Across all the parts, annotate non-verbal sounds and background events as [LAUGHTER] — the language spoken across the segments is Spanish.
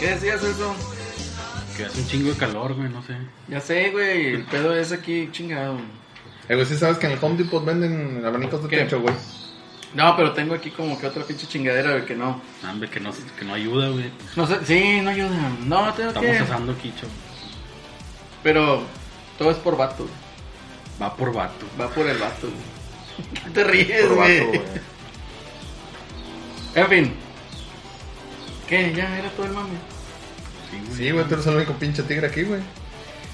eso? Que hace un chingo de calor, güey, no sé. Ya sé, güey. El pedo es aquí, chingado. Eh, güey, sí sabes que en el Home Depot venden abanicos de ¿Qué? techo, güey. No, pero tengo aquí como que otra pinche chingadera, güey, que no. No, Hombre, que no, que no ayuda, güey. No sé, sí, no ayuda. No, tengo Estamos que. asando quicho. Pero todo es por vato, güey. Va por vato. Va por el vato, güey. [LAUGHS] ¿Qué te ríes, Por vato, güey? güey. En fin. ¿Qué? Ya era todo el mami. Sí, güey. Sí, güey, tú eres el único pinche tigre aquí, güey.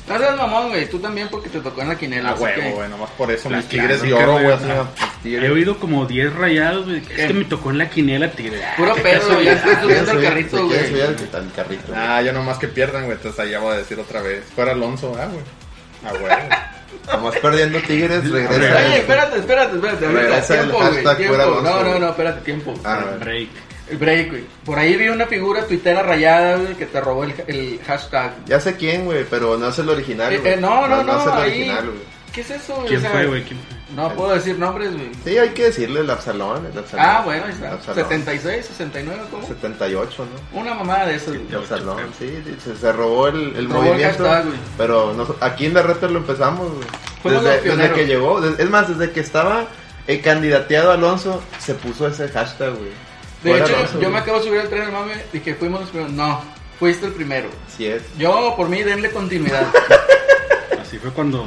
No seas mamón, güey. Tú también porque te tocó en la quinela. Ah, así güey, que- güey, nomás por eso. Mis Claro, tigres de claro, oro, qué güey, así bueno. mis He tigres. oído como 10 rayados, güey. ¿Qué? Es que me tocó en la quinela, tigre. [LAUGHS] Puro pedo, ya estoy ¿Quieres subiendo el carrito, subir güey. al- al carrito? Ah, yo nomás que pierdan, güey, entonces allá voy a decir otra vez. Fuera Alonso, ah, güey. Ah, güey. [LAUGHS] Nomás perdiendo Tigres, regresa. Oye, espérate, espérate, espérate. Ahorita, Regresa el tiempo, güey. hashtag Tiempo. fuera No, Alonso, no, güey. no, espérate, tiempo. Ah, güey. Break. El break, güey. Por ahí vi una figura tuitera rayada, güey, que te robó el, el hashtag. Ya sé quién, güey, pero no es el original, Eh, güey. eh, no, no, no, es el ahí. original, güey. ¿Qué es eso, güey? ¿Quién O sea, fue, güey? ¿Quién fue? No puedo decir nombres, güey. Sí, hay que decirle el Absalón, el Absalón. Ah, bueno, ahí está. Absalón. 76, 69, ¿cómo? 78, ¿no? Una mamada de esas, güey. El Absalón, sí, sí, se, se robó el, el Robó el movimiento. hashtag, güey. pero nos- aquí en la red lo empezamos, güey. Fuimos los Desde, desde pioneros. que llegó, de- es más, desde que estaba el candidateado Alonso, se puso ese hashtag, güey. De Fuera hecho, Alonso, yo me güey. acabo de subir al tren, mame, y que fuimos los primeros. No, fuiste el primero. Así es. Yo, por mí, denle continuidad. Así fue cuando,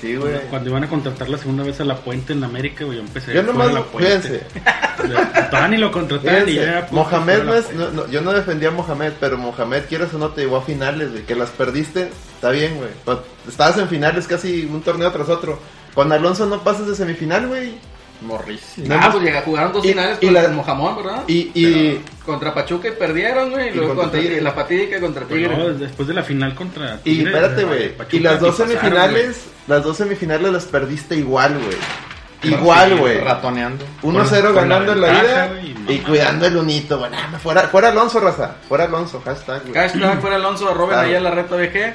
Sí, güey. cuando iban a contratar la segunda vez a La Puente en América, güey. Yo empecé Yo fuera nomás, La fíjense, Puente. Lo contrataban y lo contrataban y Fíjense, ya. puto, Mohamed fuera no La es, Puente. no- no, yo no defendía a Mohamed, pero Mohamed, quieras o no, te llevó a finales, güey. Que las perdiste, está bien, güey. Pero Estabas en finales casi un torneo tras otro. Con Alonso no pasas de semifinal, güey. Morris. [LAUGHS] No Ah, hemos- pues llega, jugaron dos Y- finales y contra la- el Mojamón, ¿verdad? Y, y Contra Pachuca y perdieron, güey. Y Y luego contra contra, Tigres. la fatídica contra Pero Tigres. no, después de la final contra. Y Tigres, espérate, eh, güey. Pachuca, Y las dos sí pasaron, semifinales, las dos semifinales las perdiste igual, güey. Sí, Igual, güey. Ratoneando. Con- 1-0 con ganando en la ventaja, vida güey, y mamá. cuidando el unito, güey. Nah, fuera, fuera Alonso, raza. Fuera Alonso, hashtag, güey. Hashtag fuera Alonso, arroben Claro. ahí a la reta BG.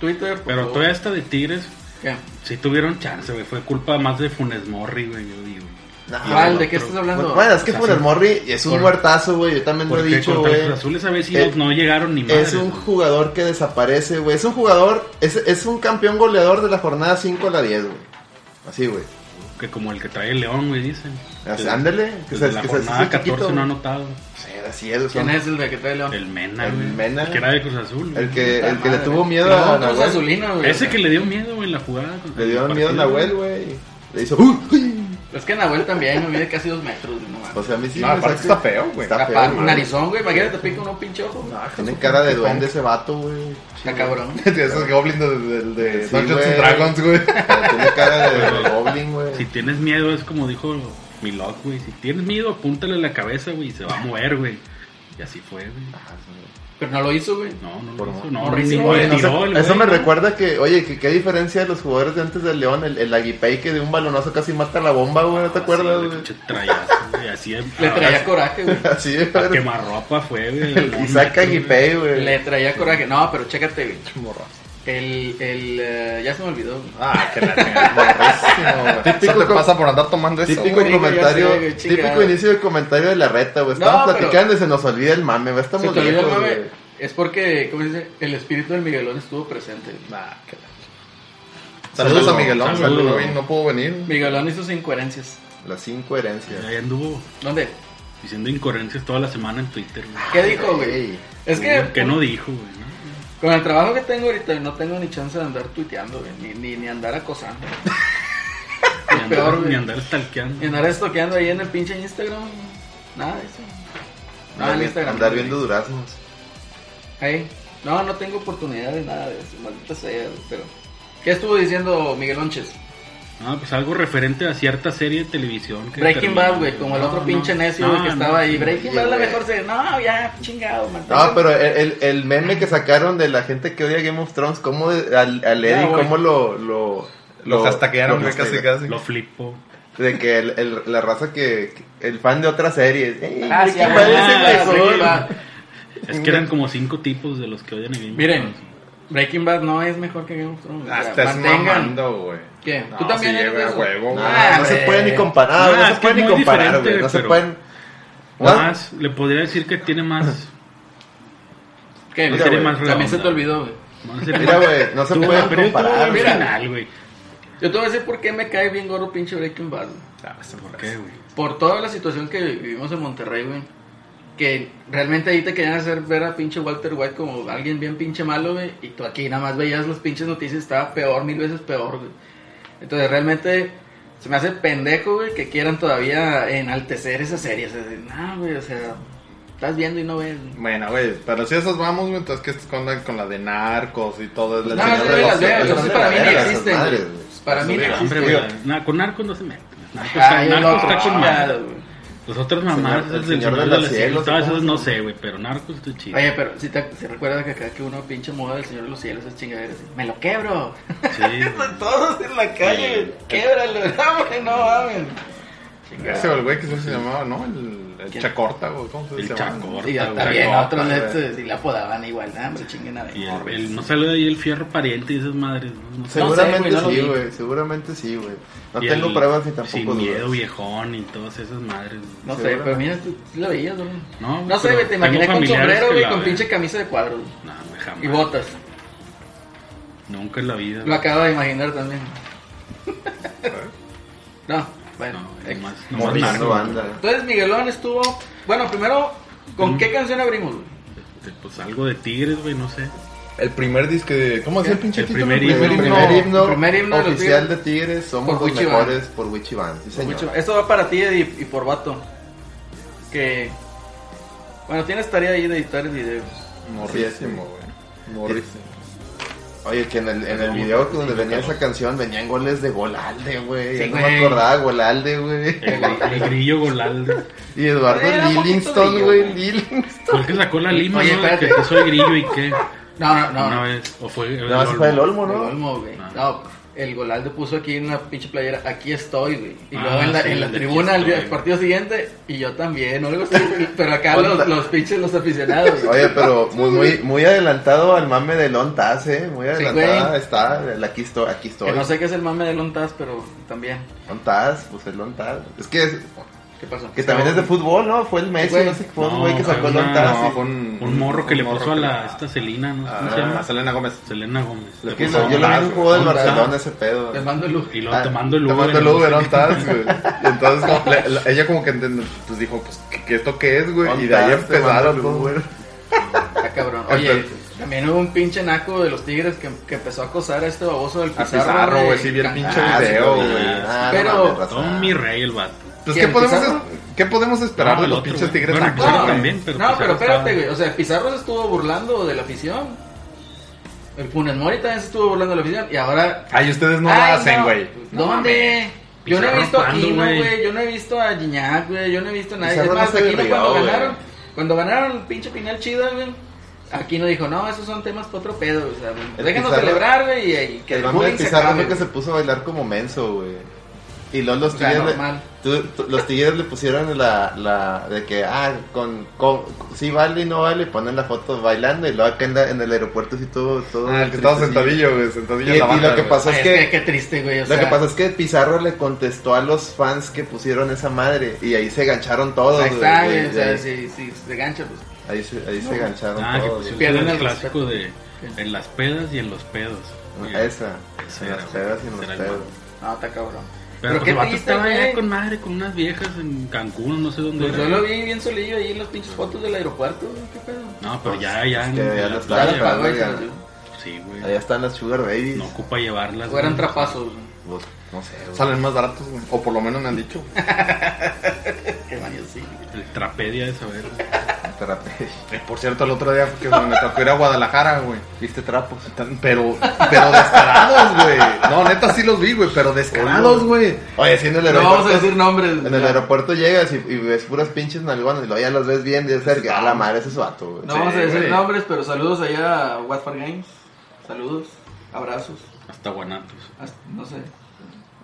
Twitter, por Pero favor. todavía esta de Tigres ¿Qué? sí tuvieron chance, güey. Fue culpa más de Funes Morri, güey, yo digo. Nah, Ah, ¿Cuál? güey. ¿De qué estás hablando? Bueno, es que O sea, Funes sí. Morri es un Por- muertazo, güey. Yo también lo he Porque dicho, eh? contra el güey. Cruz Azul esa vez sí no- Eh, no llegaron ni más. Es un jugador que desaparece, güey. Es un jugador, es, es un campeón goleador de la jornada 5 a la 10, güey. Así, güey. Que como el que trae el León, güey, dicen. Así, Que- ándale, que Desde se- la que se- jornada se- se- 14 no chiquito. ha anotado. Sí, así es, ¿Quién son- es el de que trae León? El Mena, El güey. Mena. El que era de Cruz Azul. güey. El que, el que le Madre. tuvo miedo No, a Cruz Nahuel. Azulino, güey. Ese que le dio miedo, güey, en la jugada. Le dio en el miedo a partido, Nahuel, güey. Le hizo. "Uy, uy". Es que Nahuel también, me mide casi dos metros, güey, no mames. O sea, a mí sí. No, me aparte saca- está feo, güey. Pues Está Capaz, feo, narizón, güey. Imagínate, pica uno un pinche ojo. güey. Tiene cara de duende ese vato, güey. Está cabrón. Esos goblins de, de, de Sí, Dungeons and güey. Dragons, güey. Tiene cara [LAUGHS] de goblin, güey. Si tienes miedo, es como dijo Milok, güey. Si tienes miedo, apúntale en la cabeza, güey, y se va a mover, güey. Y así fue, güey. Pero no lo hizo, güey. No, no, Por lo hizo, favor. no, Por ni favor. lo Oye, no tiró, sé, el eso güey, me ¿no? recuerda que, oye, que qué diferencia de los jugadores de antes del León, el, el Aguipay que de un balonazo casi mata la bomba, güey, Ah, ¿no te acuerdas, Sí, güey? pinche trayazo, güey, Así Le traía coraje, güey. [LAUGHS] Así, A Ah, güey. quemarropa fue, güey. Y saca Aguipay, Le güey. traía coraje. No, pero chécate, güey. Morra. El, el, eh, ya se me olvidó. güey. Ah, que la chingada. Morrísimo, güey. Eso te com- pasa por andar tomando eso, Típico güey. güey, comentario, ya sé, güey, chingada. típico inicio de comentario de la reta, güey. Estamos No, pero- platicando y se nos olvida el mame, güey. Se Estamos te olvidó, lejos, mame. güey. Es porque, ¿cómo se dice? El espíritu del Miguelón estuvo presente. güey. Ah, que la- Saludos, Saludos a Miguelón, Miguelón, saludos. güey. No pudo venir. Miguelón hizo sus incoherencias. Las incoherencias. Ahí anduvo ¿Dónde? diciendo incoherencias toda la semana en Twitter, güey. ¿Qué dijo, güey? Ey, Es que Uy, no dijo, güey? no? con el trabajo que tengo ahorita no tengo ni chance de andar tuiteando, güey, ni, ni, ni andar acosando, güey. Ni andar, Peor, güey. ni andar stalkeando. ni andar estoqueando ahí en el pinche Instagram. güey. Nada de eso. Nada en andar- Instagram. Andar güey. viendo duraznos. Ahí. No, no tengo oportunidad de nada de eso, maldita sea, güey, pero... ¿Qué estuvo diciendo Miguel Onches? No, pues algo referente a cierta serie de televisión. que Breaking termina, Bad, güey, como el No, otro no. pinche necio No, güey, que no, estaba ahí. no. Breaking Bad es la güey. mejor serie. No, ya, chingado, man. No, pero el, el- el meme que sacaron de la gente que odia Game of Thrones, cómo de- al, al Ya, Eddie, güey. cómo lo... lo Los hastaquearon, güey, casi, hashtaggearon. casi. Lo flipo. De que el, el- la raza que... que- El fan de otras series. Ey, Ah, sí, Breaking ah, Bad es el Breaking mejor. Bad. Es que eran como cinco tipos de los que odian a Game of Miren, Thrones. Breaking Bad no es mejor que Game of Thrones. O sea, Ah, estás mantengan. mamando, güey. ¿Qué? No, ¿Tú también sí, eres de güey, a eso? huevo, No, güey. Ah, no se güey. puede ni comparar, Ah, güey, es no que se puede es ni muy comparar, diferente, güey. No se pero- pueden... ¿What? Más, le podría decir que tiene más ¿Qué? Una Mira, serie güey, más También se redonda. te olvidó, güey. No sé, [LAUGHS] Mira, güey, no se tú, puede pero yo tuve comparar, buen mira. final, güey. Yo te voy a decir por qué me cae bien gordo pinche Breaking Bad. güey. Ah, ¿sabes ¿Por qué, güey? Por toda la situación que vivimos en Monterrey, güey. Que realmente ahí te querían hacer ver a pinche Walter White como alguien bien pinche malo, güey. Y tú aquí nada más veías las pinches noticias, estaba peor, mil veces peor, güey. Entonces realmente se me hace pendejo, güey, que quieran todavía enaltecer esa serie. O sea, de, nah, güey, o sea, estás viendo y no ves. güey. Bueno, güey, pero si esas vamos, güey, entonces que estás con la, con la de narcos y todo. Es la No, chingada no de de los- las veas, es la entonces de para la mí ni verga. esas existen. madres, güey. güey. Para mí ni Eso, existen. Hombre, güey. güey, na- con narcos no se mete. Narcos, Ay, narcos no, Ah, está con chingado, madre. güey. Los otros Señor- mamás, el esas Señor del Señor de de los los Cielos, Cielos, todas ¿cómo esas se no llama? sé, güey, pero narcos está chido. Oye, pero si te, si recuerdas que acá que uno pinche moda del Señor de los Cielos es chingadera así, me lo [LAUGHS] quebro. Sí, [LAUGHS] güey. Todos en la calle, québralo, [LAUGHS] no, hombre, no mames. Ese, el güey, que se llamaba, ¿no? El, el ¿Quién? Chacorta, güey. ¿Cómo se El llama? Chacorta, Y ya güey. también, no, otros güey. le, si le apodaban igual, no, hombre, chinguen a ver. Y el, el- no sale de ahí el fierro pariente y esas madres. No, No sé. güey, Seguramente no lo sí, vi. güey. Seguramente sí, güey. No Y tengo el pruebas ni tampoco Sin dudas. miedo, viejón y todas esas madres. güey. No sé, seguramente. pero mira, tú sí lo veías, güey. No, No, güey, sé, pero güey, te tengo imaginé con familiares sombrero, que güey, la con ven. pinche camisa de cuadros güey, No, y güey, jamás. botas. Nunca en la vida. Lo güey. acabo de imaginar también. No, bueno. No, güey, X. nomás, nomás Mordiendo narco, banda. Entonces Miguelón estuvo, bueno, primero, ¿con Mm. qué canción abrimos? güey? güey. Pues algo de tigres, güey, no sé. El primer disco de... ¿Cómo hacía el pinche El título? primer El himno. primer himno, El primer himno de los oficial de Tigres. Tigres somos Por los Wichiban. mejores por Wichiban. Sí, señor. Mucho. Esto va para ti Eddie, y por vato. Que. Bueno, tienes tarea ahí de editar videos. Morrísimo, güey. Morrísimo. Oye, que en el, en el video donde venía esa canción venían goles de Golalde, güey. Sí, Yo no güey. me acordaba Golalde, güey. El, gri- el grillo Golalde. Y Eduardo Era un poquito Lillingston, brillo, güey. güey. Lillingston. Fue el que sacó la lima, Oye, ¿no? De espérate. Que yo soy grillo y qué. No, no, no. Una vez. O fue. No, ese fue el Olmo, El ¿no? Olmo, güey. Ah. No, el Golaldo puso aquí en la pinche playera, aquí estoy, güey. Y Ah, luego en la, sí, en la el de aquí tribuna al estoy, día- al güey. partido siguiente, y yo también, o algo así. Pero acá Hola. los, los pinches, los aficionados. güey. Oye, pero muy, muy, muy adelantado al mame de Lontas, eh. Muy Sí, adelantada güey. está. el Aquí estoy, aquí Que estoy. no sé qué es el mame de Lontas, pero también. Lontas, pues el Lontas. Es que, es- ¿Qué pasó? que también es de fútbol, ¿no? Fue el Messi, Güey. no sé qué fue un No, güey que fue sacó una- Lontas. No, sí. fue un, Un morro que le morro puso a que la. le- Esta Celina, ¿no? ¿Cómo se Ah, llama? a Selena Gómez. Selena Gómez. Es Le que puso yo lo vi en un Lontas, juego del Lontas. Barcelona ese pedo. Les mando luz. Y Ah, lo tomando el Uber. tomando Tomando el no Uber, sé on qué. task, güey. [LAUGHS] Entonces, como la- la- ella como que enten- pues dijo, pues, ¿qué, qué esto qué es, güey? Y de ahí Lontas, te mando empezaron el todo. Uber. Ah, cabrón. Oye, Entonces- también hubo un pinche naco de los Tigres que, que empezó a acosar a este baboso del A Pizarro. Pizarro, güey, sí, vi el Can- pinche Ah, sí, video, güey. güey. Ah, Pero- no mames, raza. Todo mi rey el vato. Pues, ¿Quién, ¿qué podemos, Pizarro? qué podemos esperar No, de el los otro, pinches güey. tigres Ah, Bueno, actuales, Pizarro No, güey? también, pero no, pero Pizarro espérate, estaba- güey. O sea, Pizarro se estuvo burlando de la afición. El Funes Mori también se estuvo burlando de la afición. Y ahora. Ay, ustedes no lo Ay, hacen, güey. ¿Dónde? Yo no he Pizarro visto a cuándo, Kino, güey. güey. Yo no he visto a Gignac, güey. Yo no he visto a nadie. Pizarro es más, no se Aquino cuando rió, güey. ganaron. Cuando ganaron el pinche final chido, güey. Aquino dijo, no, esos son temas para otro pedo. O sea, güey, El déjenos Pizarro- celebrar, güey. y- Y que El mame de bullying se Pizarro acabe, fue que güey. se puso a bailar como menso, güey. Y luego los O sea, tigres, le- normal. tú- tú- los tigres le pusieron la, la de que, ah, con, con- si vale y no vale, y ponen la foto bailando y luego acá en, la- en el aeropuerto así todo, todo. Ah, el que estaba tristecillo. sentadillo, güey. Y, Sentadillo y en la banda, lo que güey. pasó Ay, es es que, que qué triste, güey. O lo sea, que pasó es que Pizarro le contestó a los fans que pusieron esa madre y ahí se gancharon todos, Ahí güey, está, de- güey. de- O sea, si, si se gancha, pues. Ahí se, ahí se gancharon Ah, que todos. pusieron güey. Pierden el el clásico respeto. de en las pedas y en los pedos. Ah, Esa, Ese en era, las güey. pedas y en los Ese era el pedos. No, está cabrón. Pero, pues, el vato estaba allá güey. con madre, con unas viejas en Cancún, no sé dónde. Pues era. yo lo vi bien solillo ahí en las pinches fotos del aeropuerto, güey, qué pedo. No, pero ya, ya. Es en- que en ya la las Ya playa, la pagó y se verga. las dio. Sí, güey. Allá están las Sugar Babies. No ocupa llevarlas. O eran güey. trapazos, güey. Pues, no sé, güey. Salen más baratos, güey. O por lo menos me han dicho. Qué baño, sí. El trapedia de saber. Espérate. Eh, por cierto, el otro día que me tocó ir a Guadalajara, güey. Viste trapos. Tan- Pero, pero descarados, güey. No, neta sí los vi, güey, pero descarados, güey. Oye, siendo el No aeropuerto. vamos a decir nombres. En güey. el aeropuerto llegas y, y ves puras pinches nalgonas y luego ya las ves bien de cerca. A la madre ese es su vato, güey. No Ah, Sí, vamos a decir güey. nombres, pero saludos allá a Watford Games. Saludos, abrazos, Hasta Guanatos. hasta- no sé,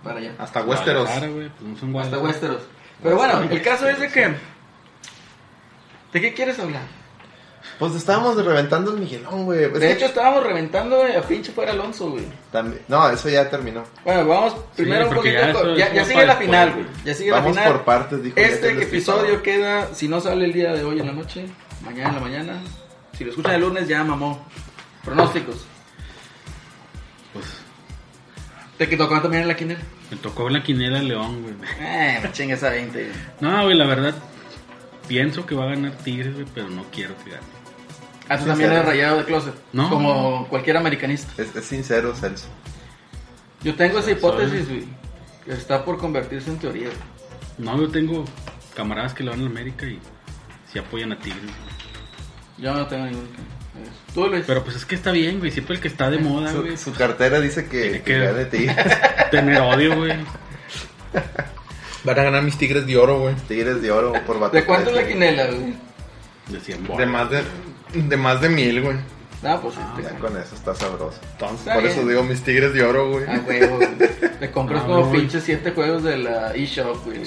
para allá. Hasta Westeros. Guadalajara, güey, pues no son Hasta Guadalajara. Westeros. Pero bueno, el caso es de que... ¿De qué quieres hablar? Pues estábamos reventando el Miguelón, güey. Es De que hecho, estábamos reventando güey, a pinche fuera Alonso, güey. también- No, eso ya terminó. Bueno, vamos primero un porque poquito. ya con- eso Ya, es ya una sigue la parte, final, güey. güey. Ya sigue Vamos la final. por partes, dijo. ya te este lo episodio explicaba. queda, si no sale el día de hoy en la noche, mañana en la mañana, Si lo escuchan el lunes, ya mamó. Pronósticos. Pues ¿Te que tocó también en la quinela? me tocó la quinela de León, güey. Eh, me chingas a 20. güey. No, güey, la verdad, pienso que va a ganar Tigres, güey, pero no quiero que gane. Ah, tú también Sincero. eres rayado de closet. No. Como cualquier americanista. Es, es sincero, Celso. Yo tengo esa hipótesis, güey. que Está por convertirse en teoría. güey. No, yo tengo camaradas que le van a la América y sí apoyan a Tigres. güey. Yo no tengo ningún. Tú, Luis. Pero pues es que está bien, güey, siempre el que está de moda, güey. Su, su cartera dice que, Tiene que- que gane Tigres, Tener odio, güey. Van a ganar mis tigres de oro, güey. Tigres de oro por batalla. ¿De cuánto es la quinela, güey? De 100 De bolas. más de, de más de mil, güey. No, pues sí. Ah, te- Ya con eso está sabroso. Entonces, Está por bien. eso digo mis tigres de oro, güey. Ah, huevo, güey. Te compras Ah, como güey. pinches 7 juegos de la eShop, güey.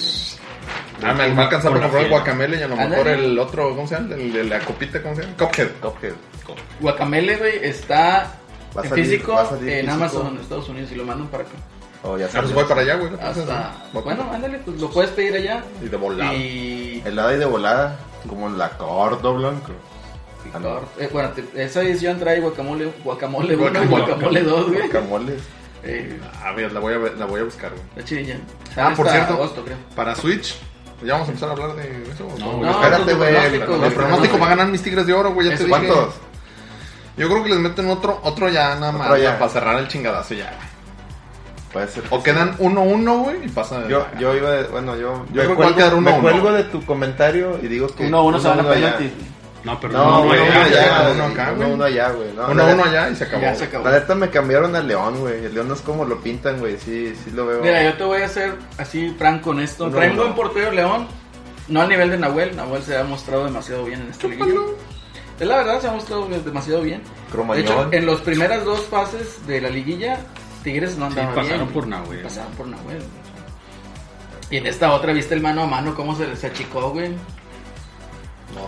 Ah, me va a alcanzar Con la para comprar el fiera. guacamele y a lo Ándale. mejor el otro, ¿cómo se llama? El de la copita, ¿cómo se llama? Cuphead. Cuphead. Guacamele, güey, está Va a en salir- físico va a salir en físico. Amazon, en Estados Unidos, y lo mandan para acá. Oh, ya Ah, pues sabes. voy para allá, güey. Entonces, Hasta. voy Bueno, para- ándale, pues lo puedes pedir allá. Y de volada. Y. Helada y de volada, como la corto blanco. Ah, no. Eh, bueno, te- esa edición trae guacamole, guacamole 1 y Guacamole. guacamole 2, güey. Camoles. Eh, A ver, la voy a, ver- la voy a buscar, güey. la chidilla. Ah, por Hasta cierto. agosto, creo. Para Switch, ya vamos a empezar a hablar de eso. No, ¿O güey. espérate, no, güey, no, el- pronóstico, el güey. El pronóstico va a ganar mis tigres de oro, güey. Ya ¿Es te dije. cuántos? Yo creo que les meten otro, otro ya nada más. Otro ya. güey, Para cerrar el chingadazo ya. güey. Puede ser. O quedan 1-1, güey, y pasa. Yo, yo iba de, bueno, yo, Yo creo yo que va a quedar uno a me uno. cuelgo de tu comentario y digo que. Uno a uno se van a uno allá. penaltis. No, pero No, no, uno güey. uno allá, allá, güey, uno acá, uno, güey. uno allá, güey. No, 1-1 la neta- ya y se acabó. Ya se acabó. La neta me cambiaron a León, güey. El León no es como lo pintan, güey. Sí, sí lo veo. Mira, yo te voy a hacer así franco en esto. No, Trae un no. buen portero León. No al nivel de Nahuel. Nahuel se ha mostrado demasiado bien en este liguilla. Es la verdad, se ha mostrado demasiado bien. De hecho, Cromañón. en las primeras dos fases de la liguilla, Tigres no Sí, andaba bien. pasaron por güey. Nahuel. Pasaron por Nahuel. güey. Y en esta otra, ¿viste el mano a mano cómo se, se achicó, güey?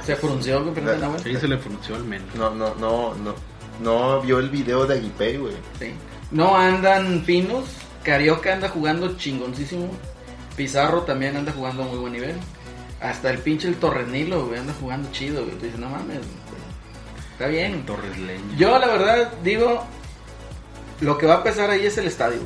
se frunció, güey, frente a La- Nahuel. Sí, se le pronunció al menos. No, no, no, no. No vio el video de Aguipey, güey. Sí. No andan finos. Carioca anda jugando chingoncísimo. Pizarro también anda jugando a muy buen nivel. Hasta el pinche el Torrenilo, güey, anda jugando chido, güey. Tú dices, no mames, güey. está bien. Torres Leña. Yo la verdad digo, lo que va a pesar ahí es el estadio.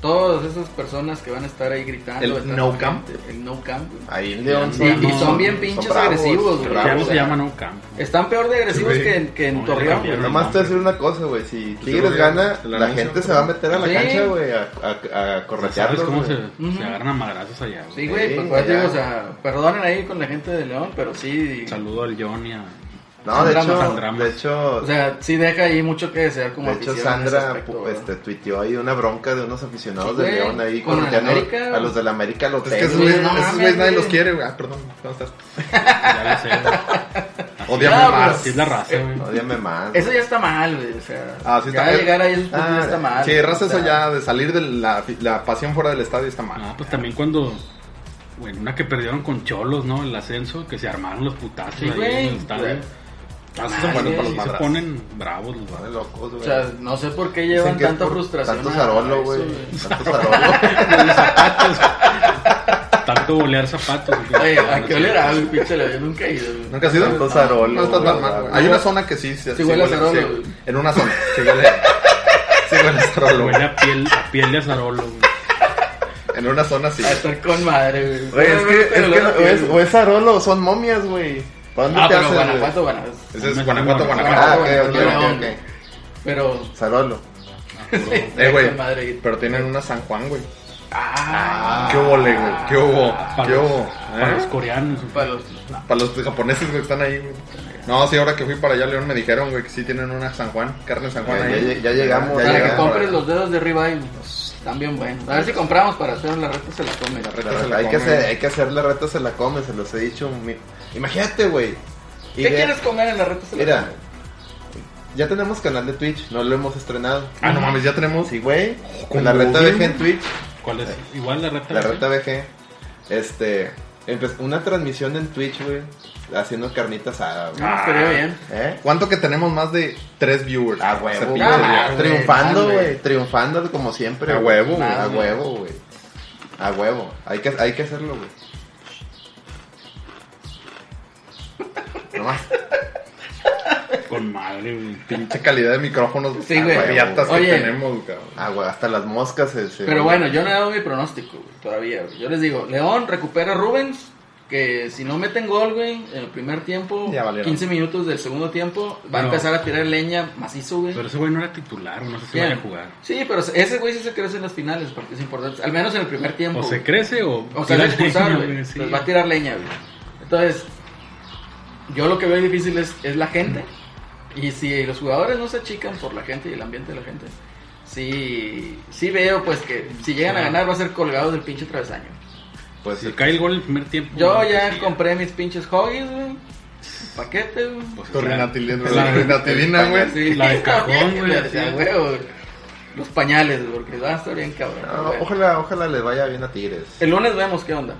Todas esas personas que van a estar ahí gritando. El están- No Camp. El no camp. güey. Ahí en León Y- y son bien ¿eh? pinches agresivos, güey. Pero ya no Bravo, se o sea, llama No Campo. Están peor de agresivos Sí, que en, que en No, ya Torreón, güey. cambiaron. Nomás te voy a decir una cosa, güey. Si Tigres voy a- gana, te la la, anuncio, gente se pero- va a meter a la Sí. cancha, güey, a, a, a ¿Sabes corretearlos, cómo se, güey. Ujú. se agarran a madrazos allá? güey? Sí, güey, Sí, pues, pues, ya. digo, o sea, perdonen ahí con la gente de León, pero sí. Saludo al Johnny. a- No, Son de dramas, hecho, son dramas. de hecho, O sea, sí deja ahí mucho que desear como de hecho afición en ese Sandra aspecto, pu- ¿verdad? este, tuiteó ahí una bronca de unos aficionados Sí, de güey, León ahí con el correteando América. a los del América lo Es que esos güey, güeyes no esos mames, güeyes nadie güey. los quiere, güey. Ah, perdón. ¿Cómo estás? Ya [LAUGHS] lo sé, güey. Odiame No, más. pues, Así es la raza, güey. Odíame más. Eso ya está mal, güey. O sea, Ah, sí está ya mal. llegar a esos puntos Ah, ya está mal. Sí, raza, o sea, Ah, eso ya de salir de la, la pasión fuera del estadio está mal. No, pues también cuando. Bueno, una que perdieron con Cholos, ¿no? El ascenso, que se armaron los putazos Sí, ahí güey. en el estadio. Ah, sí, Ay, bueno, güey. para los Sí se madrazos. se ponen bravos los Están vatos. locos, O güey. sea, no sé por qué Dicen llevan que es tanta por frustración. Tanto a- zarolo, a güey. eso, güey. Tanto zarolo. [LAUGHS] Tanto bolear zapatos. Oye, ¿a qué olerá, güey? Pinche León, nunca he ido, güey. ¿Nunca has ido? Tanto zarolo, No, está tan güey. mal, güey. Hay una zona que sí. se- Sí huele a zarolo, sí, güey. En una zona. Sí huele, sí huele a zarolo, güey. Huele a piel, a piel de azarolo, güey. Ah. En una zona sí. A estar con madre, güey. Güey, es que, es Pero que luego, o es, güey. o es Zarolo o son momias, güey. ¿Para dónde Ah, te pero haces, güey? Guanajuato, Guanajuato. Ese es Guanajuato, Ah, Guanajuato. ok, ok, Guanajuato, ok, güey. ok. Pero. Zarolo. Eh, [LAUGHS] con madre. güey. Pero tienen una San Juan, güey. Ah, ¿Qué hubo, le, güey? ¿Qué hubo? Para ¿Qué los, hubo? para los ¿Eh? coreanos. para los. Para los japoneses güey, que están ahí, güey. No, sí, ahora que fui para allá, León, me dijeron, güey, que sí tienen una San Juan, carne San Juan Ya, ahí. ya, ya llegamos. Ya para que llegamos. compres los dedos de ribeye, güey. Están bien buenos. A ver si compramos para hacer la reta [LAUGHS] se la come. La La reta. se reta, la hay, que come. hacer, hay que hacer la reta, se la come, se los he dicho. mi- Imagínate, güey. Y ¿Qué ve- quieres comer en la reta se la Mira, come? ya tenemos canal de Twitch, no lo hemos estrenado. Ah, no mames, ya tenemos. Sí, güey. ¿Cómo Con la reta bien? VG en Twitch, ¿Cuál es? Igual la reta. la güey. reta VG. Este, empe- una transmisión en Twitch, güey, haciendo carnita asada, güey. Pues No, Ah, estaría bien. ¿Eh? ¿Cuánto que tenemos más de tres viewers? A Ese huevo, güey. pinche Ah, día. güey, triunfando, más, güey. güey, triunfando como siempre. A güey. huevo, güey. A Más, güey. huevo, güey. A huevo, hay que, hay que hacerlo, [LAUGHS] güey. Nomás. Con madre, güey. Pinche calidad de micrófonos Sí, güey. altas que Oye. tenemos, cabrón. Ah, güey, hasta las moscas se... se- Pero bueno, yo no he dado mi pronóstico güey, todavía. güey. Yo les digo, León recupera a Rubens, que si no meten gol, güey, en el primer tiempo, Ya valieron. 15 minutos del segundo tiempo, va a No. empezar a tirar leña macizo, güey. Pero ese güey no era titular, no sé si ¿Quién? vaya a jugar. Sí, pero ese güey sí se crece en las finales, porque es importante. Al menos en el primer tiempo. O güey. se crece o. O sea, va a tira expulsar, leña, güey. sí. Pues va a tirar leña, güey. Entonces, yo lo que veo difícil es, es la gente. Y si los jugadores no se achican por la gente y el ambiente de la gente, sí, sí veo pues que si llegan a ganar va a ser colgados del pinche travesaño. Pues Si cae el gol en el primer tiempo. Yo güey, ya pues sí. compré mis pinches hoggies, güey. Paquete, gügüey. Pues Tu claro. rinatilina, La- rinatilina, güey. Sí, [LAUGHS] la de cajón, güey, la de así. huevo, güey. Los pañales, güey, porque va a estar bien cabrón. Ah, güey. ojalá, ojalá le vaya bien a Tigres. El lunes vemos qué onda.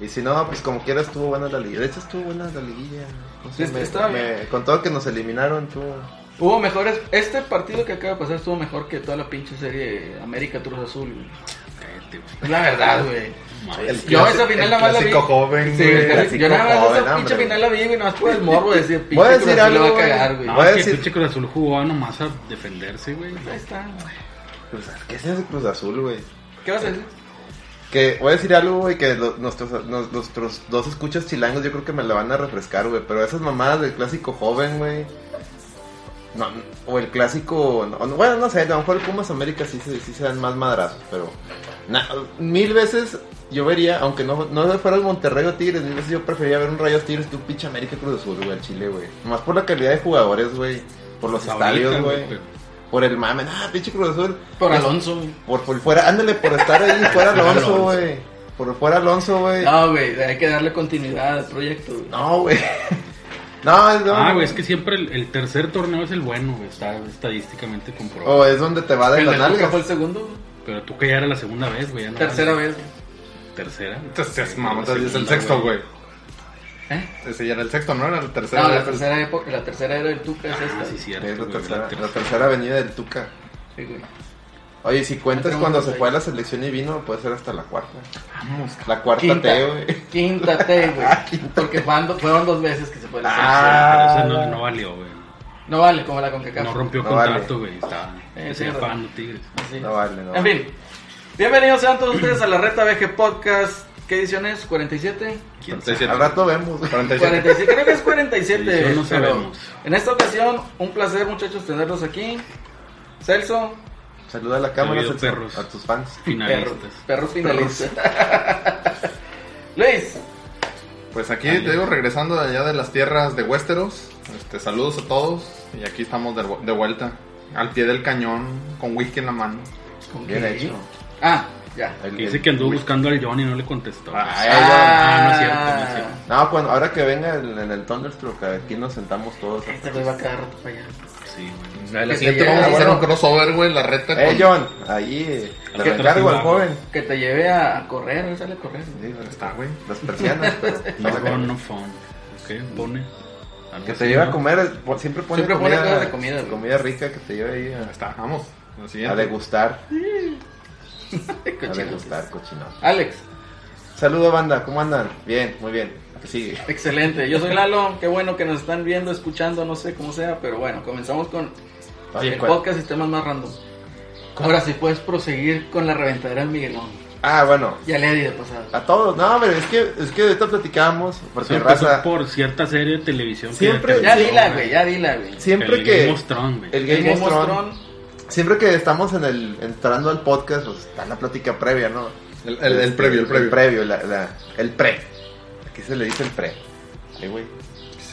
Y si no, pues como quiera estuvo buena la liguilla. De hecho estuvo buena la liguilla. No sé, Sí, me- estaba me- bien. con todo que nos eliminaron, estuvo... Hubo mejores. Este partido que acaba de pasar estuvo mejor que toda la pinche serie América Cruz Azul, güey. Cállate, güey. Es la verdad, güey. Madre. Yo esa clásico- final el nada más la vi. clásico joven, Sí, güey. el clásico- Clásico yo nada más joven, esa pinche hombre. final la vi, güey. Nada más por el morbo de decir pinche Voy a Cruz decir Azul algo, la va a güey. cagar, güey. No, Voy a es Ah, que decir- el pinche Cruz Azul jugaba nomás a defenderse, güey. Ahí está. Cruz Azul. Pues, ¿Qué es ese Cruz Azul, güey? ¿Qué vas a decir? Que voy a decir algo, güey, que lo- nuestros, nos- nuestros dos escuchas chilangos yo creo que me la van a refrescar, güey. Pero esas mamadas del clásico joven, güey. No, no, o el clásico... no, no, bueno, no sé, a lo mejor el Pumas América sí, se- sí se dan más madrazos, pero... na- mil veces yo vería, aunque no, no fuera el Monterrey o Tigres, mil veces yo preferiría ver un Rayos Tigres que un pinche América Cruz Azul, güey, al Chile, güey. Más por la calidad de jugadores, güey. Por los Pues Ahorita, estadios, güey. güey, pero- Por el mame, ah, pinche Cruz Azul. Por Es- Alonso, güey. por, por fuera, ándale, por [LAUGHS] estar ahí, fuera Alonso, Alonso. güey. Por fuera Alonso, güey. No, güey. Hay que darle continuidad al proyecto, güey. No, güey. [LAUGHS] No, no, Ah, güey, es que siempre el, el tercer torneo es el bueno, güey. Está estadísticamente comprobado. O es donde te va de El la de Tuca fue nalga. el segundo, güey. Pero tú que ya era la segunda vez, güey. ya no Tercera vale. vez, güey. Tercera. Entonces, mamá, La entonces es el segunda, sexto, güey. ¿Eh? Ese ya era el sexto, ¿no? Era el tercero. No, la tercera época, la tercera era el Tuca, es Ah, esta. sí, cierto. Es la güey, tercera, la la tercera. tercera avenida del Tuca. Sí, güey. Oye, si cuentas Tenemos cuando dos se ahí. fue a la selección y vino, puede ser hasta la cuarta. Vamos, cabrón. La cuarta Quinta. T, güey. Quinta T, güey. Porque fueron do- fueron dos veces que se fue la selección. Ah. Pero esa no, no valió, güey. No vale como la CONCACAF. No rompió No contrato, güey. Estaba. Eh, Se sí, iba pagando Tigres. Así No es. vale, no. En vale. fin. Bienvenidos sean todos ustedes a la Reta BG Podcast. ¿Qué edición es? ¿47? ¿Quién Entonces, sabe? Al rato vemos, güey. 47. 47, creo que es 47. Edición no pero sabemos. En esta ocasión, un placer muchachos tenerlos aquí. Celso, Saluda a la cámara, Saludos, Celso, perros. a tus fans. perro, Finalistas. perro finalista. [LAUGHS] Luis, Pues aquí Dale. te digo, regresando de allá de las tierras de Westeros, este, saludos a todos y aquí estamos de, vu- de vuelta, al pie del cañón, con whisky en la mano. ¿con Bien qué? hecho. Ah, ya. El- Que el- dice que anduvo buscando al John y no le contestó. Ay, Ah, no es cierto, no es cierto. No, cuando, ahora que venga el- en el Thunderstruck, aquí nos sentamos todos. Este güey va a quedar roto para allá. Sí, güey. A Que la te siguiente lleve, vamos a hacer bueno. un crossover, güey, la reta Eh, con- John, ahí eh, te que lo encargo al trajimos, joven. Que te lleve a correr, él sale a correr. Sí, pero está- Está, güey. Las persianas. [LAUGHS] pero- No phone, no phone. ¿Qué pone? Algo Que así, te lleva a ¿no? comer, po- siempre pone Siempre pone cosas de comida, güey. comida rica que te lleva ahí Ya a, Está, vamos. La a siguiente. degustar, [LAUGHS] a Cochino. degustar, cochino. Alex, Saludo banda, ¿cómo andan? Bien, muy bien, que sigue. excelente. Yo soy Lalo. Qué bueno que nos están viendo, escuchando, no sé cómo sea, pero bueno, comenzamos con Oye, el ¿cuál? podcast y temas más random. Ahora sí puedes proseguir con la reventadera en Miguelón. Ah, bueno, Ya le di de pasada. a todos, no, pero es que, es que ahorita platicábamos, porque Eso empezó raza, por cierta serie de televisión. que Siempre- terminó, Ya dila, güey, ya dila, güey. siempre el que Game of Thrones, güey. el Game, of Thrones, siempre que estamos en el, entrando al podcast, pues, está la plática previa, ¿no? Este, El, el- el previo, el previo. El previo, la- la- el pre, aquí se le dice el pre. Ay, güey,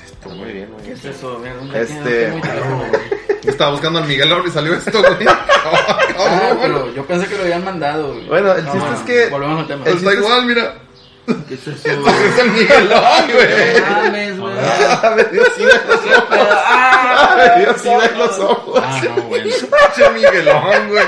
está muy bien, güey. ¿Qué es eso? A ver, un Este- pequeño, un [LAUGHS] pequeño güey. Yo estaba buscando al Miguel ahora y salió esto, güey. Ah, Ah, bueno. pero yo pensé que lo habían mandado, güey. Bueno, el No, chiste bueno, es que- Volvemos al tema. el pues [LAUGHS] Está chiste es- igual, mira. ¿Qué es [LAUGHS] eso, güey? Es el Miguelón, güey. No mames, Ah, güey. Me dio sida en los ojos. Ah, Me dio sida en los ojos. Ah, no, bueno. [LAUGHS] Pinche Miguelón, güey.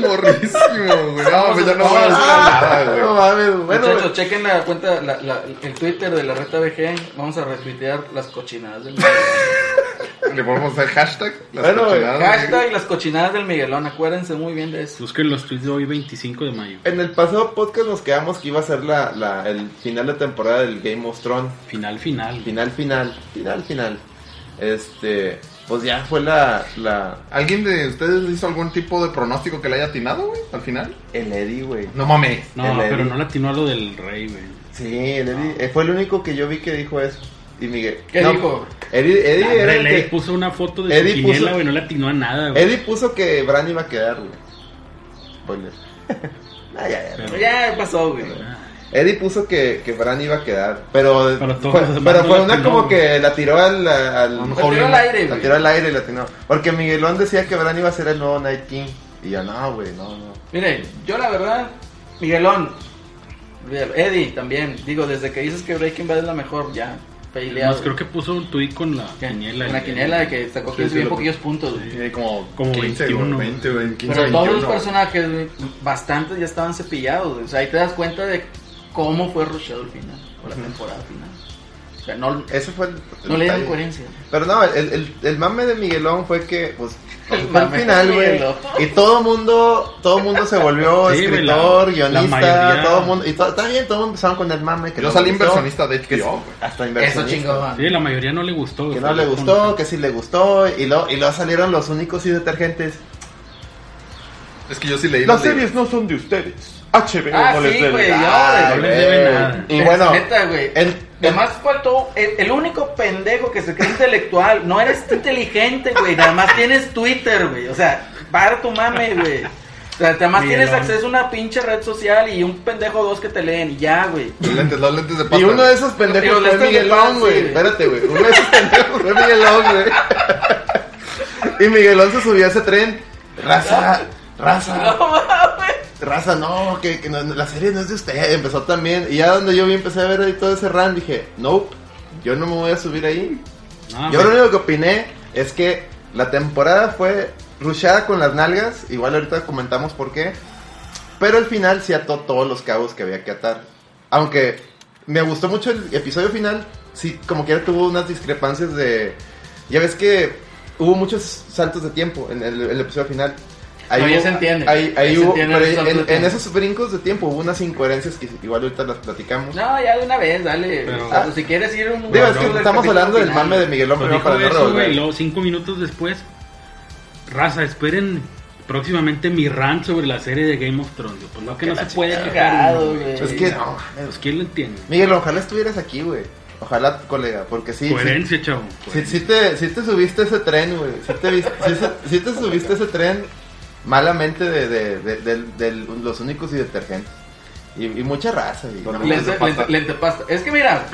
Morrísimo, güey. No, pues ya [LAUGHS] no voy a hacer nada, güey. No mames, bueno. Muchachos, chequen la cuenta, la- la- el Twitter de la reta BG. Vamos a retuitear las cochinadas del Miguelón. Le podemos hacer hashtag. Las Bueno, güey, cochinadas, Hashtag las cochinadas del Miguelón. Acuérdense muy bien de eso. Busquen los tweets de hoy, 25 de mayo. En el pasado podcast nos quedamos que iba a ser la, la- el final de temporada del Game of Thrones. Final, final. güey. Final, final. Final, final. Este, pues ya fue la, la ¿Alguien de ustedes hizo algún tipo de pronóstico que le haya atinado, güey, al final? el Eddie, güey. No mames. No, El Eddie. pero no latino a lo del rey, güey. Sí, el Eddie eh, fue el único que yo vi que dijo eso. Y Miguel, ¿Qué no, dijo? Eddie, Eddie Ah, era el Relay que- puso una foto de su Eddie quiniela, puso- güey, no latino a nada, güey. Eddie puso que Bran iba a quedar, güey. [LAUGHS] Spoiler. Ah, ya, ya. Pero- Ya pasó, güey. Ah, Eddie puso que, que Bran iba a quedar, pero Pero todos fue, los demás pero no fue la una atinó, como güey. que la tiró al, al- Un La tiró al aire, la güey. tiró al aire y la atinó. Porque Miguelón decía que Bran iba a ser el nuevo Night King y yo no, güey, no, no. Mire, yo la verdad, Miguelón, olvídalo. Eddie también, digo, desde que dices que Breaking Bad es la mejor, ya, peleado. Además, creo que puso un tuit con la Ya, quiniela. ¿eh? en la güey. quiniela de que sacó Sí, 15 sí, bien lo- poquillos puntos, güey. Tiene como, Como 15, 21, 20, güey, 15, Pero todos los 21. personajes, güey, bastantes ya estaban cepillados. güey. O sea, ahí te das cuenta de cómo fue Rochelle al final, o la temporada final. O sea, no, Ese fue el, no le dieron detalle. coherencia. Pero no, el, el, el mame de Miguelón fue que, [LAUGHS] pues, El fue al mame final, de güey. Miguelón. Y todo mundo, todo mundo se volvió Sí, güey, la- escritor, la guionista, mayoría. todo mundo. Y to- está bien, todo mundo empezaron con el mame. Que Yo no salí le gustó, inversionista de que sí, HBO, güey. Hasta Eso inversionista. chingón. Sí, la mayoría no le gustó, güey. Que no le gustó, que sí le gustó. Y luego y luego salieron los únicos y detergentes. Es que yo sí leí Las libros. series no son de ustedes. HBO Ah, no les sí, debe. güey, yo, Ay, no les debe Ah, güey. nada. Y bueno, Neta, güey. el- Además faltó el, el único pendejo que se cree intelectual. No eres inteligente, güey. Nada más tienes Twitter, güey. O sea, para tu mame, güey. O sea, además tienes Miguelón. acceso a una pinche red social y un pendejo o dos que te leen y ya, güey. Los lentes, los lentes de pata. Y uno de güey. esos Pero pendejos le fue estoy Miguelón, llamando, güey. sí, güey. Espérate, güey. Uno de esos pendejos fue Miguelón, güey. [LAUGHS] Y Miguelón se subió a ese tren. Raza, raza, No mames. raza, no, que, que no, no, la serie no es de usted. Empezó también. Y ya donde yo vi, empecé a ver ahí todo ese run, dije, nope, yo no me voy a subir ahí. yo lo único que opiné es que la temporada fue rushada con las nalgas. Igual ahorita comentamos por qué. Pero al final sí ató todos los cabos que había que atar. Aunque me gustó mucho el episodio final, sí, como quiera tuvo unas discrepancias de. Ya ves que hubo muchos saltos de tiempo en el, el episodio final. No, ya hubo- se entiende. Ahí, Ya ahí se hubo, entiende pero esos saltos en, de en tiempo. esos brincos de tiempo hubo unas incoherencias que igual ahorita las platicamos. No, ya de una vez, dale. Pero- O sea, si quieres ir un. Digo, No, es que no, estamos hablando del mame de Miguelón Pero primero dijo para no eso, güey, y revolver. luego cinco minutos después, raza, esperen próximamente mi rant sobre la serie de Game of Thrones. Yo, Pues no, que no se puede quejar uno, güey. Es que no, Pues quién lo entiende. Miguel, ojalá estuvieras aquí, güey. Ojalá, colega, porque sí. sí- Coherencia, chavo. Si, coherencia. si te, si te subiste ese tren, güey. Si te, vis- si se- si te subiste ese tren malamente de, de- de- de- de los únicos y detergentes. Y, y mucha raza. Y, Los no, lentes. Lente, Lente pasta. lente- lentepasta. Es que mira,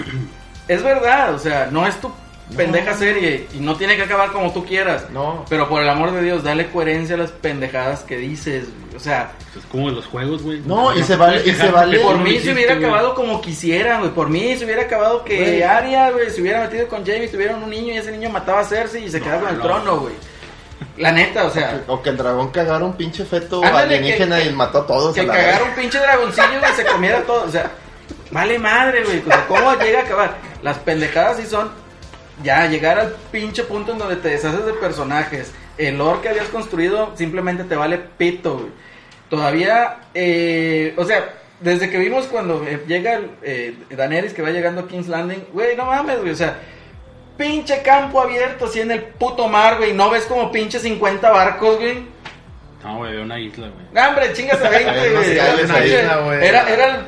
es verdad, o sea, no es tu pendeja No. serie y no tiene que acabar como tú quieras. no. Pero por el amor de Dios, dale coherencia a las pendejadas que dices. güey. O sea, Es como los juegos, güey. No, y se te vale- puedes y se quejar vale- porque Eso por tú no mí hiciste, se hubiera güey. acabado como quisieran, güey. Por mí se hubiera acabado Güey. que Aria, güey, se hubiera metido con Jamie, tuvieron un niño y ese niño mataba a Cersei y se No, quedaba con el no. trono, güey. La neta, o sea. O que el dragón cagara un pinche feto Ándale, alienígena que- y mató a todos. Que a la cagara vez. un pinche dragoncillo y se comiera todo. O sea, vale madre, güey. O sea, ¿Cómo llega a acabar? Las pendejadas sí son. Ya, llegar al pinche punto en donde te deshaces de personajes. El lore que habías construido simplemente te vale pito, güey. Todavía, eh, o sea, desde que vimos cuando eh, llega el, eh, Daenerys que va llegando a King's Landing, güey, no mames, güey, o sea, pinche campo abierto así en el puto mar, güey, no ves como pinche 50 barcos, güey. No, güey, había una isla, güey. Este No, hombre, chingas a 20, Ay, no güey. sé, Era- esa isla, era, güey. era, el-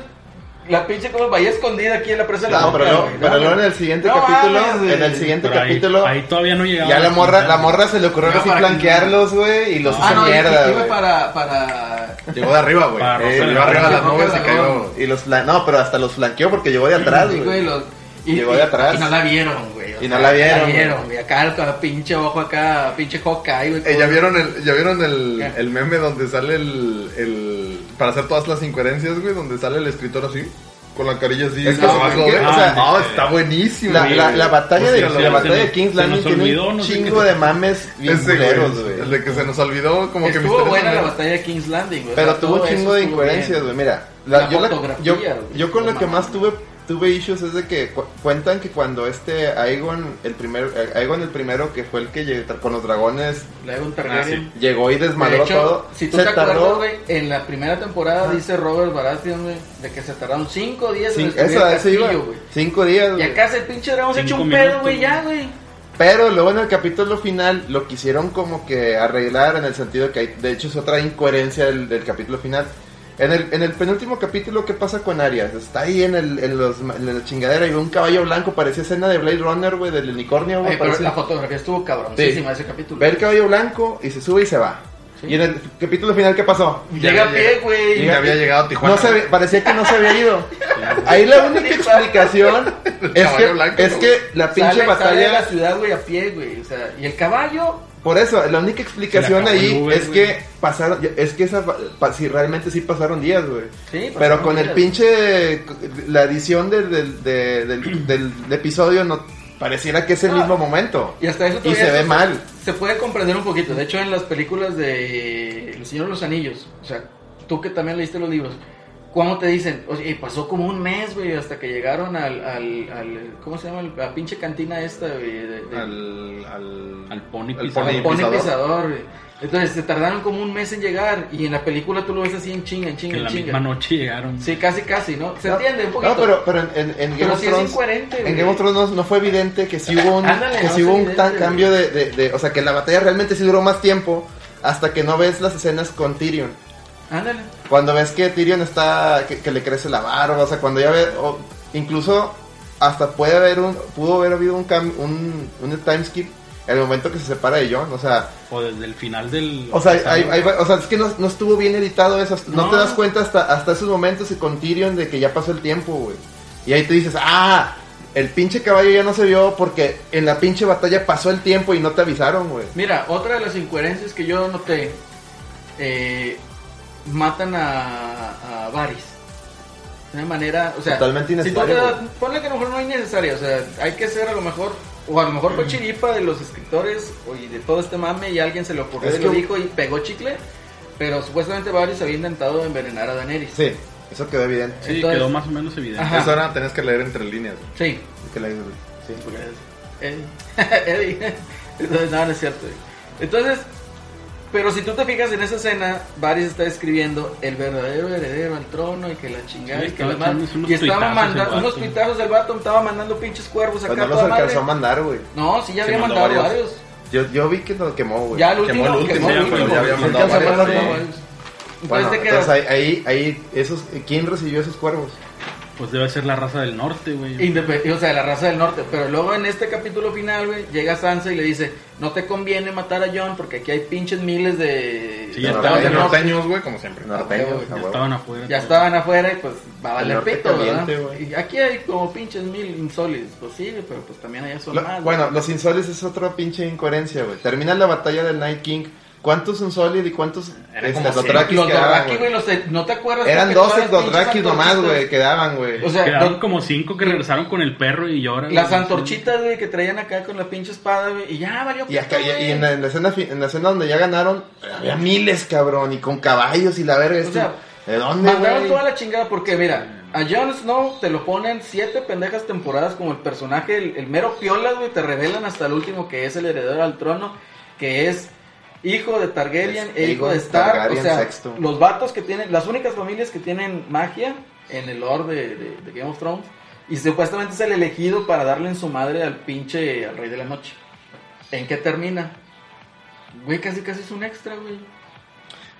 la pinche como bahía escondida aquí en la presa de la No, pero, Boca, luego- güey. pero No, luego en güey. el siguiente No capítulo, mames, güey. en el siguiente Pero ahí- capítulo, ahí, todavía no llegaba. ya la morra, la morra se le ocurrió Iba así para aquí. flanquearlos, güey, y los Ah, hizo no, mierda, mierda, güey. para, para... Llegó de arriba, güey. Para Eh, Rosa, llegó arriba de las Rosa, nubes y Rosa, cayó. Y los, flan- no, pero hasta los flanqueó porque llegó de atrás, Sí, güey. los- y, Llegó y- de atrás. Y no la vieron, güey. o Y no sea, la vieron, La güey. vieron, güey. Acá, con la pinche ojo acá, pinche Hawkeye, güey. Eh, ya vieron el, ya vieron el, ¿Qué? el meme donde sale el, el. Para hacer todas las incoherencias, güey, donde sale el escritor así, con la carilla así. Es para que- abajo, es que- güey. o sea, no, ah, está buenísimo. La, güey. la, la batalla de, Sí, sí, la sí, batalla se de nos- Kings se nos Landing tiene olvidó, un no sé chingo qué- [LAUGHS] de mames bien Ese, güey, culeros, El güey. de que se nos olvidó, como que Estuvo buena la misteriosamente. batalla de King's Landing, güey. O Pero sea, tuvo todo un chingo eso de estuvo incoherencias, bien. güey. Mira, la- La yo, la- fotografía, yo, güey, yo con no lo que mames. más tuve tuve issues es de que cu- cuentan que cuando este Aegon, el primero, Aegon el primero que fue el que llegó con los dragones Le hago un Targaryen. llegó y De desmadró hecho, todo, si tú se te acuerdas, tardó güey, en la primera temporada Ajá. dice Robert Baratheon, güey, de que se tardaron 5 días en cin- eso, destruir el eso iba, castillo, güey. cinco días, Y güey. acá el pinche dragón se Cinco echó un minutos, pedo, güey, güey. ya, güey. Pero luego en el capítulo final lo quisieron como que arreglar en el sentido que hay, de hecho es otra incoherencia del, del capítulo final. En el, en el penúltimo capítulo, ¿qué pasa con Arias? Está ahí en, el, en, los, en la chingadera y ve un caballo blanco, parecía escena de Blade Runner, güey, del unicornio, güey. Oye, pero parece- la fotografía estuvo cabroncísima Sí. ese capítulo. Ve el caballo blanco y se sube y se va. Sí. Y en el capítulo final, ¿qué pasó? Llega a pie, Y güey. ya había llegado a Tijuana. No se, ve- parecía que no se había ido. Ahí la única explicación es que, caballo blanco, es que la pinche Sale- batalla... sale de la ciudad, güey, a pie, güey. O sea, y el caballo. Por eso, la única explicación Se le acabó ahí el Uber, es güey. que pasaron, es que esa, pa- si realmente sí pasaron días, güey. Sí, pues, Pero pasaron con el días. pinche, la edición del, del, de- del- del episodio no pareciera que es el Ah. mismo momento. Y hasta eso Y todavía se ve se- mal. Se puede comprender un poquito. De hecho, en las películas de El Señor de los Anillos, o sea, tú que también leíste los libros, ¿cómo te dicen? Oye, y pasó como un mes, güey, hasta que llegaron al, al, al- ¿cómo se llama? La pinche cantina esta, güey, de- de- Al, al, Al pony al pisador. al pony pony pisador. pisador, güey. Entonces, se tardaron como un mes en llegar y en la película tú lo ves así en chinga, en Que chinga, en en la chinga. misma noche llegaron. Sí, casi, casi, ¿no? Se No, entiende un poquito. No, pero, pero en, en- en Game Pero of sí es Thrones, incoherente, en güey. Game of Thrones no, no fue evidente que sí hubo un, Ándale, que no sí es hubo un evidente, tan güey. cambio de, de- de- o sea, que la batalla realmente sí duró más tiempo hasta que no ves las escenas con Tyrion. Ándale. Cuando ves que Tyrion está, que, que le crece la barba, o sea, cuando ya ve, o incluso hasta puede haber un, pudo haber habido un, cam- un, un time skip en el momento que se separa de Jon, o sea, O desde el final del. o sea, hay- hay- o sea es que no, no estuvo bien editado eso, no, No. te das cuenta hasta, hasta esos momentos y con Tyrion de que ya pasó el tiempo, güey. Y ahí te dices, ah, el pinche caballo ya no se vio porque en la pinche batalla pasó el tiempo y no te avisaron, güey. Mira, otra de las incoherencias que yo noté, eh, matan a, a Varys. De una manera, o sea, Totalmente si tú te innecesaria, das- ponle que a lo mejor no es necesaria, o sea, hay que ser a lo mejor, o a lo mejor fue chiripa de los escritores o y de todo este mame y a alguien se le ocurrió Es y lo que- dijo y pegó chicle, pero supuestamente Varys había intentado envenenar a Daenerys. Sí, eso quedó evidente. Sí, entonces- quedó más o menos evidente. Ajá. Eso ahora tenés que leer entre líneas. güey. Sí. Que la- sí. Eddie. [LAUGHS] Eddie. Entonces, no, no es cierto. güey. Entonces, pero si tú te fijas en esa escena, Varys está escribiendo el verdadero heredero al trono y que la chingada Sí, y que estaba la madre- echando unos Y estaba tuitazos el mandando vato. unos tuitazos del vato, estaba mandando pinches cuervos acá Pues no a los toda madre. alcanzó a mandar, güey. No, sí, ya Sí, había mandó mandado varios. varios. Yo, yo vi que lo quemó, güey. Ya el último, Quemó el último, quemó el ya, último. pero ya había Sí, mandado alcanzó a varios, mandar sí. varios. Bueno, Entonces te entonces quedas ahí, ahí, ahí, esos, ¿quién recibió esos cuervos? Pues debe ser la raza del norte, güey. Independ- o sea, de la raza del norte. Pero luego en este capítulo final, güey, llega Sansa y le dice, no te conviene matar a John porque aquí hay pinches miles de... Sí, de ya soldados estaban del Norteños, en norte". norteños, güey, como siempre. Ah, Norteños, güey, a Ya huevo. estaban afuera. Ya estaban afuera y pues va a valer norte pito, ¿verdad? caliente, güey. Y aquí hay como pinches mil insólidos, pues sí, güey, pero pues también allá son Lo- más. bueno, güey. los insoles es otra pinche incoherencia, güey. Termina la batalla del Night King. ¿Cuántos insoles y cuántos Eran como cien. Dothrakis los este, quedaban, Dothraki, güey? güey, los de- no te acuerdas. Eran que todas 12 las pinches Dothrakis nomás, antorchitas- güey, quedaban, güey. O sea, Quedaron don- como cinco que regresaron con el perro y lloran. las antorchitas, güey, que traían acá con la pinche espada, güey, y ya valió Y, acá, y, güey. y en, la, en la escena, fi- en la escena donde ya ganaron, había miles, cabrón, y con caballos y la verga. este- sea, ¿De dónde, Mandaron güey? toda la chingada porque, mira, a Jon Snow te lo ponen siete pendejas temporadas como el personaje, el, el mero piola, güey, te revelan hasta el último que es el heredero al trono, que es hijo de Targaryen Es e hijo de Aegon Stark, Targaryen o sea, sexto. los vatos que tienen, las únicas familias que tienen magia en el lore de, de- de Game of Thrones, y supuestamente es el elegido para darle en su madre al pinche, al rey de la noche. ¿En qué termina? Güey, casi casi es un extra, güey.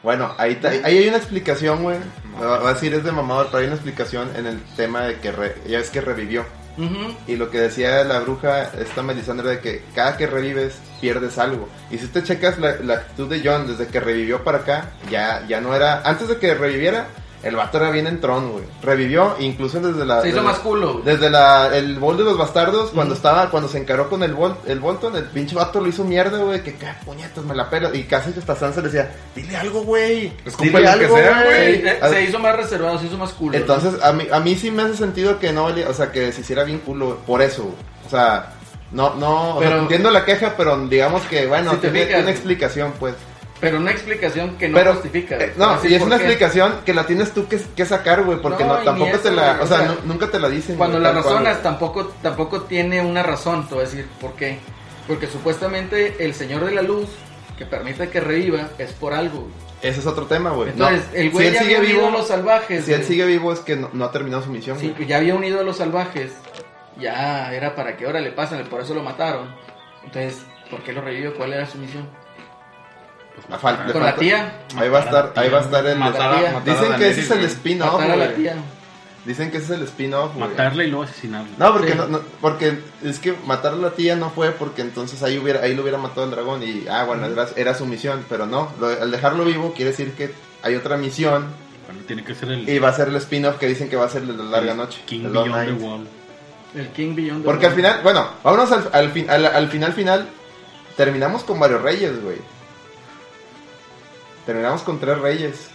Bueno, ahí, ta- ahí hay una explicación, güey. Va va a decir, es de mamador, pero hay una explicación en el tema de que re- ya es que revivió. Ujú. Y lo que decía la bruja, esta Melisandre, de que cada que revives pierdes algo. Y si te checas la, la actitud de John desde que revivió para acá, ya, ya no era. Antes de que reviviera, el vato era bien entrón, güey. Revivió incluso desde la. Se hizo desde- más culo. güey. desde la, el bol de los bastardos, cuando estaba, cuando se encaró con el, bol, el Bolton, el pinche vato lo hizo mierda, güey, que qué puñetas me la pela. Y casi hasta Sansa le decía, dile algo, güey. Escúpele Dile lo que algo, sea, Sí, güey. eh, A- se hizo más reservado, se hizo más culo. Ah, Entonces, a mí, a mí sí me hace sentido que no valía, o sea, que se hiciera bien culo, güey, por eso, güey. o sea, no, no, o sea, Pero- entiendo la queja, pero digamos que, bueno, Si te tiene, fijas, tiene güey. explicación, pues. ¿no? Pero una explicación que no pero, justifica. eh, no, Así, y es ¿por una qué? explicación que la tienes tú que, que sacar, güey, porque No, no, y tampoco ni te eso, la, güey, o sea, o sea, nu- nunca te la dicen. Cuando güey, la tal cual, razonas, güey. tampoco, tampoco tiene una razón, te voy a decir por qué. Porque supuestamente el Señor de la Luz, que permite que reviva, es por algo. güey. Ese es otro tema, güey. Pues, No, Entonces, el güey si él ya sigue había unido vivo, a los salvajes. Si él güey. sigue vivo es que no, no ha terminado su misión. Sí, güey. ya había unido a los salvajes. Ya era para que ahora le pasen, por eso lo mataron. Entonces, ¿por qué lo revivió? ¿Cuál era su misión? La fal- le Con la falta- tía. Ahí va a estar, ahí va a estar el. Matar a- matar Dicen que ese es el spin-off, Matar a la güey. tía. Dicen que ese es el spin-off, güey. Matarla y luego asesinarla. No, porque Sí. no, no- porque es que matar a la tía no fue porque entonces ahí hubiera ahí lo hubiera matado el dragón y ah bueno era, era su misión, pero no, lo- al dejarlo vivo quiere decir que hay otra misión Bueno, tiene que ser el. y va a ser el spin-off que dicen que va a ser la larga noche. King The Long Beyond the Night. Wall. El King Beyond. the Porque al Wall. final, bueno, vámonos al, al, fin- al- al final final terminamos con varios reyes, güey. Terminamos con tres reyes.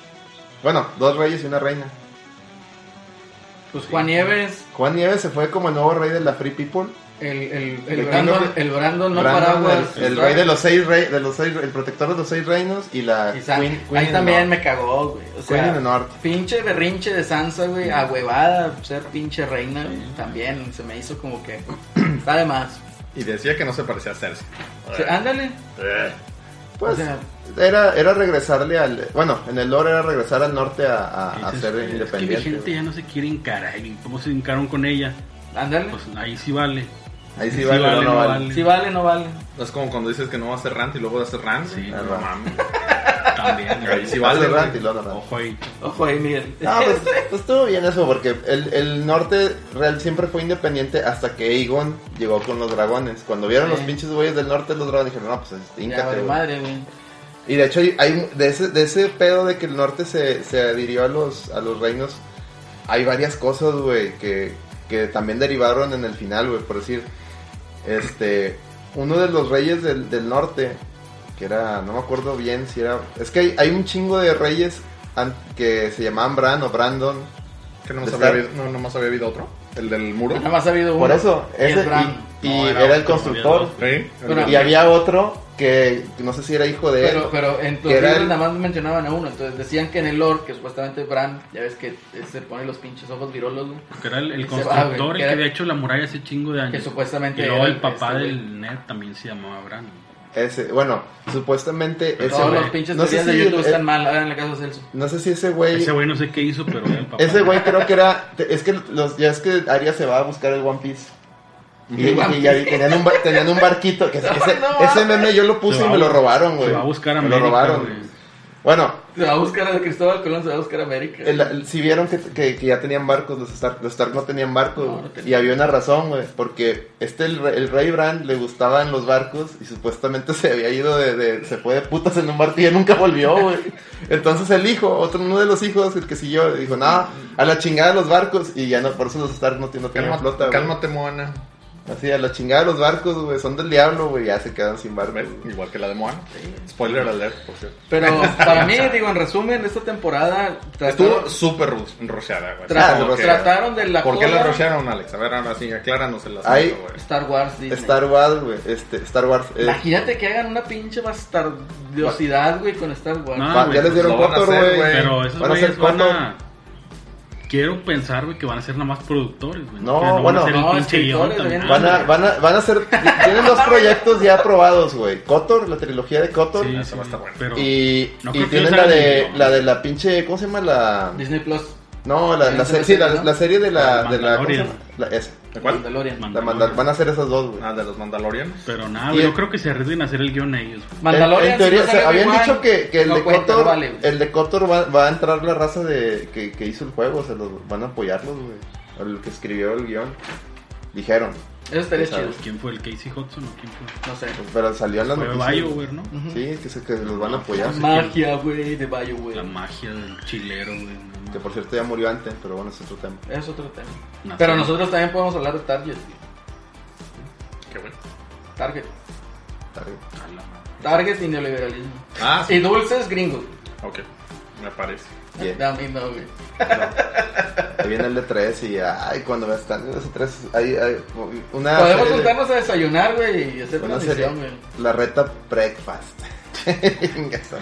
Bueno, dos reyes y una reina. Pues Juan Nieves, Juan Nieves se fue como el nuevo rey de la Free People. el, el, el, El Brandon, King el Brandon no Brandon, paraguas. el, el rey de los seis rey, de los seis, el protector de los seis reinos y la Y Sansa. Queen, Queen Ahí in también Honor. me cagó, güey. O Queen in sea, Honor. pinche berrinche de Sansa, güey. Ahuevada, ser pinche reina. güey, También se me hizo como que. [CLEARS THROAT] está de más. Y decía que no se parecía a Cersei. O sea, ándale. Eh. Pues O sea, era, era regresarle al bueno, en el lore era regresar al norte a, a- a Dices, ser "Eh, independiente. Es que mi gente güey. ya no se quiere encarar. ¿Y cómo se encaron con ella? ándale. Pues ahí sí vale. Ahí sí, sí vale, vale, no, no vale. vale. Si vale, no vale. No es como cuando dices que no va a ser rant y luego va a ser rant. Sí, no claro. mames. [LAUGHS] También. Ahí sí Va a vale. ser rant y güey. luego no rant. Ojo ahí. Ojo ahí, Miguel. [LAUGHS] No, pues, pues estuvo bien eso, porque el, el norte real siempre fue independiente hasta que Aegon llegó con los dragones. Cuando vieron Sí. los pinches güeyes del norte, los dragones dijeron, no, pues este, Ya, híncate, vale güey". madre, güey. Y de hecho, hay, hay- de, ese, de ese pedo de que el norte se, se adhirió a los, a los reinos, hay varias cosas, güey, que, que también derivaron en el final, güey, por decir. Este, uno de los reyes del, del norte, que era, no me acuerdo bien si era. Es que hay, hay un chingo de reyes an- que se llamaban Bran o Brandon. Que nomás Está- había, habido, no, nomás había habido otro. El del muro. Nada más ha habido uno. Por eso, Y es ese, Bran. y, y No, era, era el otro, constructor. había Sí. Bueno, y había otro que no sé si era hijo de él. Pero, pero en tus Que era libros el- nada más mencionaban a uno. Entonces decían que en el lore, que supuestamente Bran, ya ves que se pone los pinches ojos virolos, güey. Que era el, el Se va, constructor güey, el que que era- había hecho la muralla hace chingo de años. Que supuestamente Y luego era el papá este, güey. del Ned también se llamaba Bran. Ese, bueno, supuestamente Pero ese Todos güey- los pinches no sé teorías si de YouTube el- están mal. Háganle caso a Celso. No sé si ese güey. Ese güey no sé qué hizo, pero era el papá. Ese güey creo que era. te- Es que los, ya es que Arya se va a buscar el One Piece. Y, El One y- y ahí tenían, un, ba- tenían un barquito. [LAUGHS] Que No, ese, no, ese meme yo lo puse Se y va me a- lo robaron, güey. Se va a buscar a Me América, lo robaron. güey. Bueno, Se va a buscar a Cristóbal Colón, se va a buscar a América. el- el- si vieron que, que- que ya tenían barcos, los Stark, los Stark no tenían barcos. No, no güey. y tenían. había una razón, güey. Porque este, el, re- el Rey Bran le gustaban los barcos y supuestamente [LAUGHS] se había ido de, de- Se fue de putas en un barco y ya nunca volvió, güey. Entonces el hijo, otro uno de los hijos, el que siguió, dijo, no, a la chingada los barcos. Y ya no, por eso los Stark no, tienen Calma- flota, güey. cálmate, Moana. Así, a la chingada los barcos, güey, son del diablo, güey, ya se quedan sin barco. ¿Ves? Igual que la de Moana. Spoiler alert, por cierto. [LAUGHS] Pero para mí, digo, en resumen, esta temporada trataron, Estuvo súper ru- rusheada, güey. tra- Ah, Como que- trataron de la ¿Por qué la cola- rushearon, Alex? A ver, ahora sí, acláranos el asunto, Ahí- güey. Star Wars, Disney. Star Wars, güey, este, Star Wars. eh, Imagínate que hagan una pinche bastardiosidad, güey, con Star Wars. No, va- güey, ya les pues dieron lo van a cuatro, hacer, güey. güey. Pero esos Van a güeyes hacer van cuatro. a... Quiero pensar, güey, que van a ser nada más productores, güey. No, Que bueno, van a ser no, el pinche guión escritores, también. güey. Van a, van a, van a ser, tienen [LAUGHS] los proyectos ya aprobados, güey. Cotor, la trilogía de Cotor. Sí, Eso va a estar sí, bueno. Pero Y, No creo y que tienen ellos la hagan el de, idioma. la de la pinche, ¿cómo se llama la? Disney Plus, No, la, la, Esa se- es sí, la la, serie, ¿no? la serie de la, de la, ¿cómo se Mandalorian. llama? La- esa. ¿De cuál? Mandalorian. La mandal- van a hacer esas dos, güey. Ah, de los Mandalorians. Pero nada, Y güey, el- yo creo que se arriesguen a hacer el guión ellos. güey. Mandalorian. En- en teoría, si no o sea, sale habían Obi-Wan, dicho que, que el, no de cuenta, Cotor, no vale, güey. el de Cotor va, va a entrar la raza de que, que hizo el juego, o sea, los, van a apoyarlos, güey. O El que escribió el guión. Dijeron. Eso estaría Esa- Pues chido. ¿Quién fue el Casey Hudson o quién fue? No sé. Pero salió en las Fue noticias. Bioware, ¿no? Ujú. Sí, que, se, que los van a apoyar. Sí. Magia, güey, de BioWare. La magia del chilero, güey. no, Que por cierto ya murió antes, pero bueno, es otro tema. Es otro tema. no. Pero nosotros también podemos hablar de Target. güey. Qué bueno. Target. Está bien. A la madre. Target y neoliberalismo. Ah, sí. Y dulces gringos. Ok, me parece. [LAUGHS] Bien. A mí no, güey. Ahí viene el de 3 y ay, cuando va a estar el de 3 hay, hay una Podemos serie de- juntarnos a desayunar, güey, y hacer una serie, transición, güey. la reta breakfast. [LAUGHS] Venga, eso.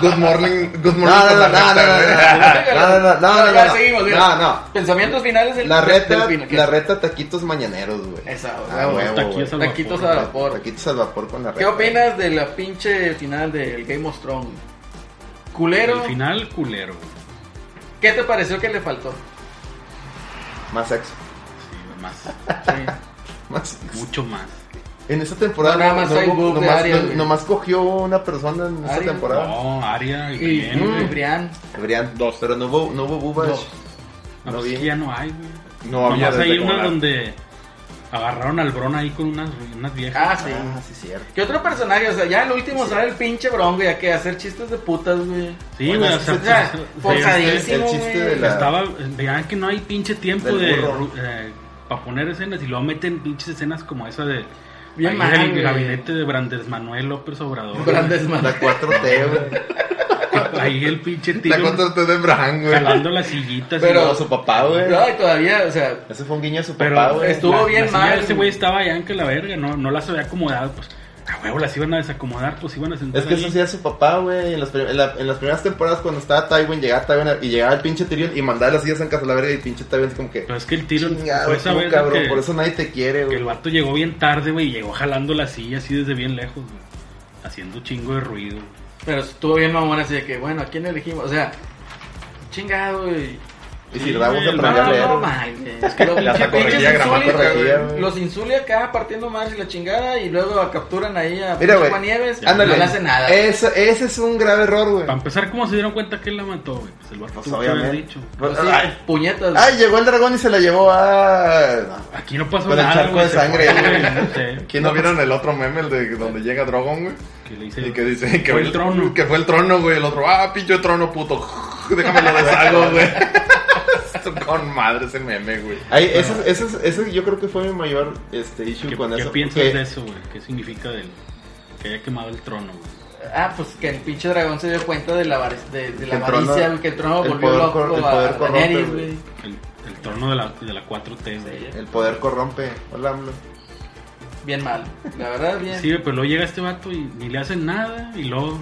Good morning, good no, morning. no, no, no, no, Planeta, güey. Ah, no, no, no, no, no, no, Ya no, seguimos, no, mira. no, no. Pensamientos finales del La reta, del final, ¿qué? la reta taquitos mañaneros, güey. Esa, Ah, huevo. huevo, güey. Taquillos al Taquitos vapor. al vapor. Taquitos al vapor con la reta. ¿Qué opinas de la pinche final del Game of Thrones? Culero, El final, culero, güey. Sí, ¿qué te pareció que le [LAUGHS] faltó? Más sexo. más, Sí. [LAUGHS] Más sexo. mucho más. En esta temporada No, nada más hay hubo- bug de nomás- Arias, no- güey. nomás cogió una persona en esta Arias. temporada. No, Aria y Y, bien, mm, güey. Brian. Habrían dos, pero no hubo, no hubo Bubash. Dos. No, no pues vi. es que ya no hay, güey. No había Nomás desde hay que una volaron. donde agarraron al Bron ahí con unas, unas viejas. Ah, sí. Ah, sí, cierto. ¿Qué otro personaje? O sea, ya el último será el pinche bronco, ya que hacer chistes de putas, güey. sí, bueno, güey, o sea, ese es O sea, sí, forzadísimo, el chiste güey. de la- Estaba, vean que no hay pinche tiempo Del de burro. para poner escenas y luego meten pinches escenas como esa de Bien ahí mal, del güey. gabinete de Brandes Manuel López [LAUGHS] Obrador. Grandes manos. La 4T, güey. Ahí el pinche tío La 4T de Bran, güey. jalando las sillitas. y Pero- luego- A su papá, güey. No, y todavía, o sea, Ese fue un guiño a su pero papá, güey. estuvo la- bien la silla mal, de Ese güey. güey estaba ya en que la verga, no, no las había acomodado, pues a huevo las iban a desacomodar, pues iban a sentar. Es que ahí. eso hacía su papá, güey. En, las prim- en la- en las primeras temporadas, cuando estaba Tywin, llegaba Tywin a- y llegaba el pinche Tyrion y mandaba las sillas en casa a la verga. Y el pinche Tywin, así como que. Pero es que el tiro Chingado, Pues fue esa tú, vez cabrón. que, Por eso nadie te quiere, que el güey. vato llegó bien tarde, güey, y llegó jalando la silla así desde bien lejos, güey, haciendo chingo de ruido. pero estuvo bien mamón, así de que, bueno, ¿a quién elegimos? O sea, chingado, güey. Y si vamos a el- aprender No, a leer. no, güey. mames. Los pinche- hasta corregía, pinches grababa insulia, corregía, güey. güey. Los insulia acá partiendo madres y la chingada y luego capturan ahí a Mira, pinche güey. Juan Nieves. Ándale. No Eh, le hace nada. Eso- ese es un grave error, güey. Para empezar, ¿cómo se dieron cuenta que él la mató, güey? Pues el vato Pues, tuvo que haber obviamente. dicho. Pues Pues, sí, ay, puñetas. ay, llegó el dragón y se la llevó a. Aquí no pasó Con el nada, charco güey. de se sangre, fue, güey. no sé, ¿Quién no vieron el otro meme, el de donde llega Drogon, güey? que le hice- Y que dice que Fue el trono. Que fue el trono, güey. El otro, ah, pinche trono, puto. [LAUGHS] Déjame lo [LAUGHS] deshago, güey. [LAUGHS] Está Con madre ese meme, güey. Ay, ese, ese, ese, yo creo que fue mi mayor este, issue ¿Qué, con qué eso. piensas porque- de eso, güey? ¿Qué significa del que haya quemado el trono, güey? Ah, pues que el pinche dragón se dio cuenta de la, vari- de, de la El trono- avaricia, güey, que el trono el volvió poder loco cor- el a poder corrompe, Daenerys, güey. güey. El, el trono de la, de la 4T, güey. Sí, El poder corrompe. Hola, AMLO. Bien mal. La verdad, bien. Sí, güey, pero luego llega este vato y ni le hacen nada y luego...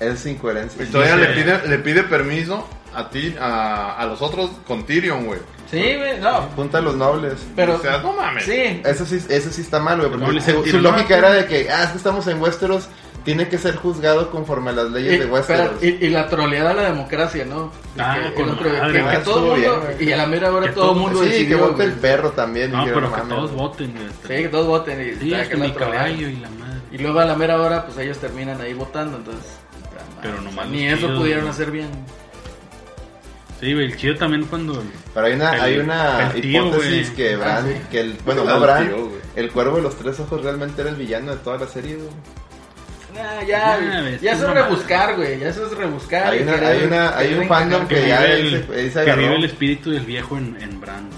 Es incoherencia. Y todavía Sí. le pide, le pide permiso a ti, a, a los otros con Tyrion, güey. Sí, güey, no. Junta a los nobles. Pero. O sea, no mames. Sí. Eso sí, eso sí está mal, güey. No Porque le su, sentí su el lógica rato. era de que, ah, es que estamos en Westeros, tiene que ser juzgado conforme a las Y, leyes de pero- Westeros. y- y la troleada a la democracia, ¿no? De Ah, que, con el otro- madre, que- güey. que todo el Estuvo mundo, bien, güey. y a la mera hora Que todo el todo- mundo sí, decidió, que vote güey. el perro también. No, dijeron, pero que mames. todos voten, güey. Sí, que todos voten y, Sí, sacan hasta la mi troleada. caballo y la madre. Y luego a la mera hora, pues ellos terminan ahí votando, entonces. puta madre, Pero nomás o sea, los Ni eso tiros, pudieron güey. hacer bien. Sí, güey, el chido también cuando... Pero hay una, El- hay una el tío, hipótesis güey. que Ah, Bran, sí. que el, bueno, El no Bran, tío, güey. el cuervo de los tres ojos realmente era el villano de toda la serie, güey. Nah, ya, Ya, güey, ves, ya tú eso es nomás. rebuscar, güey. Ya eso es rebuscar. Hay y una- querer- hay una- hay querer un fandom encajar. que ya él se- él se que agarró. vive el espíritu del viejo en, en Brand.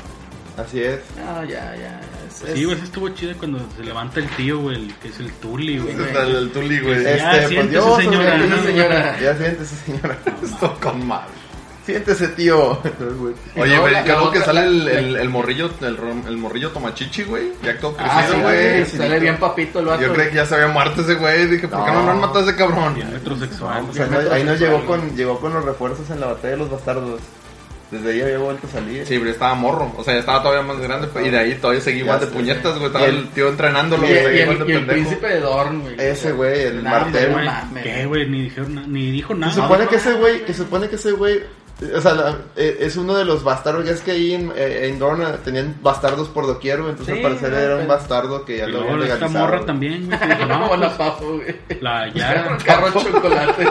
Así es. No, Ah, ya, ya. es- es- Sí, güey, eso estuvo chido cuando se levanta el tío, güey, el- que es el Tuli, güey. Está el, el Tuli, güey. [LAUGHS] Ya, Este, pues, siéntese, Dios, señora. hombre. ¿no? [LAUGHS] señora. Ya siéntese, señora. Esto con madre. Siéntese, tío. Oye, No, güey, la- qué la loco que otra- sale el, la- el, el morrillo, el, rom- el morrillo tomachichi, güey. Ya todo Ah, sí, crecido, güey. güey. Sale bien papito el vato. Yo creí que ya se había muerto ese güey. Dije, ¿por qué no No. lo han matado a ese cabrón? Bien metrosexual. O sea, güey. no- ahí nos llegó güey. con, llegó con los refuerzos en la batalla de los bastardos. Desde ahí había vuelto a salir. Sí, pero estaba morro. O sea, ya estaba todavía más grande. pues, Y de ahí todavía seguía Ya igual de sé, puñetas, güey. güey. Estaba Y el- el tío entrenándolo, Y, güey. y igual el, de y el pendejo. príncipe de Dorn, güey. Ese güey, el Nada, martel. no Güey, mames. ¿Qué, [LAUGHS] güey? Ni, dijeron na- ni dijo nada. Se supone que ese güey, que se supone que ese güey, eh, o sea, la- eh, es uno de los bastardos, ya es que ahí en, eh, en Dorne tenían bastardos por doquier, güey, entonces Sí, al parecer no, era un pero- bastardo que ya Y lo luego habían esta legalizado. morra güey. también, güey. [LAUGHS] que dijo, no, Como la pues, papo, güey. la Yara. [LAUGHS] Carro de [LAUGHS] chocolate.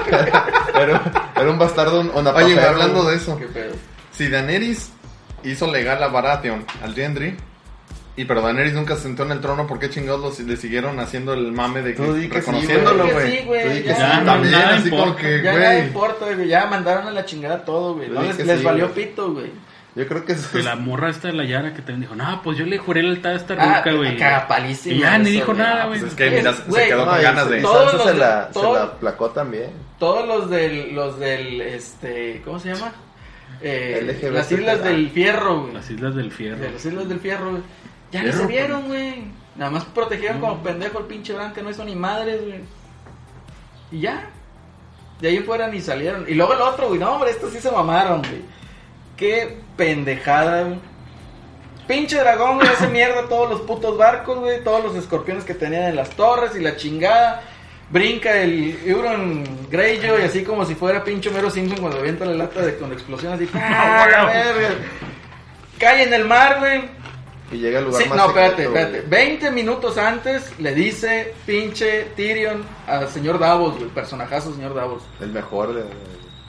Era, era un bastardo onapacero. Oye, güey, hablando de eso. Qué pedo. Si Daenerys hizo legal a Baratheon al Gendry. Y pero Daenerys nunca se sentó en el trono. ¿Por qué chingados los- le siguieron haciendo el mame de que, Tú di que sí, reconociéndolo, Creo que güey? Sí, güey. Tú di que Ya, sí, no, También, Nada así como importa. que, ya nada güey. importa, güey. Ya mandaron a la chingada todo, güey. No Sí, les, que les sí, valió güey. pito, güey. Yo creo que eso Que es... la morra esta de la Yara que también dijo, no, pues yo le juré lealtad a esta Ah, ruca, güey. cagapalísimo Y ya ni eso, dijo güey. nada, Ah, güey. pues es que mira, se Güey, quedó No, con y- ganas de. y Todos Sansa los se de- la, se todos- la aplacó también. Todos los del, los del, este, ¿cómo se llama? Eh, LGBT. las Islas del Fierro, güey. Las Islas del Fierro. De las Islas del Fierro, güey. Ya Fierro, ni se vieron, güey. Nada más protegieron como pendejo el pinche Bran que no hizo ni madres, güey. Y ya. De ahí en fuera ni salieron. Y luego el otro, güey. No, hombre, estos sí se mamaron, güey. Qué pendejada, güey. Pinche dragón, güey, hace mierda todos los putos barcos, güey, todos los escorpiones que tenían en las torres y la chingada. Brinca el Euron Greyjoy, así como si fuera pinche Mero Simpson cuando avienta [LAUGHS] la lata de, con explosión, así. ¡ah, la verga! Cae en el mar, güey. Y llega al lugar Sí, más no, espérate, secreto, espérate. güey. 20 minutos antes le dice pinche Tyrion al señor Davos, güey. Personajazo, señor Davos. El mejor de, de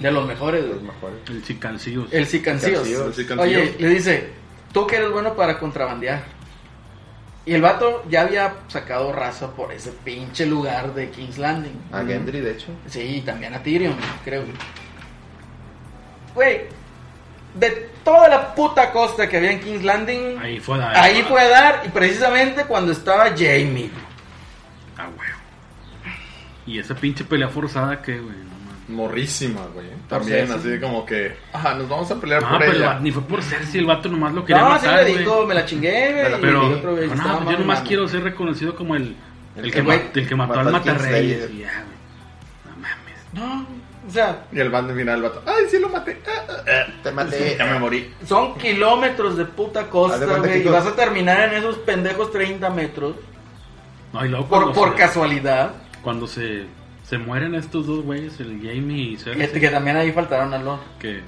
De los mejores, los güey. mejores. El chicancillo. El Sicancíos. Sicancíos. El Sicancíos. Oye, le dice, tú que eres bueno para contrabandear. Y el vato ya había sacado raza por ese pinche lugar de King's Landing. A Gendry, de hecho. Sí, y también a Tyrion, creo. Güey, de toda la puta costa que había en King's Landing, ahí, Ahí fue. la- fue a dar, y precisamente cuando estaba Jamie. Ah, güey. Y esa pinche pelea forzada que, güey, no mames. Morrísima, güey. ¿eh? También, Por ser, así como que. Ah, nos vamos a pelear No, por pero pues, el ella. va- ni fue por ser si el vato nomás lo quería No, así matar, le güey. dijo, me la chingué, güey. y Pero, el otro, güey, no, estaba pues yo mami, nomás mami. quiero ser reconocido como el, el, El que, que güey ma- el que mató al mató al King Matarreyes. Slayer. y ya, güey. No mames. No, o sea, Y el bando final, el vato. ¡Ay, sí lo maté! Ah, ah, ah. Te maté. Ya me morí. son kilómetros de puta Haz costa, de cuenta güey. que Y con- vas a terminar en esos pendejos 30 metros. No, y luego Por, cuando, por se, casualidad. cuando se, se mueren estos dos güeyes, el Jamie y Que, Cersei, que también ahí faltaron a los. que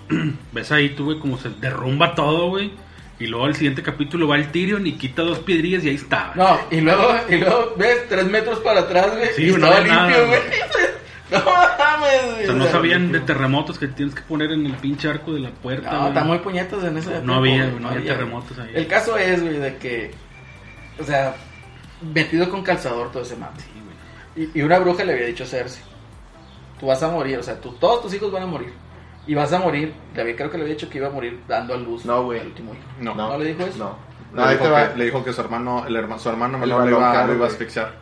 [CLEARS THROAT] ves ahí tú, güey, como se derrumba todo, güey. Y luego al siguiente capítulo va el Tyrion y quita dos piedrillas y ahí estaba. No, y luego, y luego ves tres metros para atrás, güey. Sí, y no estaba había nada, limpio, güey. [LAUGHS] güey. No mames, O güey. sea, no O sea, sabían de terremotos que tienes que poner en el pinche arco de la puerta. No, güey. están muy puñetas en ese. No tiempo, había, güey, güey, no había terremotos ahí. El caso es, güey, de que. O sea, metido con calzador todo ese mate. Sí, güey. Y, y una bruja le había dicho a Cersei: Tú vas a morir, o sea, tú, todos tus hijos van a morir. Y vas a morir. Le había- creo que le había dicho que iba a morir dando a luz. No, güey. al último hijo. No. No. le dijo eso? No. Le, Pues, No, ahí dijo te va. que, le dijo que su hermano, el herma- su hermano El menor le iba, balón caro, lo iba a güey. asfixiar.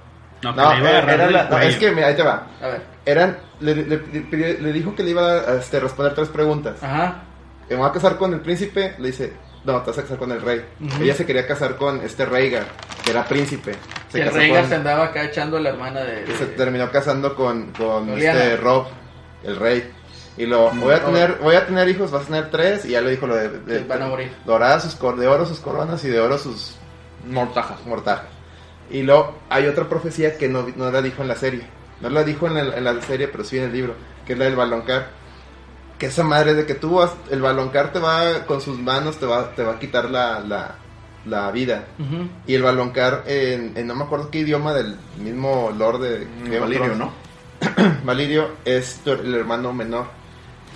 No, que No, le iba a era- agarrar era del la- no, cuello. es que, mira, ahí te va. A ver. Eran, le, le- le pidió- le dijo que le iba a este, responder tres preguntas. Ajá. Me voy a casar con el príncipe, le dice, no, te vas a casar con el rey. Ujú. Ella se quería casar con este Rhaegar, que era príncipe. Que el casó Rhaegar con- se andaba acá echando a la hermana de. y se terminó casando con, con Lyanna. este Rob, el rey. Y lo Mm, voy a tener, voy a tener hijos, vas a tener tres, y ya le dijo lo de, de- Sí, van a morir. doradas sus cor- de oro sus coronas y de oro sus Mortajas. mortajas. Y luego hay otra profecía que no, no la dijo en la serie. No la dijo en, el- en la serie, pero sí en el libro, que es la del baloncar. Que esa madre de que tú vas, el baloncar te va, con sus manos te va, te va a quitar la, la, la vida. Ujú. Y el baloncar, en, en no me acuerdo qué idioma del mismo Lord de Mm, Game of Valirio, Thrones. ¿no? [LAUGHS] Valirio es tu- el hermano menor.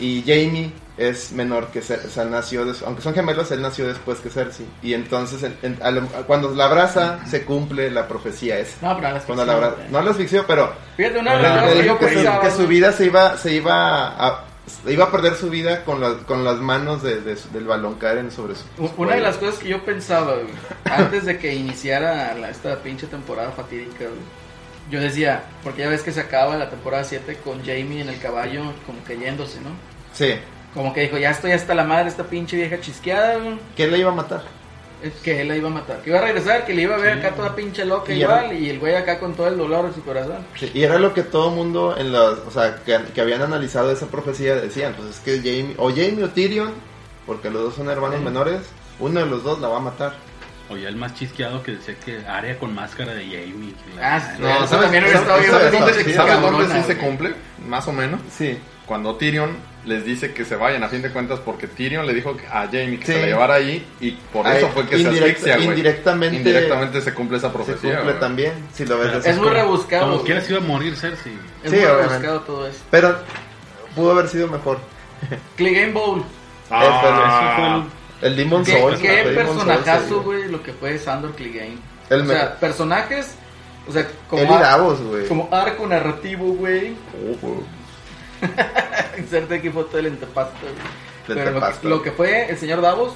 Y Jamie es menor que Cer- o sea, nació des- aunque son gemelos, él nació después que Cersei. Y entonces, en- en- a lo- cuando la abraza, se cumple la profecía esa. No, pero no las Cuando la abraza, no la asfixió, pero Fíjate, una No, de las no, cosas le que dijo yo que su, pensaba. que su güey, vida se iba, se iba a, se iba a perder su vida con, la- con las manos de- de su- del balón Karen sobre su. u- su Una de cuello. las cosas que yo pensaba, güey, antes de que iniciara la- esta pinche temporada fatídica, güey, yo decía, porque ya ves que se acaba la temporada 7 con Jamie en el caballo, como que yéndose, ¿no? Sí. Como que dijo, ya estoy hasta la madre, esta pinche vieja chisqueada, güey, ¿Quién le iba a matar? es que él la iba a matar, que iba a regresar, que le iba a ver acá toda pinche loca Y igual, era- y el güey acá con todo el dolor en su corazón. Sí, y era lo que todo mundo en los, o sea, que, que habían analizado esa profecía decían, pues es que Jamie, o Jamie o Tyrion, porque los dos son hermanos Sí. menores, uno de los dos la va a matar. Oye, el más chisqueado que decía que área con máscara de Jamie. que la- Ah, sí. no. No, eso también hubiera estado bien ¿sabes bastante dónde- chido, sabes ¿Sabes dónde- dónde cabrona, sí se güey. cumple? Más o menos. Sí, Cuando Tyrion les dice que se vayan, a fin de cuentas, porque Tyrion le dijo que- a Jamie que Sí. se la llevara ahí y por Ahí, eso fue que indirecta- se asfixia, güey. indirectamente- Indirectamente se cumple esa se profecía. cumple güey. también, si lo ves. Claro. así. Es muy como- rebuscado. Como güey. quieras iba a morir Cersei. güey. Es Sí, muy obviamente. rebuscado todo eso. Pero pudo haber sido mejor. Click Game Bowl. Ah, Eso Este, El Demon ¿Qué, Souls. qué el Demon Souls personajazo, sería. güey, lo que fue Sandor Clegane. El o me- sea, personajes, o sea, como, Él y ar- Davos, güey. como arco narrativo, güey. [LAUGHS] Oh, güey. Inserte aquí foto del entepasto, güey. Pero lo que, Lentepasto. lo que fue el señor Davos,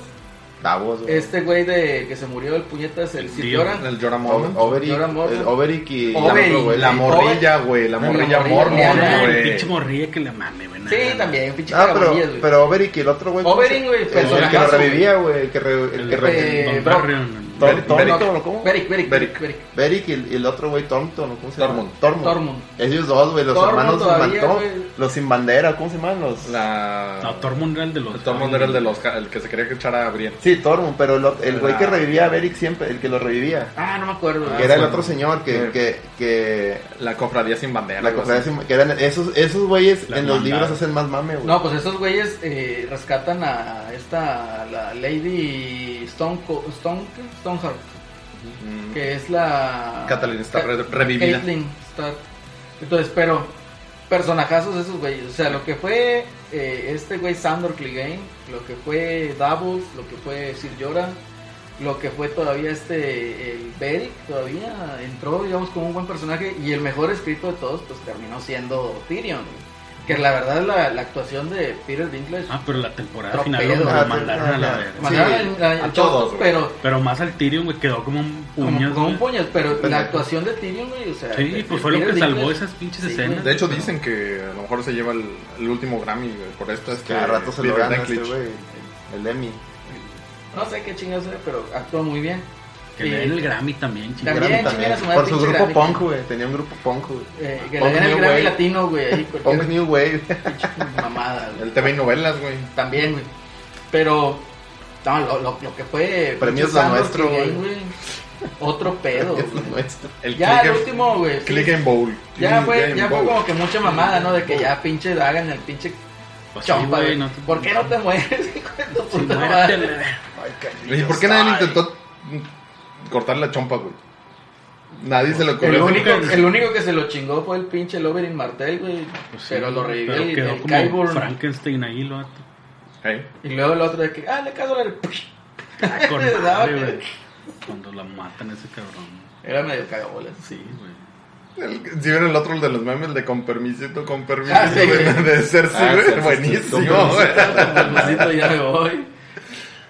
Davos, güey. este güey de que se murió el puñetas, el El Sir tío. Jorah. El Jorah O- Mormont. Overick, Jorah Mormont. el Overick y Overick. otro, güey. La morrilla, güey. La La morrilla morrilla, Mormont, Liana. fue el güey. pinche morrilla que le mame, güey. Sí, nada, nada. también, pinche Ah, pero, cagabarillas, güey. pero Overick y el otro, güey. Overick, güey, El, el que lo personajazo, revivía, güey. El que, re- el que El re- Eh, Don Bro- Barrion. Tom- Beric. Tom- ¿no? ¿Cómo? Beric, Beric, Beric. Beric, Beric. Beric y el, y el otro güey, Thornton, ¿no? ¿cómo se llama? Tormund. Tormund. Tormund. Ellos dos, güey, los Tormund hermanos sin todavía, ban- güey. los sin bandera, ¿cómo se llaman? Los... La... No, Tormund era el de los. el Tormund era el de los ca- el que se quería echar a Brienne. Sí, Tormund, pero el ot- el güey que La- revivía a Beric siempre, el que lo revivía, Ah, no me acuerdo. que era el Ah, otro señor que, Sí. que, que La cofradía sin bandera. la algo cofradía así. sin- que eran esos, esos güeyes Las en los libros mandadas. hacen más mame, güey. No, pues esos güeyes eh, rescatan a esta, a la Lady Stone, Stone, Stoneheart, Mm. que es la... Catelyn está Ca- re- revivida. Catelyn Stark. Entonces, pero personajazos esos güeyes. O sea, lo que fue eh, este güey Sandor Clegane, lo que fue Davos, lo que fue Sir Jorah, lo que fue todavía este el Beric, todavía entró, digamos, como un buen personaje. Y el mejor escrito de todos, pues terminó siendo Tyrion. güey. Que la verdad la, la actuación de Peter Dinklage. Ah, pero la temporada Tropedo. final lo Ah, mandaron a la verga. mandaron sí, en- en a shock, todos, güey. pero Pero más al Tyrion, güey, quedó como un como, puño. como un güey. puñal, pero la Pendejo. actuación de Tyrion, güey, o sea. Sí, de- pues de fue lo Peter que salvó Dinklage. esas pinches Sí, escenas. güey. De hecho dicen que a lo mejor se lleva el, el último Grammy güey, por esto. Es que pues, a rato se lo Peter gana este Dinklage. güey, el Emmy. No sé qué chingados era, pero actúa muy bien. Que le den el Grammy también, También, chingada. Grammy chinguen a su madre, Por su pinche grupo Grammy. punk, güey, tenía un grupo punk, güey. Eh, que Oh, Punk le den el New Grammy Wave. latino, güey, [LAUGHS] ahí, Punk cualquier New [LAUGHS] Wave. pinche mamada, güey. El TV y novelas, güey. También, güey. Pero, no, lo, lo, lo que fue. Premios pinche lo Sandor nuestro, Clegane, güey. [LAUGHS] Otro pedo, Es lo güey. nuestro. El Ya, click el and- último, güey. sí. Click and Bowl. Ya fue, Click ya and fue Bowl. como que mucha mamada, ¿no? De que ya pinche hagan el pinche Pues sí, chompa, güey, güey. no te- ¿Por qué no te mueres, [LAUGHS] hijo de tu Sí, puta muérete, madre? la- Oye, ¿por qué nadie le intentó cortar la chompa, güey? Nadie se le El ocurrió. único, el único que se lo chingó fue el pinche Loverin Martel, güey. Pues sí, pero lo revivió pero el, quedó el como Qyburn. Frankenstein [LAUGHS] ahí, lo vato. Hey. Y luego el otro de que, ah, le cago la... [LAUGHS] Ah, con ¿Verdad, madre, güey? güey. Cuando la matan ese cabrón. Era medio [LAUGHS] cagabolas. Sí, güey. El- Si vieron el otro, el de los memes, de con permisito, con permisito, Ah, sí, güey, güey. de Cersei, Ah, güey, Cersei, buenísimo, con permisito. güey. Mamacito, ya me voy.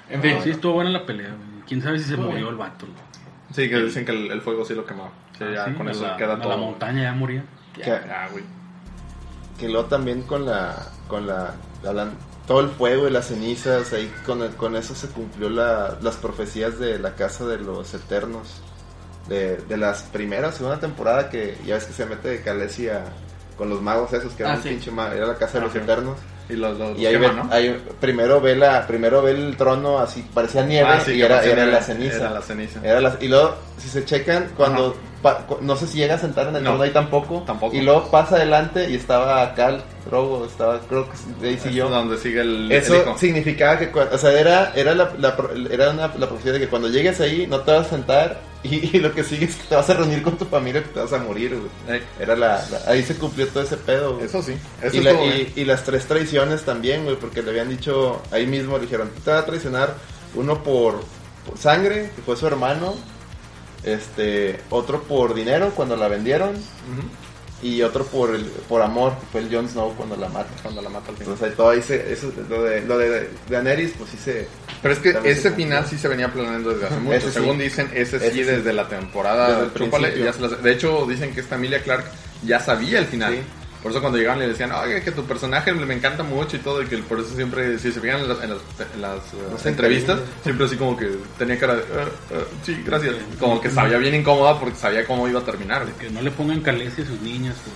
En fin, Sí, estuvo buena la pelea, güey. Quién sabe si se murió el vato. güey. Sí, que dicen que el, el fuego sí lo quemaba. Sí, ya Ah, sí, con a eso la- queda a todo. la montaña ya murió. Que, Ah, güey. que luego también con la con la, la lan- todo el fuego y las cenizas ahí con el- con eso se cumplió la- las profecías de la casa de los eternos de, de las primeras segunda temporada que ya ves que se mete de Calesia con los magos esos que eran Ah, un sí. pinche ma- era la casa de Ah, los sí. eternos Y los, los, y ahí, quema, ve- ¿no? ahí- primero ve la primero ve el trono así parecía nieve Ah, sí, y que era, parecía era nieve. la ceniza Era la ceniza. Era las- y luego, si se checan, cuando pa- cu- no sé si llega a sentar en el No. trono ahí tampoco. Tampoco. Y luego pasa adelante y estaba Cal, Drogo, estaba, creo que ahí Eso es siguió. donde sigue el, el Eso hijo. significaba que, cua- o sea, era, era, la, la pro- era una, la profecía de que cuando llegues ahí no te vas a sentar [LAUGHS] y, y lo que sigue es que te vas a reunir con tu familia que te vas a morir, güey. Eh, Era la, la- ahí se cumplió todo ese pedo, güey. eso sí. Eso ¿eh? Y, la- estuvo, y- y las tres traiciones también, güey, porque le habían dicho, ahí mismo le dijeron, te va a traicionar uno por, por sangre, que fue su hermano, este, otro por dinero cuando la vendieron, Ujú. y otro por el, por amor, que fue el Jon Snow cuando la mata. Cuando la mata al final. Entonces ahí todo ahí se, eso, lo de, lo de Daenerys, pues sí se, Pero es que También se ese cumplió. final sí se venía planeando desde hace mucho. Ese sí. Según dicen, ese sí, Ese sí. desde la Desde temporada. el chúpale, principio. ya se las- de hecho, dicen que esta Emilia Clark ya sabía el final. Sí. Por eso cuando llegaban le decían, oye, que tu personaje me me encanta mucho y todo, y que por eso siempre, si se fijan en las, en las, en las, eh, Las entrevistas, entrevistas. siempre así como que tenía cara de, "Eh, eh, sí, gracias. Como que sabía bien incómoda porque sabía cómo iba a terminar. Que no le pongan calesia a sus niñas, por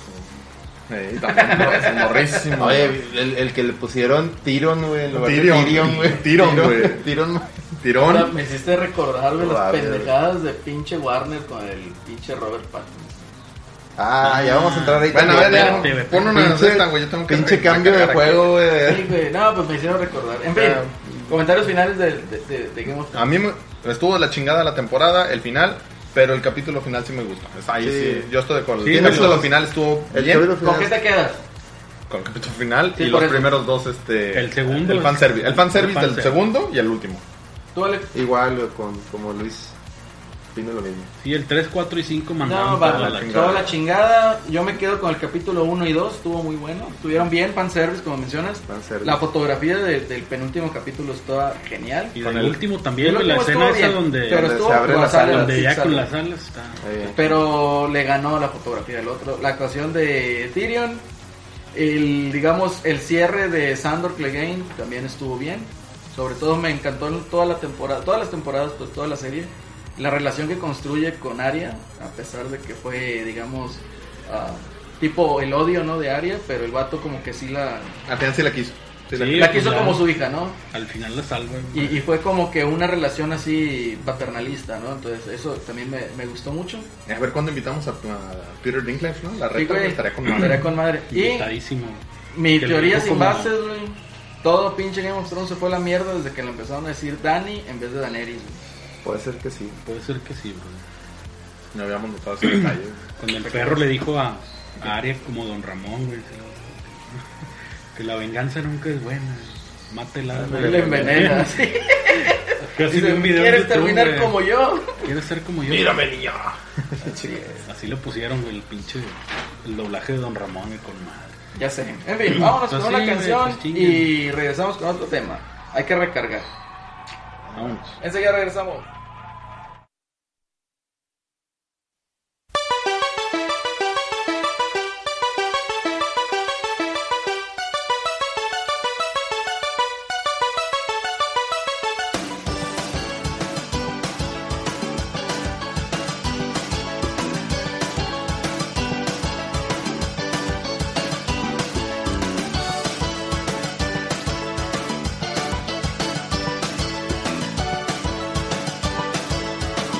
favor. Eh, y también, ¿no? Es morrísimo. oye, el, el que le pusieron Tyrion, güey, en lugar de Tyrion. Tyrion, güey. [LAUGHS] Tyrion, güey. Tyrion, ahora tirón. me hiciste recordar, güey, las Vale, güey. pendejadas de pinche Warner con el pinche Robert Pattinson. Ah, ya vamos a entrar ahí. Bueno, a también, ver, ya, ¿no? Espérate, güey. pon una Pinche- receta, güey. Yo tengo que Pinche re- cambio de recargar aquí. juego, güey. Sí, güey, no, pues me hicieron recordar. En fin, Ya. comentarios finales de, de, de, de Game of A Thrones. mí me estuvo de la chingada la temporada, el final, pero el capítulo final sí me gusta. Es Ahí sí, Sí. yo estoy de acuerdo. Sí, el no, capítulo no. final estuvo El bien capítulo ¿Con qué te quedas? con el capítulo final Sí, y por los eso. primeros dos este El segundo el es- fanservice, el fanservice el del fanservice. segundo y el último. Tú, Alex. Igual, güey, con, como Luis. Opino lo mismo. Sí, el 3, 4 y 5 mandaron No, para va, la chingada. toda la chingada. Yo me quedo con el capítulo 1 y 2, estuvo muy bueno. Estuvieron bien, fanservice, como mencionas. Fanservice. La fotografía de- del penúltimo capítulo estaba genial. Y Con del el- último El también, güey, la último escena estuvo esa bien, donde, pero se estuvo abre con la las alas, donde sí, ya sale. con las alas está. Ahí. Pero le ganó la fotografía del otro. La actuación de Tyrion. El, digamos, el cierre de Sandor Clegane también estuvo bien. Sobre todo me encantó en toda la temporada, todas las temporadas, pues toda la serie. la relación que construye con Arya, a pesar de que fue, digamos, ah, tipo el odio, ¿no? De Arya, pero el vato como que sí la, Al final sí la quiso. Sí la- Sí. la quiso claro. como su hija, ¿no? Al final la salva. Y, y fue como que una relación así paternalista, ¿no? Entonces eso también me, me gustó mucho. A ver cuándo invitamos a, a Peter Dinklage, ¿no? La Sí, reta güey, estaría con estaría con madre. Y Invitadísimo. mi Que lo teoría dijo sin como- bases, güey. Todo pinche Game of Thrones se fue a la mierda desde que le empezaron a decir Dani en vez de Daenerys. güey. Puede ser que sí. Puede ser que sí, bro. No habíamos notado [CLEARS THROAT] ese detalle. Cuando el perro le dijo a, a Aria como Don Ramón, güey. Que la venganza nunca es buena. Mátela. Y güey. Ah, le [LAUGHS] envenena. así. Yo así vi Dice, un video en ¿Quieres YouTube, terminar güey. como yo? ¿Quieres ser como yo? [LAUGHS] niño. Así es. Así le pusieron, güey, el pinche. El doblaje de Don Ramón, güey, con madre. [LAUGHS] Ya sé. En fin, vámonos Pues con una sí, güey, canción pues chinguen. y regresamos con otro tema. Hay que recargar. Vámonos. Enseguida regresamos. Thank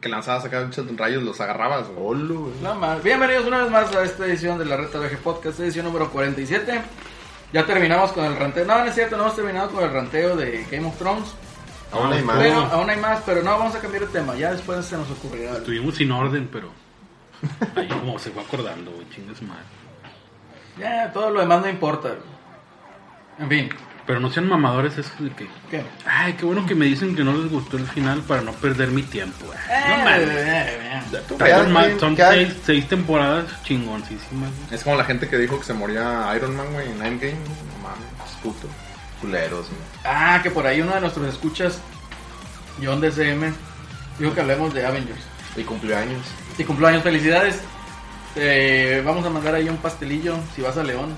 que lanzabas acá muchos rayos, los agarrabas, güey. Olo, güey. Nada más. Bienvenidos una vez más a esta edición de la Reta VG Podcast, edición número 47. Ya terminamos con el ranteo. No, no es cierto, no hemos terminado con el ranteo de Game of Thrones. Aún hay Ah. más. Pero, aún hay más, pero no, vamos a cambiar de tema. Ya después se nos ocurrirá. algo. Estuvimos sin orden, pero. Ahí como se fue acordando, güey, chingas madre. Ya, todo lo demás no importa. güey. En fin, Pero no sean mamadores, es de que. ¿qué? Ay, qué bueno que me dicen que no les gustó el final para no perder mi tiempo. güey. Eh, no mames. Está Ya, tan mal, güey, Son ya- seis, seis temporadas chingoncísimas. güey. Es como la gente que dijo que se moría Iron Man, güey, en Endgame. No mames, puto. Culeros, güey. Ah, que por ahí uno de nuestros escuchas, John DCM, dijo que hablemos de Avengers. Y cumpleaños. Y cumpleaños, felicidades. Eh, vamos a mandar ahí un pastelillo, si vas a León,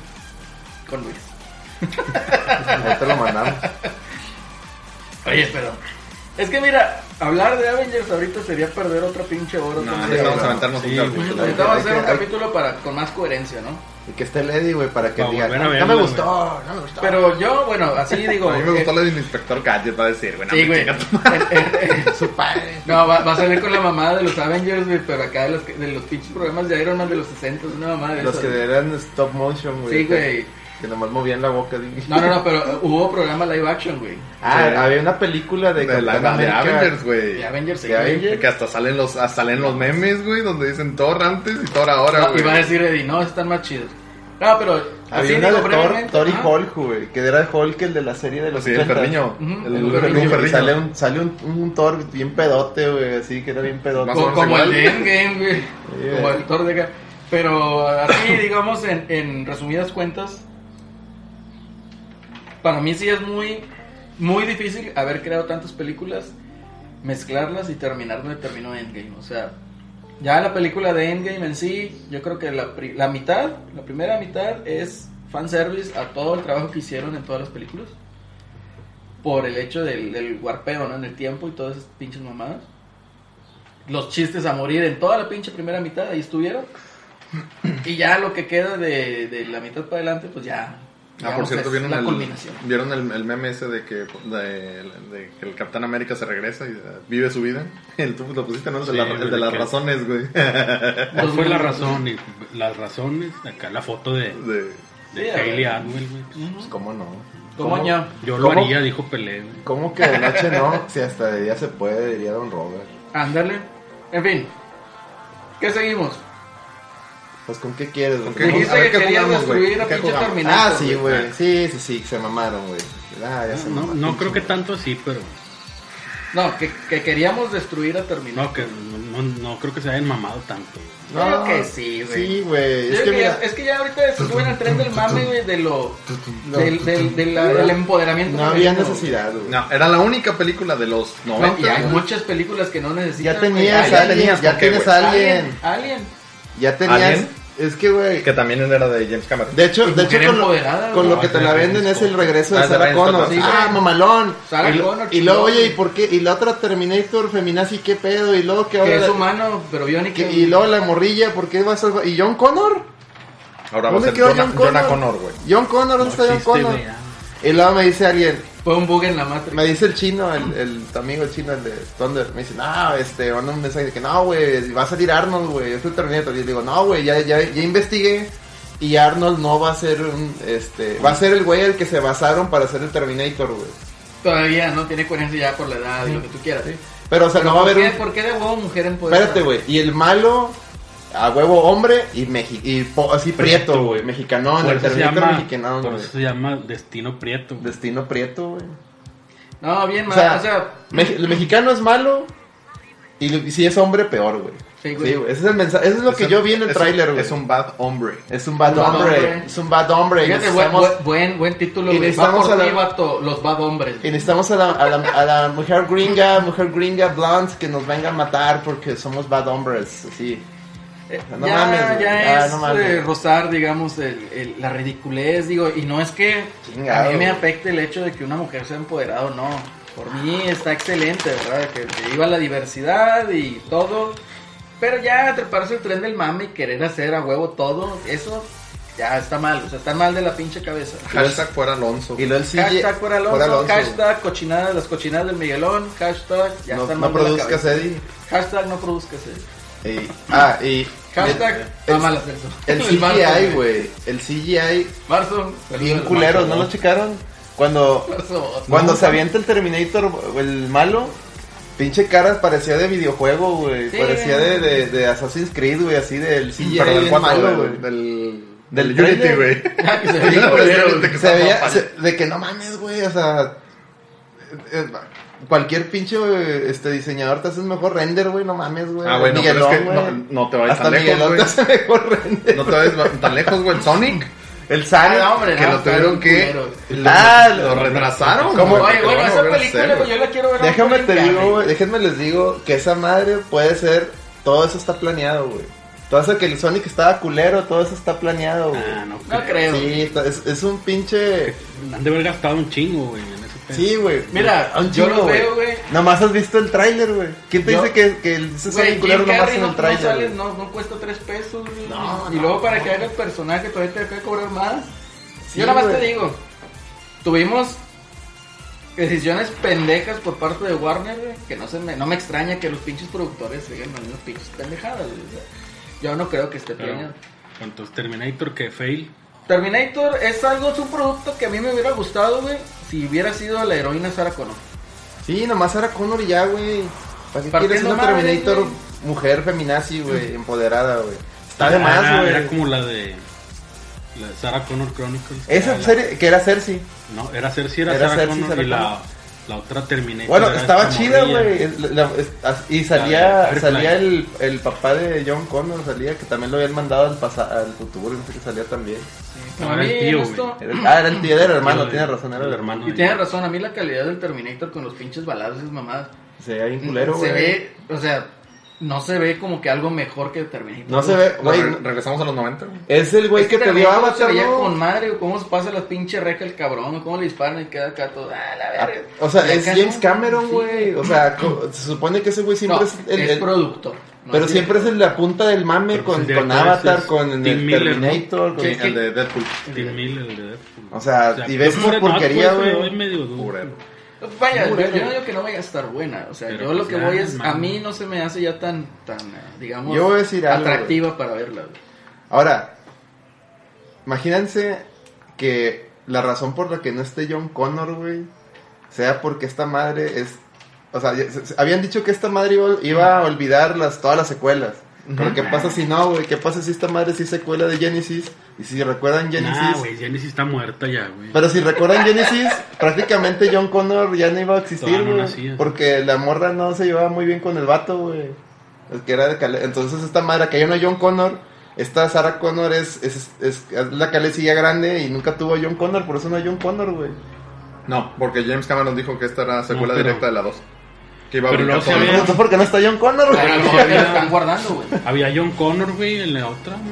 con Luis. pues, No te lo mandamos. [LAUGHS] Oye, pero... Es que mira, hablar de Avengers ahorita sería perder otra pinche hora. otra No, no media vamos a hora. aventarnos Sí, un capítulo. güey. Necesitamos Hay hacer que- un hay- capítulo para, con más coherencia, ¿no? Y que esté Lady, güey, para que Pa' diga. volver a No, no verla, me güey". gustó, no me gustó. Pero yo, bueno, [LAUGHS] así digo... A mí me gustó eh, la del inspector Gadget, va a decir, güey, no, Sí, me güey. chinga tu- [LAUGHS] Su padre. No, va, va a salir con la mamada de los Avengers, güey, pero acá de los, que- de los pinches programas de Iron Man de los 60, una mamada de Los esas. que eran stop motion, güey. Sí, acá, güey. Que nomás movían la boca. di- No, no, no, pero eh, hubo programa live action, güey. Ah, Sí. había una película de, de, la, Capitán de América. Avengers, güey. De Avengers, ¿Qué sí, güey. Avengers? Que hasta salen los, hasta salen los memes, güey, donde dicen Thor antes y Thor ahora, No, güey. iba a decir Eddie, no, están más chidos. No, pero así Había digo una de Thor, brevemente. Thor y ajá. Hulk, güey. Que era Hulk el de la serie de los Sí, el 80s. perriño. Ujú. El El Hulk, perriño. güey, Sale, un, sale un, un Thor bien pedote, güey. Así que era bien pedote. Más o Co- menos como el de igual. Endgame, güey. Sí, Como güey. el Thor de acá. Pero [LAUGHS] así, digamos, en, en resumidas cuentas, para mí sí es muy, muy difícil haber creado tantas películas, mezclarlas y terminar donde terminó Endgame. O sea, ya la película de Endgame en sí, yo creo que la, pri- la mitad, la primera mitad es fanservice a todo el trabajo que hicieron en todas las películas. Por el hecho del, del warpeo, ¿no? En el tiempo y todas esas pinches mamadas los chistes a morir en toda la pinche primera mitad, ahí estuvieron. Y ya lo que queda de, de la mitad para adelante, pues ya. Ah, por digamos, cierto, es vieron, la el, [LAUGHS] culminación. vieron el, el meme ese de que, de- de que el Capitán América se regresa y eh, vive su vida. [LAUGHS] El tú lo pusiste, ¿no? El de, Sí, la- güey, el de las que- [LAUGHS] razones, güey. ¿Cuál fue la razón? Y Las razones, acá la foto de, De- de Sí, a Hayley ver. Atwell, güey. Pues, ¿Cómo no? ¿Cómo ña? Yo lo ¿Cómo? haría, dijo Pelé, güey. ¿Cómo que de noche no? [LAUGHS] Si hasta de día se puede, diría Don Robert. Ándale. En fin. ¿Qué seguimos? Pues con qué quieres, güey? ¿Con qué? ¿Cómo- Dijiste a ver, que ¿qué querías jugamos, güey? destruir a ¿Qué pinche jugamos? Terminator. Ah, sí, güey. Ah. Sí, sí, sí, se mamaron, güey. Ah, ya se No, mamaron. no creo que tanto así, pero. No, que, que queríamos destruir a Terminator. No, que, no, no creo que se hayan mamado tanto. güey. Creo que sí, güey. Sí, güey. Yo Es creo que que ya- mira. es, que ya, ahorita se suben al tren del mame, güey, de lo. No. del, del- del- del empoderamiento. No había femenino, necesidad, güey. No, era la única película de los güey. 90. No, y hay ¿no? muchas películas que no necesitan. Ya güey. tenías Alien, alguien, tenías ya con qué, tienes güey. alguien. Alien. Ya tenías. ¿Alien? Es que, güey. Que también era de James Cameron. De hecho, Y de hecho mujer con, lo, empoderada, con lo güey. que te la venden es el regreso Ah, de de Sarah Ryan Connor. Stoddard. ah, Sí, güey. mamalón. Sarah y, lo- Connor, y luego, chingón, oye, ¿y güey. por qué? Y la otra Terminator feminazi, ¿qué pedo? Y luego, ¿qué Que ahora? es humano, pero biónico. que- y luego la morrilla, ¿por qué vas a.? ¿Y John Connor? Ahora va a ¿Dónde ser quedó Jonah, John Connor? Jonah Connor, güey. John Connor, ¿dónde está John existe, Connor? güey, ya. Y luego me dice alguien, Fue un bug en la matriz. me dice el chino, el, el tu amigo chino, el de Thunder, me dice, no, este, manda un mensaje de que no, güey, va a salir Arnold, güey, es el Terminator. Y yo digo, no, güey, ya, ya, ya investigué y Arnold no va a ser un, este, va a ser el güey al que se basaron para hacer el Terminator, güey. Todavía no tiene coherencia ya por la edad y lo que tú quieras. Pero, o sea, no va a ¿Por, haber qué, un... por qué de huevo mujer empoderada? Espérate, güey, y el malo... A huevo hombre y, mexi y po- así prieto, güey. Mexicanón, por, el eso se Terminator llama, mexicanón, por güey. eso se llama Destino Prieto. güey. Destino prieto, güey. No, bien O mal. sea, O sea, me- el mexicano es malo y lo- y si es hombre, peor, güey. Sí, Sí, güey. güey. ese es el mensaje. Eso es lo que Es yo un- vi en el es un- tráiler, güey. Es un bad hombre. es un un bad bad hombre. hombre. Es un bad hombre. y fíjate, buen, necesitamos, buen, buen título. y güey. Va necesitamos por a la- ti, vato, los bad hombres. y necesitamos a la, a la- a la mujer gringa, mujer gringa blonde que nos venga a matar porque somos bad hombres. Así. Eh, No ya, mames, güey. ya Ah, es no mames. eh, rozar, digamos, el- el- la ridiculez, digo, y no es que Chingado, a mí me güey. afecte el hecho de que una mujer sea empoderada o no. Por mí está excelente, ¿verdad? Que, que iba la diversidad y todo. Pero ya treparse el tren del mame y querer hacer a huevo todo, eso ya está mal, o sea, está mal de la pinche cabeza. Hashtag fuera Alonso. Y luego el CGI. Hashtag fuera Alonso, fuera Alonso. hashtag cochinada, las cochinadas del Miguelón, hashtag ya no, están no mal de la produzcas cabeza. Eddie. Hashtag no produzcas Eddie. Y- ah, y. Hashtag el- ama las personas. [LAUGHS] El CGI, güey. El CGI. Marzo, Bien saludos, culeros, Marzo, ¿no lo checaron? Cuando. Marzo, Cuando se avienta el Terminator, el malo, pinche cara parecía de videojuego, güey. Sí. Parecía de, de, de Assassin's Creed, güey, así del CGI Pero del bien cuatro, malo, del- güey. Del, Del del Unity, trailer. [LAUGHS] güey. Ya que se Sí, veía güey, culero, Del- güey. que se está veía mal. se- de que no mames, güey, o sea... eh, Cualquier pinche este diseñador te hace un mejor render, güey, no mames, güey. Ah, bueno, pero es que no, güey. no te vayas Hasta tan lejos, Miguelón güey. te hace mejor render. [LAUGHS] No te vayas tan lejos, güey. El Sonic. El Ah, Sonic. no, hombre, que no, lo está tuvieron bien que. culero. Lo, Ah, lo lo- retrasaron. ¿Cómo? güey, Oye, que bueno, van a esa volver a hacer, película, güey, güey. yo la quiero ver. Déjame ahorita te en digo, Cali. güey, déjenme les digo que esa madre puede ser, todo eso está planeado, güey. Todo eso que el Sonic estaba culero, todo eso está planeado, güey. Ah, no, No creo. creo. sí, está- es, es un pinche... Han de haber gastado un chingo, güey, en ese pedo. Sí, güey. Mira, un yo chingo, lo veo, güey. Nomás has visto el tráiler, güey. ¿Quién te Yo- dice que, que el ese Güey, Sonic culero Jim nomás Carrey en no- el tráiler? No, sale- güey? no, no cuesta tres pesos, güey. No, y no, luego para que haga el personaje todavía te que cobrar más. Sí, Yo nada más güey. te digo, tuvimos decisiones pendejas por parte de Warner, güey, que no se me, no me extraña que los pinches productores sigan mandando pinches pendejadas, güey. O sea, yo no creo que esté planeado. Pero, ¿Cuántos Terminator que fail? Terminator es algo, es un producto que a mí me hubiera gustado, güey, si hubiera sido la heroína Sarah Connor. Sí, nomás era Connor y ya, güey. ¿Para qué quieres Partiendo una madres, Terminator güey. mujer feminazi, [LAUGHS] güey? Empoderada, güey. Está de Ah, más, güey. Era como la de. La de Sarah Connor Chronicles. Esa Era la- serie, que era Cersei. No, era Cersei, era, Era Sarah Cersei, Connor Sarah y la, la otra Terminator. Bueno, era estaba esta chida, morrilla. güey. Es- la- es- as- Y La salía, de salía Firefly. el, el papá de John Connor, salía que también lo habían mandado al, pasa- al futuro, y no sé qué salía también. Pero No, a mí era el tío, en esto- Era el- ah, era el tío, era el hermano, Tío de- tienes razón, era el hermano. Y tienes razón, a mí la calidad del Terminator con los pinches balazos es mamada. Se veía bien culero, se güey. ve, o sea, no se ve como que algo mejor que Terminator. No se ve, Lo güey. re- Regresamos a los 90, güey. Es el güey Este que te dio Terminator se Avatar, veía ¿no? con madre, güey, cómo se pasa las pinches rejas el cabrón, cómo le disparan y queda acá todo. Ah, la Ah, verga. O sea, Y es acá James no, Cameron, sí. güey. O sea, co- se supone que ese güey siempre No, es el- es el, productor. no pero es siempre es director. el- la punta del mame Pero pues con, el con director Avatar, es con el Tim Miller, ¿no? Terminator, con Sí, el- sí. El de Deadpool. Tim Miller, el de Deadpool. O sea, y ves yo esa por- porquería, no, pues, güey. es medio duro. Purero. Vaya, yo, Muy bueno. yo no digo que no vaya a estar buena. O sea, Pero yo lo pues que ya, voy es. A man. mí no se me hace ya tan, tan eh, digamos, Yo voy a decir algo, atractiva para verla. güey. Ahora, imagínense que la razón por la que no esté John Connor, güey, sea porque esta madre es. O sea, ya- se- se- habían dicho que esta madre iba, iba a olvidar las, todas las secuelas. Pero ¿qué pasa si no, güey? ¿Qué pasa si esta madre sí es secuela de Genesis? Y si recuerdan Genesis. Nah, güey, Genesis está muerta ya, güey. Pero si recuerdan Genesis, prácticamente John Connor ya no iba a existir, Todavía no güey. nacía. porque la morra no se llevaba muy bien con el vato, güey. El que era de Cale- Entonces esta madre que hay una John Connor, esta Sarah Connor es, es, es, es la calecilla grande y nunca tuvo a John Connor, por eso no hay John Connor, güey. No, porque James Cameron dijo que esta era secuela No, pero- directa de la 2. Que iba a Pero brincar luego se todo el ve- Pero mundo. no porque no está John Connor, güey. A lo mejor la están guardando, güey. Había John Connor, güey, en la otra, ¿no?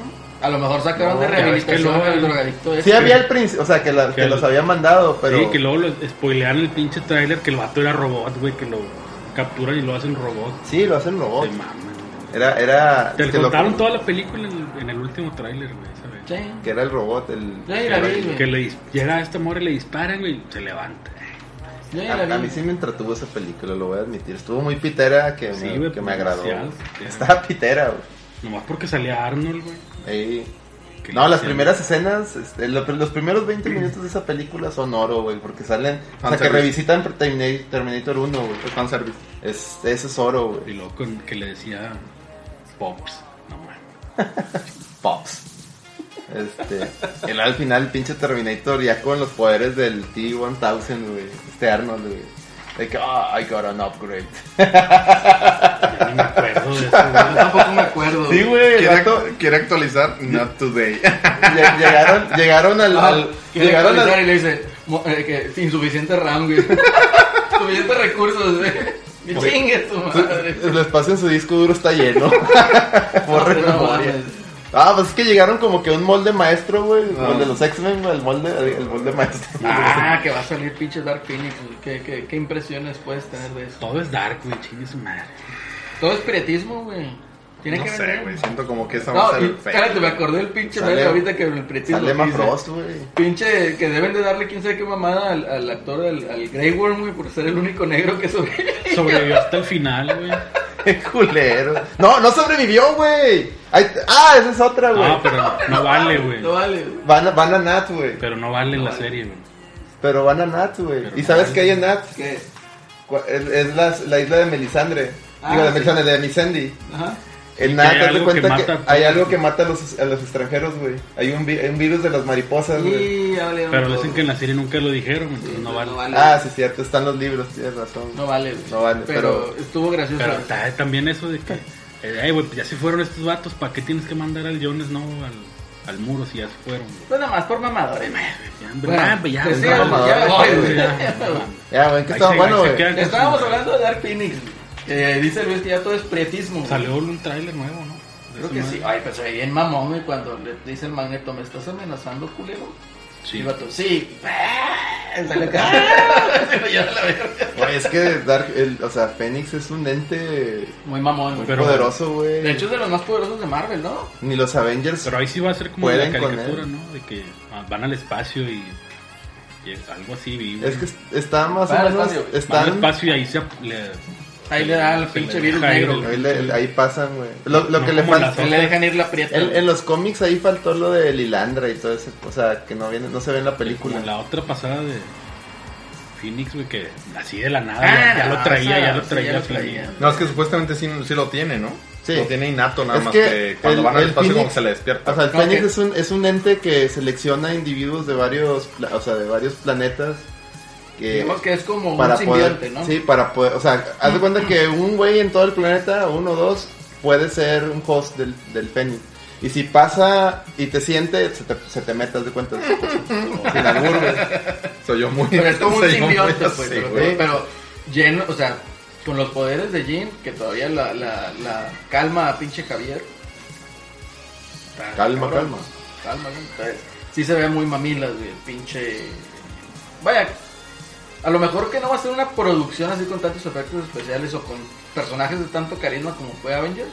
A lo mejor sacaron de No, ya ves que rehabilitación luego al el- drogadicto. este. Sí ese. había el príncipe, o sea, que, la- que Que- los habían mandado, pero... Sí, que luego lo spoilean el pinche trailer que el vato era robot, güey, que lo capturan y lo hacen robot. Sí, lo hacen Te robots. mames, güey. Era, era... Te que lo- contaron toda la película en el, en el último tráiler, güey, ¿sabes? Sí. Que era el robot, el... Yo ya la vi, güey. Que le dis- llega a esta morra y le disparan, güey, se levanta. Yo ya la vi. A, a mí sí me entretuvo esa película, lo voy a admitir. Estuvo muy pitera que, Sí, me, güey, que pues, me agradó. demasiado, güey. sí. Estaba pitera, güey. Nomás porque salía Arnold, güey. Ahí. que No, le las hacían- primeras escenas, este, lo- los primeros 20 minutos de esa película son oro, güey, porque salen, o sea, que Fanservice. revisitan Termina- Terminator 1, güey. El fanservice. Es, eso es oro, Y güey. luego con- que le decía Pops. No mames. Pops. Este, el al final, el pinche Terminator ya con los poderes del T-1000, güey. Este Arnold, güey. De que, ah, I got an upgrade. Ya ni me acuerdo de eso, Yo güey. tampoco me acuerdo. Sí, güey, el Quiere, vato- act- quiere actualizar Not Today. Lle- llegaron, llegaron al, Ah, al- quiere llegaron actualizar al, y le dice mo- eh, que insuficiente RAM, güey. [LAUGHS] Suficientes recursos, güey. Y Güey. Chingue tu madre. el espacio en su disco duro está lleno. Borre No, no memoria. mames. Ah, pues es que llegaron como que un molde maestro, güey, como Ah. el de los X-Men, güey, el molde, el molde maestro. Ah, que va a salir pinche Dark Phoenix. güey. ¿Qué, qué, qué impresiones puedes tener de eso? Todo es dark, güey, chingue su madre. Todo es piratismo, güey. Tiene no que sé, vender. güey. Siento como que esa va a No, y, ser espérate, me güey. acordé del pinche Sale- meme ahorita que el pretito [LAUGHS] Sale más Frost, güey. [LAUGHS] Pinche, que deben de darle quién sabe qué mamada al, al actor, al, al Grey Worm, güey, por ser el único negro que sobrevive. [LAUGHS] Sobrevivió hasta el final, güey. Qué culero. No, no sobrevivió, güey. Ahí- Ah, esa es otra, güey. No, pero no vale, güey. No vale, güey. Van, a, van a Nat, güey. Pero no vale en la serie, güey. Pero van a Nat, güey. Pero ¿Y sabes no. qué hay en Nat? ¿Qué? Cu- Es, es la, la isla de Melisandre. Ah, Digo, de sí. Melisandre, de Micendi. Ajá. En que Nat, hay te algo que cuenta que, mata a hay todos. algo que mata a los, a los extranjeros, güey. Hay un, vi- hay un virus de las mariposas, güey. Y ya valieron Pero todos. dicen que en la serie nunca lo dijeron, entonces no vale. Ah, sí, cierto. Están los libros, tienes razón. No vale, güey. No vale, pero- estuvo gracioso. Pero ta- también eso de que, eh, ay, güey, ya se fueron estos vatos, ¿para qué tienes que mandar al Jones, no? Al, al muro si ya se fueron, güey. Pues nada más por mamadores, güey. Ya, hombre, Bueno, ya, ya, pues ya, sí, ya, vamos, ya, ya, ya, güey. ya, Ya, ya, güey. Ya, güey, que Ahí estaba se- bueno, ahí se güey. quedan con Estábamos su- hablando de Dark Phoenix, güey. que dice Luis que ya todo es prietismo. güey. Salió un tráiler nuevo, ¿no? De Creo esa que madre. sí. Ay, pues se ve bien mamón, güey, cuando le dice el magneto, ¿me estás amenazando, culero? Y el Sí. vato, sí. ¡Ah! Sale acá. [LAUGHS] Se lo lleva a la verga. Güey, es que Dark, el- o sea, Fénix es un ente Muy mamón, muy güey. Pero- poderoso, De güey. hecho, es de los más poderosos de Marvel, ¿no? Ni los Avengers. Pero ahí sí va a ser como la Pueden con caricatura, él. ¿no? De que ah, van al espacio y, y es algo así, vi, güey. Es que es- está más Van o al menos. espacio, güey. Van al Están. espacio y ahí se ap- le, Ahí le da el se pinche le virus deja ir negro. el- Ahí, le- ahí pasan, güey. Lo, lo No que le como falta. las Ahí le dejan ir la prieta. En, güey. en los cómics ahí faltó lo de Lilandra y todo ese, o sea, que no viene, no se ve en la película. como la otra pasada de Phoenix, güey, que así de la nada Ah, ya, ya no, lo traía, esa- ya lo sí, traía. ya lo Phoenix. traía. No, es que supuestamente sí, sí lo tiene, ¿no? Sí. Lo tiene innato, nada Es más que que, cuando el- van al el espacio como Phoenix- que se le despierta. O sea, el Ah, Ok. Fénix es un, es un ente que selecciona individuos de varios, pla- o sea, de varios planetas que Digamos que es como para un simbionte, poder, ¿no? Mm. sí, para poder, o sea, haz de cuenta que un güey en todo el planeta, uno o dos, puede ser un host del, del Fénix. Y si pasa y te siente, se te, se te mete, haz [LAUGHS] de cuenta. Sin albur, güey. soy yo muy. Pero es como un soy yo muy simbionte, así, pues. pero- güey. pero lleno, o sea, con los poderes de Jean, que todavía la, la, la calma a pinche Javier. Está Calma, cabrón. calma. Calma, calma. Entonces, sí se ve muy mamilas, güey, el pinche... Vaya, a lo mejor que no va a ser una producción así con tantos efectos especiales o con personajes de tanto carisma como fue Avengers,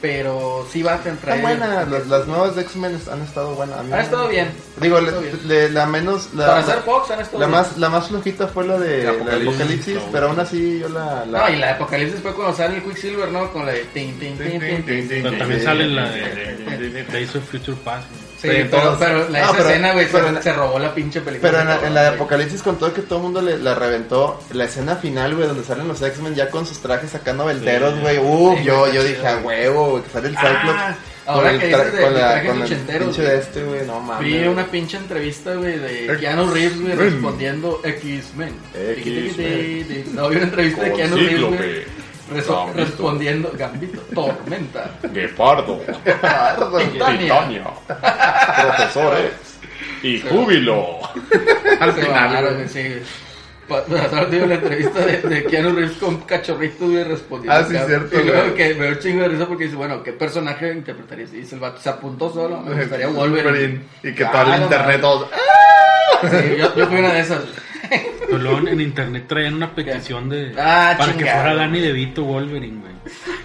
pero sí va a Están traer... buenas, las, las nuevas de X-Men han estado buenas. a mí Han me- estado bien. Digo, Han le- estado bien. le- la menos. La, Para hacer Fox han estado la bien. más, la más flojita fue la de La la Apocalipsis, la Apocalipsis, última. pero aún así yo la. la- No, y la de Apocalipsis fue cuando sale el Quicksilver, ¿no? Con la de tin, tin, tin, tin, tin. Pero Sí, también sí, sale sí, la sí, sí, de sí, sí. Days of Future Past, güey. Sí, Pero pero, en todos- pero la, No, esa pero- escena, güey, pero se, en la- se robó la pinche película. Pero en la, de en la de todo, güey. Apocalipsis con todo que todo el mundo le, la reventó, la escena final, güey, donde salen los X-Men ya con sus trajes acá noventeros, Sí. güey. Uh, Sí, yo, está yo chido, dije, a güey. huevo, güey, que sale el Ah, Cyclops. ahora con que el dices tra- de- de trajes con el ochenteros, pinche güey. de este, güey, no mames. Vi güey. una pinche entrevista, güey, de X- Keanu Reeves, güey, Men. respondiendo X-Men. X-Men. No, vi una entrevista de Con Keanu Reeves, güey. Cíclope, reso- Gambito. Respondiendo, Gambito, Tormenta. Guepardo, Pardo, güey. [LAUGHS] Titania. profesores y júbilo. Al Se final, mamaron, güey. sí, güey. Pa- [LAUGHS] Ahora digo la entrevista de, de Keanu Reeves con Cachorrito, güey, respondiendo. Ah, sí, acá. cierto, Y luego güey. que me dio un chingo de risa porque dice, bueno, ¿qué personaje interpretarías? Y dice el vato, se apuntó solo, me gustaría Wolverine. Y que todo Ah, el no internet, todos, Sí, yo, yo fui una de esas. Pero luego en internet traían una petición de Ah, para que chingado. fuera Danny DeVito Wolverine, güey.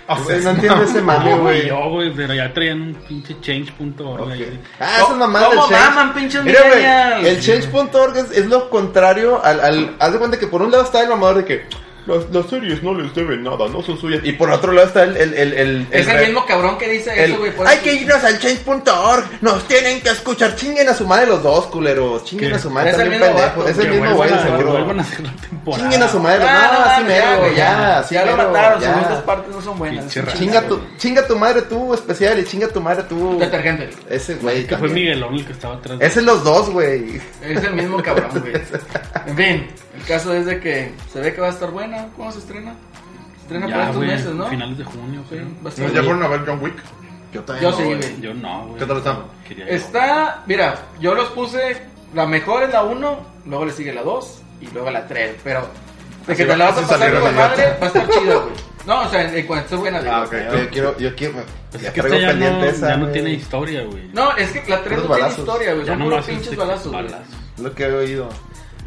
"Ah, Güey, no entiendo ese mame, No, güey, Ah, güey. yo, güey, pero ya traían un pinche change.org Ok. ahí. Ah, esas mamadas ¿Cómo del Change. maman, pinches Mira, güey, millennials? el Change.org es, es lo contrario al, al... Haz de cuenta que por un lado está el mamador de que las, las series no les deben nada, no son suyas. Y por otro lado está el... el, el, el, Es el re- mismo cabrón que dice el- eso, güey. por Hay eso- que irnos al change.org, nos tienen que escuchar. Chinguen a su madre los dos, culeros. Chinguen Que- a su madre, es el también mismo pendejos. vato, Es el Que mismo güey, vuelvan a- Que seguro. vuelvan a hacer la temporada. Chinguen a su madre. Ah, No, así mames, mero, güey, güey, ya. así Ya lo mero, mataron, ya. sus estas partes no son buenas. Pinche raza. Chinga tu, chinga tu madre tú, especial, y chinga tu madre tú. Detergente. Ese güey Que fue también. Miguelón el Pues que estaba atrás. de- Ese es los dos, güey. Es el mismo cabrón, güey. En fin, el caso es de que se ve que va a estar buena. ¿Cómo se estrena? Se estrena por ya, estos güey, meses, ¿no? finales de junio, güey. Va a estar ¿Ya bien. fueron a ver John Wick? Yo Yo sí, güey. Yo no, güey. ¿Qué tal está? Quería yo. Está, mira, yo los puse, la mejor es la 1, luego le sigue la 2 y luego la 3, pero de Así que va- te la vas así a pasar salieron con en el madre, va a estar chida, güey. No, o sea, en, en cuanto esté buena, digo. Ah, ok. Yo quiero, yo quiero. Pues ya es que esta traigo ya no, pendiente esa, ya no güey. tiene historia, güey. No, es que la 3 no Puros tiene balazos. historia, güey, ya este son no puros pinches balazos, güey. Lo que he oído.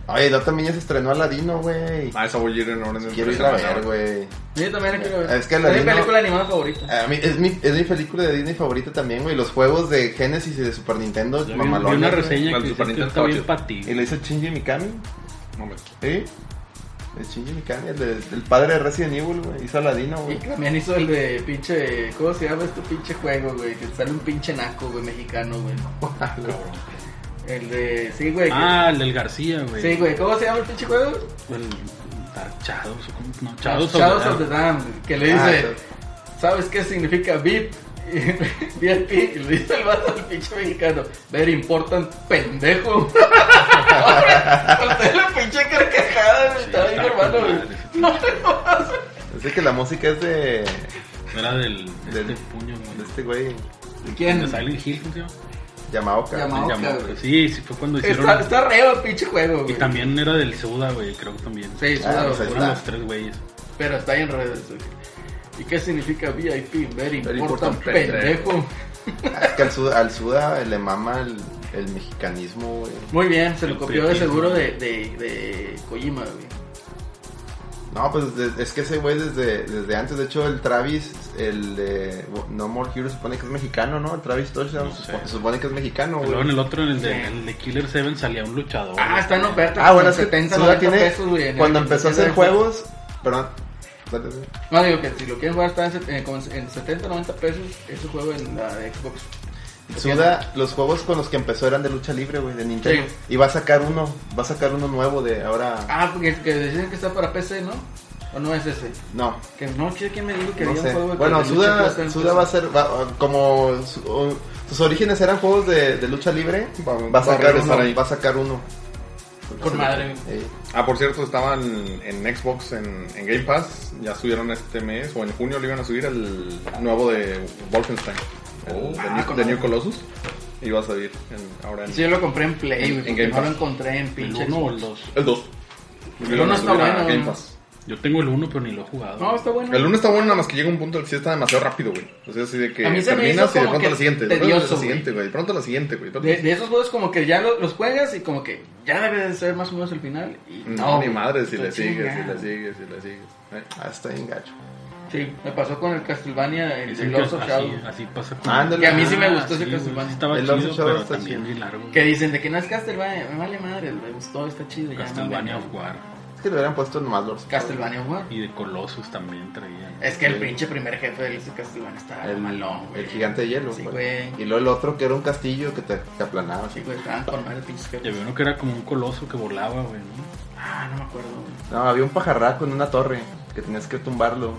Oye, no, también ya se estrenó Aladino, güey. Ah, esa voy a ir en orden. Quiero ir a ver, güey. Yo también la quiero ver. Es que es mi Aladino- película animada favorita. A mí- es, mi, es mi película de Disney favorita también, güey. Los juegos de Genesis y de Super Nintendo, Vi vi mamalón. una reseña Al que dice Super que Nintendo está bien ocho. para ti. Y le hizo Shinji Mikami, No, hombre. ¿sí? El Shinji Mikami, el, de- el padre de Resident Evil, güey. Hizo Aladino, Y güey. también hizo el de pinche. ¿Cómo se llama este pinche juego, güey? Que sale un pinche naco, güey, mexicano, güey. [LAUGHS] Cabrón. El de. Sí, güey. que- Ah, el del García, güey. Sí, güey, ¿cómo se llama el pinche juego? El Dark Shadows, o cómo- no, Shadows of the of the Dark. Dam. Que le Ah, dice, eso. ¿sabes qué significa [LAUGHS] VIP? VIP, y le dice el vato al pinche mexicano, very important pendejo. [LAUGHS] Solté la pinche carcajada, güey, estaba bien está hermano, con güey. madre. No te mames. Así que la música es de, Era del, Del- este puño, güey. de este güey De ¿Quién? Silent Hill, ¿cómo se llama? Yamaoka. Yamao. Ah, Se llamó, ok, güey. Sí, sí, fue cuando hicieron. Está, está reo el pinche juego, Y güey. también era del Seuda, güey, creo que también. Sí, sí, Ah, no, pues ahí Fueron está. los tres güeyes. pero está bien reo. eso. ¿Y qué significa VIP? Very Very important, important pendejo. pendejo. Es que al Suda, al Suda le mama el, el mexicanismo, güey. Muy bien, se lo El copió de prietismo. seguro de, de, de Kojima, güey. No, pues de- es que ese güey desde, desde antes, de hecho el Travis, el de No More Hero supone que es mexicano, ¿no? El Travis Touchdown No sé. supone, supone que es mexicano, Luego en güey. el otro, en el de, Sí. en el de Killer Seven, salía un luchador. Ah, güey. está en oferta. Oh, Ah, bueno, es como que 70, Suda 90 tiene, pesos, güey, en- cuando en- empezó a en- hacer en- juegos, perdón, espérate, güey. No, digo que si lo quieren jugar está en, set- eh, como en 70, 90 pesos ese juego en la de Xbox. Suda, los juegos con los que empezó eran de lucha libre, güey, de Nintendo. Sí. Y va a sacar uno, va a sacar uno nuevo de ahora, Ah, porque que dicen que está para PC, ¿no? ¿O no es ese? no, Que no, quiero que me diga que No había sé. un juego de- Bueno, de lucha que Suda, está en Suda PC. va a ser. va- como su- o- sus orígenes eran juegos de, de lucha libre, Va- va va a a sacar regresar uno. ahí. Va a sacar uno. Con madre. Eh, Ah, por cierto, estaban en Xbox, en, en Game Pass. Ya subieron este mes, o en junio le iban a subir el nuevo de Wolfenstein. El Oh. de, Ah, New- con de madre. New Colossus. Y va a salir en- ahora en Sí, yo lo compré en Play, En- güey, en porque Game no lo Pass. encontré en El pinche. uno o Xbox. el dos. el 2. El uno está bueno, Game ¿no? Pass. Yo tengo el uno, pero ni lo he jugado. No, está bueno. El 1 está bueno, nada más que llega un punto en el que sí está demasiado rápido, güey. O sea, así de que A mí se me terminas hizo y de como pronto que la siguiente. De pronto tedioso, la siguiente, güey. De pronto la siguiente, güey. De pronto- De, de esos juegos como que ya lo- los juegas y como que ya debe de ser más o menos el final. Y No, ni madre, si está le sigues, si chingado. le sigues, si le sigues. Eh. ah, está bien gacho. Sí, me pasó con el Castlevania, el, Dicen el que Lords of así, Shadow. así pasa Ándale. Que a mí sí me Ah, gustó ese sí, güey, Castlevania. Estaba El chido, Lords of Shadow pero está también chido. bien largo. Que dicen de que no es Castlevania, me vale madre, me gustó, está chido. ya, Castlevania no of me- War Es que le hubieran puesto en más Lords. Castlevania of War. y de Colossus también traían. Es que el pinche primer jefe de ese Castlevania estaba El, malón, güey. el gigante de hielo. Ah, pues. Sí, güey. güey. Y luego el otro que era un castillo que te, te aplanaba. Sí, güey, estaban con mal el pinche Y había jefe. uno que era como un coloso que volaba, güey, ¿no? Ah, no me acuerdo, güey. No, había un pajarraco en una torre que tenías que tumbarlo.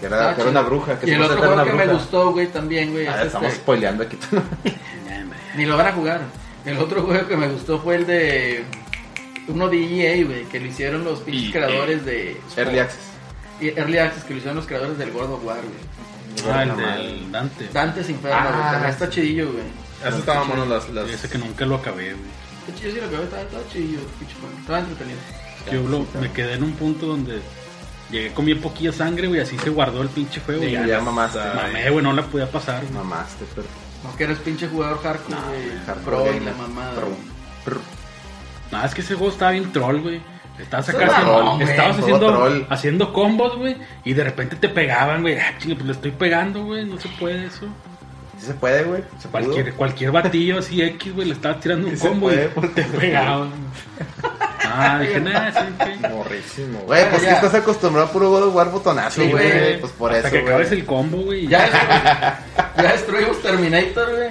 Que era, Estaba que era una Ah, chido. bruja. Que Y el supuestamente otro era juego que una me bruja. gustó, güey, también, güey. Ah, es estamos este- spoileando aquí. Ni lo van a jugar. El otro juego que me gustó fue el de uno de EA, güey, que lo hicieron los pinches EA. creadores de eh, Early Access. y Early Access, que lo hicieron los creadores del Gordo War, güey. Ah, el Una madre. del Dante. Dantes Inferno, güey, Ah. también está chidillo, güey. Eso estaba bueno, las. las... Ese que nunca lo acabé, güey. Está chido, Yo sí lo que veo, estaba, estaba chidillo, pinche juego. Estaba entretenido. Yo lo- me quedé en un punto donde llegué con bien poquilla sangre, güey, así se guardó el pinche juego. Sí, y ya mamaste. Mamé, güey, no la podía pasar. güey. Mamaste, pues, pero. No que eres pinche jugador hardcore, No, güey. güey, pro y la mamada. Pro. Pro. Nada, es que ese juego estaba bien troll, güey. Estabas Eso acá era haciendo, troll, güey, estabas todo troll. haciendo, haciendo combos, güey, y de repente te pegaban, güey. Ah, chinga, pues le estoy pegando, güey, no se puede eso. Sí se puede, güey. Se pudo. Cualquier, cualquier batillo así X, güey, le estabas tirando un Sí se combo y puede, pues, te pegaban. Ah, dije, nada, sí, sí. Morrísimo, güey. Güey, pues Ya. que estás acostumbrado a puro God of War botonazo, Sí, güey. güey. Pues por Hasta eso, que acabes güey. el combo, güey. Ah, Ya, destruimos- ya destruimos Terminator, güey.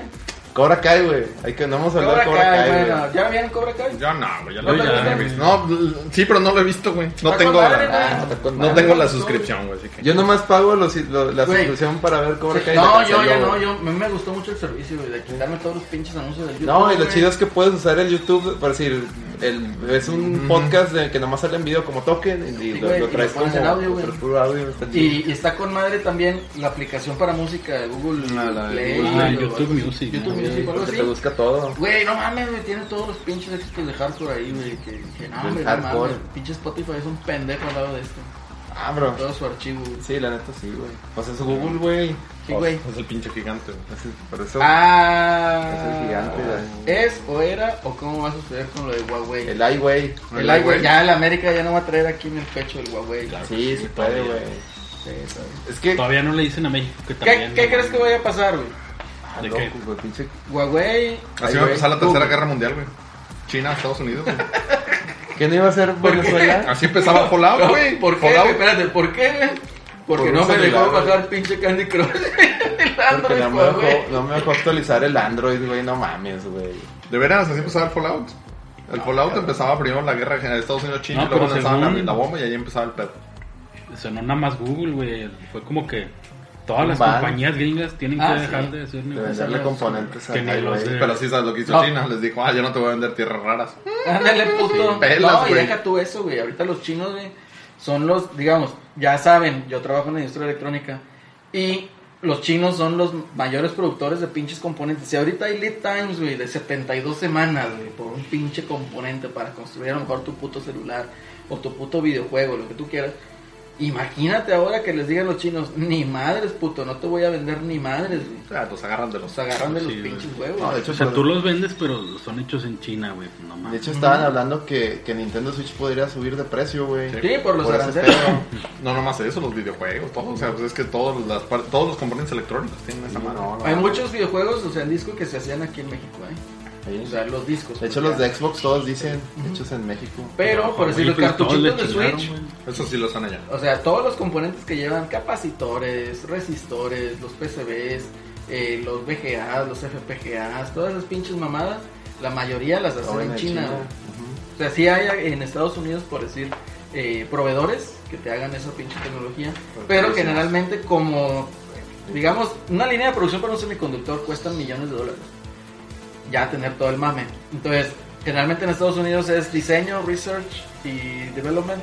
Cobra Kai, güey. Hay que no vamos a hablar Cobra de Cobra Kai, Kai, bueno. güey. ¿Ya vieron Cobra Kai? Yo no, güey, ya Yo lo ya. ya he visto. No, l- sí, pero no lo he visto, güey. No con tengo madre, la, Ah, está con no madre. tengo la suscripción, güey, así que. Yo nomás pago los, lo- la Güey. suscripción para ver Cobra Sí, Kai. y la No, yo cancelo, ya no, güey. yo, a mí me gustó mucho el servicio, güey, de quitarme todos los pinches anuncios del YouTube. No, y lo güey. chido es que puedes usar el YouTube para decir, el, es un podcast de que nomás sale en video como token y, y Sí, lo, güey, lo y traes lo pones como en audio, lo güey. traes puro audio, está chido. Y, y está con madre también la aplicación para música de Google Ah, la de Play. Google o Play. Ah, algo YouTube así. Music, YouTube ¿no? Music o algo Porque te así. busca todo. Güey, no mames, güey, tiene todos los pinches éxitos de hardcore ahí, güey. Que, que no, Del güey, no hardcore. mames. Pinche Spotify es un pendejo al lado de esto. Ah, bro. Todo su archivo, güey. Sí, la neta sí, güey. Pues es Google, güey. Sí, güey. Es el pinche gigante, güey. Así, Por eso Ah. Es el gigante, güey. ¿Es o era o cómo va a suceder con lo de Huawei? el ay, güey. El Huawei. Ya el América ya no va a traer aquí en el pecho el Huawei. Sí, se puede, güey. Sí, eso es. Es que. Todavía no le dicen a México que ¿Qué, también. ¿Qué crees que vaya a pasar, güey? Ah, ¿De loco, qué? güey, pinche. Huawei. Ay, Así va a güey. empezar la tercera Google. guerra mundial, güey. China, Estados Unidos, güey. ¿Qué no iba a ser Venezuela? Así empezaba Fallout, güey. ¿Por qué? güey? Fallout. Espérate, ¿por qué, güey? Porque Por no un me dejó celular, güey. bajar pinche Candy Crush. [LAUGHS] el Porque Android, no me, Huawei. dejó, no me dejó actualizar el Android, güey. No mames, güey. De veras, así empezaba el Fallout. El Fallout empezaba primero la guerra de Estados Unidos-China No, y luego pero lanzaban la, según- la bomba y ahí empezaba el pedo. Sonó nada más Google, güey. Fue como que todas las Van. compañías gringas tienen Ah, que sí. dejar de decir De negocios. venderle componentes a Que ni ay, los güey. de- Pero sí sabes lo que hizo No. China. Les dijo, ah, yo no te voy a vender tierras raras. Ándale, puto. Sí, pelas, no, y güey. deja tú eso, güey. Ahorita los chinos, güey, son los, digamos, ya saben, yo trabajo en la industria electrónica y los chinos son los mayores productores de pinches componentes. Si ahorita hay lead times, güey, de 72 semanas, güey, por un pinche componente para construir a lo mejor tu puto celular o tu puto videojuego, lo que tú quieras. Imagínate ahora que les digan los chinos, ni madres, puto, no te voy a vender ni madres, güey. Ah, los agarran de los... Los agarran de los Sí, güey. pinches huevos. No, de hecho, O sea, por- tú los vendes, pero son hechos en China, güey. No De mames. hecho, estaban hablando que, que Nintendo Switch podría subir de precio, güey. Sí. sí, por los Por ese aranceles. pedo. No nomás eso, los videojuegos, todo. O sea, pues es que todos, las, par- todos los componentes electrónicos tienen esa No, mano. no, no. Hay muchos videojuegos, o sea, en disco que se hacían aquí en México, ¿eh? Sí. O sea, los discos. De hecho, pues, los ya. de Xbox todos dicen hechos en México. Pero, por decir, los Oye, pues, todos le cartuchitos de chingaron, Switch. güey. Eso sí lo están allá. O sea, todos los componentes que llevan capacitores, resistores, los PCBs, eh, los VGAs, los FPGAs, todas esas pinches mamadas, la mayoría las hacen Ahora en China. güey. Ujú. O sea, sí hay en Estados Unidos, por decir, eh, proveedores que te hagan esa pinche tecnología. Pero Pero sí, sí. generalmente como, digamos, una línea de producción para un semiconductor cuesta millones de dólares. Ya tener todo el mame. Entonces, generalmente en Estados Unidos es diseño, research y development.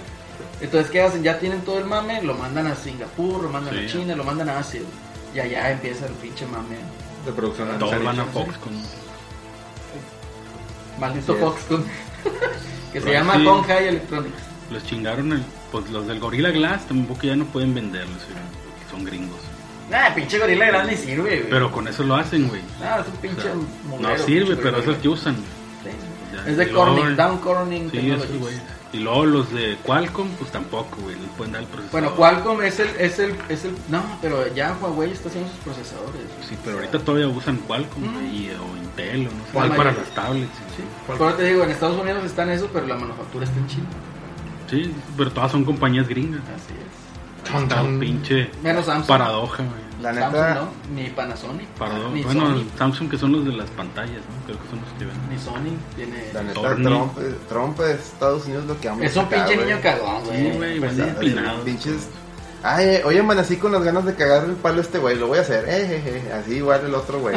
Entonces, ¿qué hacen? Ya tienen todo el mame, lo mandan a Singapur, lo mandan Sí. a China, lo mandan a Asia. Y allá empieza el pinche mame. De producción en Todos serie. van a Fox con. Maldito Así es. Foxconn. [LAUGHS] que se Pero llama sí. Tonkai Electronics. Los chingaron, el- pues los del Gorilla Glass tampoco ya no pueden venderlos, güey, porque son gringos. Nah, pinche gorila grande sirve, güey. Pero con eso lo hacen, güey. Ah, es un pinche O sea, molero, No sirve, pinche pero es gorila el que usan. güey. grande. Sí. Ya, Es de y luego- Corning, Down Corning Sí, Technologies. esos güeyes. Y luego los de Qualcomm, pues tampoco, güey. Le pueden dar el procesador. Bueno, Qualcomm es el, es el, es el, no, pero ya Huawei está haciendo sus procesadores. Sí, pero ahorita todavía usan Qualcomm Mm. güey, y- o Intel o no sé. ¿Cuál para mayor? las tablets. Sí. Pero te digo, en Estados Unidos están eso, pero la manufactura está en China. Sí, pero todas son compañías gringas. Así es. Tan, Una tan. pinche Menos Samsung. paradoja, güey. La Samsung, neta, ¿no? Ni Panasonic. Paradoja. Ni Bueno, Sony. Samsung que son los de las pantallas, ¿no? Creo que son los que venden. Ni Sony tiene. la neta, Torni. Trump, eh, Trump de Estados Unidos lo que ama. Es un acá, pinche güey. niño cagón, güey. Sí, güey, Pues, venden ah, empinados. Pinches. Ay, eh, hoy amanecí con las ganas de cagar el palo a este güey, lo voy a hacer. Eh, je, je. Así igual el otro [LAUGHS] güey.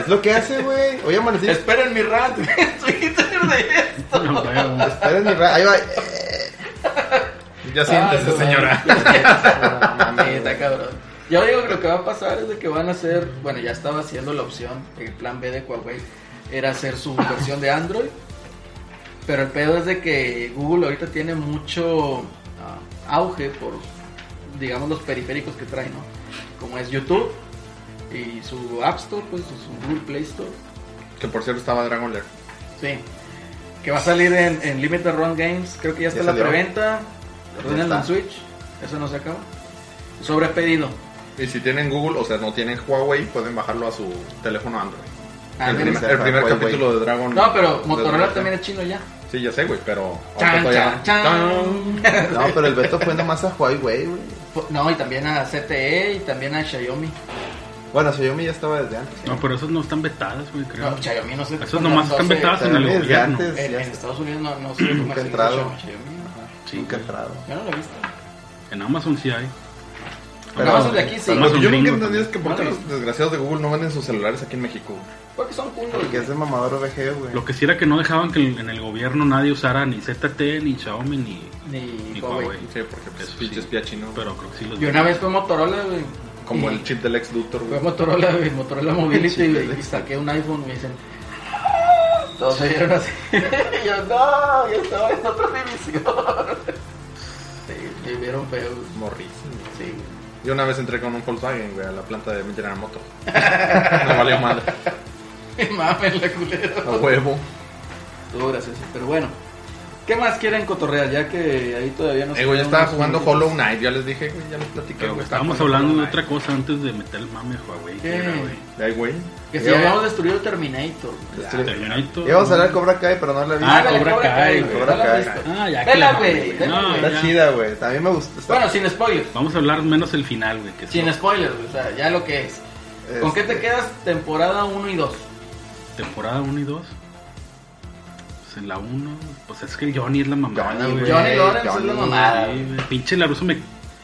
es lo que hace, güey. Hoy amanecí. Esperen mi rant [LAUGHS] en Twitter de esto. No, güey. Espera, mi [LAUGHS] ra- Ahí va. Eh, Ya Ah, siéntese, no, señora. no [LAUGHS] Sí, mames, está güey. cabrón. Yo digo que lo que va a pasar es de que van a hacer, bueno, ya estaba haciendo la opción, el plan B de Huawei era hacer su versión de Android, pero el pedo es de que Google ahorita tiene mucho ah, auge por, digamos, los periféricos que trae, ¿no? Como es YouTube y su App Store, pues su Google Play Store, Que por cierto estaba Dragon Lair. sí, que va a salir en, en Limited Run Games, creo que ya está Ya la salió. preventa, Ya ordenanlo en está. Switch, eso no se acaba, sobre pedido. Y si tienen Google, o sea, no tienen Huawei, pueden bajarlo a su teléfono Android. Ah, el, mira. primer, el primer Huawei. capítulo de Dragon No, pero de Dragon Motorola Lair. también es chino ya. Sí, ya sé, güey, pero... Chan, ahorita chan, chan. todavía- Tan. No, pero el Beto fue nomás a Huawei, güey. Po- No, y también a CTE y también a Xiaomi. Bueno, Xiaomi ya estaba desde antes. No, pero esos no están vetadas, güey, creo. No, Xiaomi no se. Esos nomás no están se- vetadas en Xiaomi el es de gobierno. antes. En, en Estados Unidos no, no se Nunca he entrado. Xiaomi. Sí, Nunca he güey. entrado. Yo no lo he visto. En Amazon sí hay. Pero Pero- más de aquí sí. pero Lo que yo Amazon nunca gringo entendí es que por qué también. los desgraciados de Google no venden sus celulares aquí en México. Porque son culos. Porque es de mamador OVG, güey. Lo que sí era que no dejaban que en el gobierno nadie usara ni ZTE, ni Xiaomi, ni... Ni Ni Huawei. Huawei. Sí, porque pues, Eso pinche sí. espía chino. Pero creo que sí los Y una vez fue Motorola, güey. Como Y el chip del ex Luthor, Fue güey. Motorola, güey. Motorola Mobility, Sí, güey. sí. Y saqué un iPhone y me dicen. [LAUGHS] Todos se dieron así. [LAUGHS] Y yo, no, yo estaba [LAUGHS] en otra división. Sí, me vieron feo, güey. Morris. Sí, güey. Yo una vez entré con un Volkswagen, güey, a la planta de General [LAUGHS] Moto. Me valió madre. [LAUGHS] Mamen la culera. A huevo. Todo gracioso. Pero bueno. ¿Qué más quieren cotorrear? Ya que ahí todavía no Eh, güey, yo estaba no- jugando Hollow Knight, ya les dije, güey, ya les platiqué, Pero güey. estaba estábamos jugando hablando de Hollow otra cosa antes de meter el mame a Huawei. ¿Qué? que era, güey. Knight. De ahí, güey. Que si Ya. habíamos destruido Terminator. Ya, Ah, Terminator. Íbamos a hablar de Cobra Kai, pero no la vi. Ah, Ándale, Cobra Kai, güey, Cobra no la Kai. has visto. Ah, ya que Vela, la- güey. vela, No, güey. Está ya. chida, güey. A mí me gusta. está- Ah, Bueno, sin spoilers. Vamos a hablar menos el final, güey. que es Sin la spoilers, o sea, ya lo que es. ¿Con este, qué te quedas temporada 1 y 2? temporada 1 y 2. Pues en la 1, pues es que el Johnny es la mamada, Johnny, Ah, güey. güey. Johnny Lawrence es Johnny, la mamada. Sí, güey. Pinche Laruso me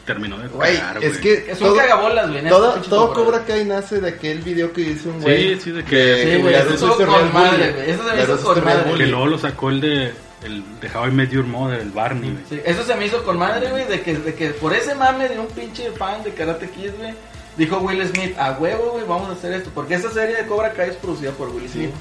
terminó de Güey, cagar, es que. Es un todo- cagabolas, güey. en esta Todo, pinche todo temporada. Cobra Kai nace de aquel video que hizo un Sí, güey. sí, de que- Sí, güey, Larusso eso estuvo Street con Bully. madre, güey, eso se me hizo Larusso con Street madre. Que Bully. luego lo sacó el de, el de How I Met Your Mother, el Barney, güey. Sí, eso se me hizo con madre, güey, de que, de que por ese mame de un pinche fan de Karate Kid, güey, dijo Will Smith, a huevo, güey, vamos a hacer esto. Porque esa serie de Cobra Kai es producida por Will Smith.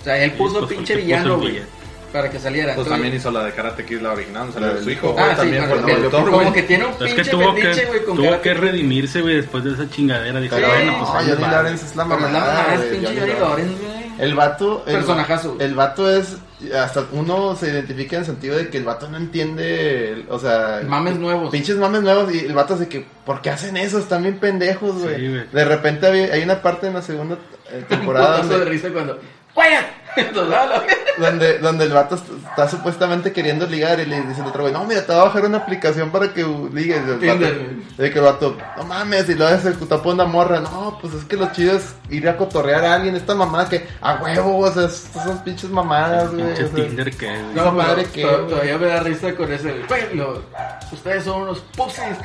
O sea, él puso pues, porque pinche puso villano, el güey, villano. para que saliera. Pues Entonces- también hizo la de Karate Kid, la original, o sea, la de su hijo, Ah, güey, Ah, sí, también pero fue que- productor, como güey. que tiene un Es pinche que tuvo fetiche, que, güey, con tuvo Karate que Kid. redimirse, güey, después de esa chingadera. Dijo, Pero Sí. bueno, pues no, ahí Johnny va. Lawrence es la Pero nada mamada. más, güey, pinche Johnny Johnny Lawrence. Lawrence, güey. El vato. El, Personajazo. El vato es. Hasta uno se identifica en el sentido de que el vato no entiende. el- O sea. Mames nuevos. Pinches mames nuevos. Y el vato es de que. ¿Por qué hacen eso? Están bien pendejos, güey. güey. de repente había- hay una parte en la segunda [LAUGHS] eh, Un temporada. putazo de donde, risa [LAUGHS] cuando. ¡Quiet! [LAUGHS] Entonces, ah, la verga. donde, donde el vato está, está supuestamente queriendo ligar. Y le dice el otro güey: No, mira, te va a bajar una aplicación para que uh, ligues. El vato- Tinder, güey. de que el vato, no mames, y lo haces el tapón una morra. No, pues es que lo chido es ir a cotorrear a alguien. Esta mamada que a huevo, o sea, estas son pinches mamadas, güey. Pinche o sea. Tinder que, güey. No, pero madre, to- qué, güey. Todavía me da risa con ese. güey, lo- Ustedes son unos pussies.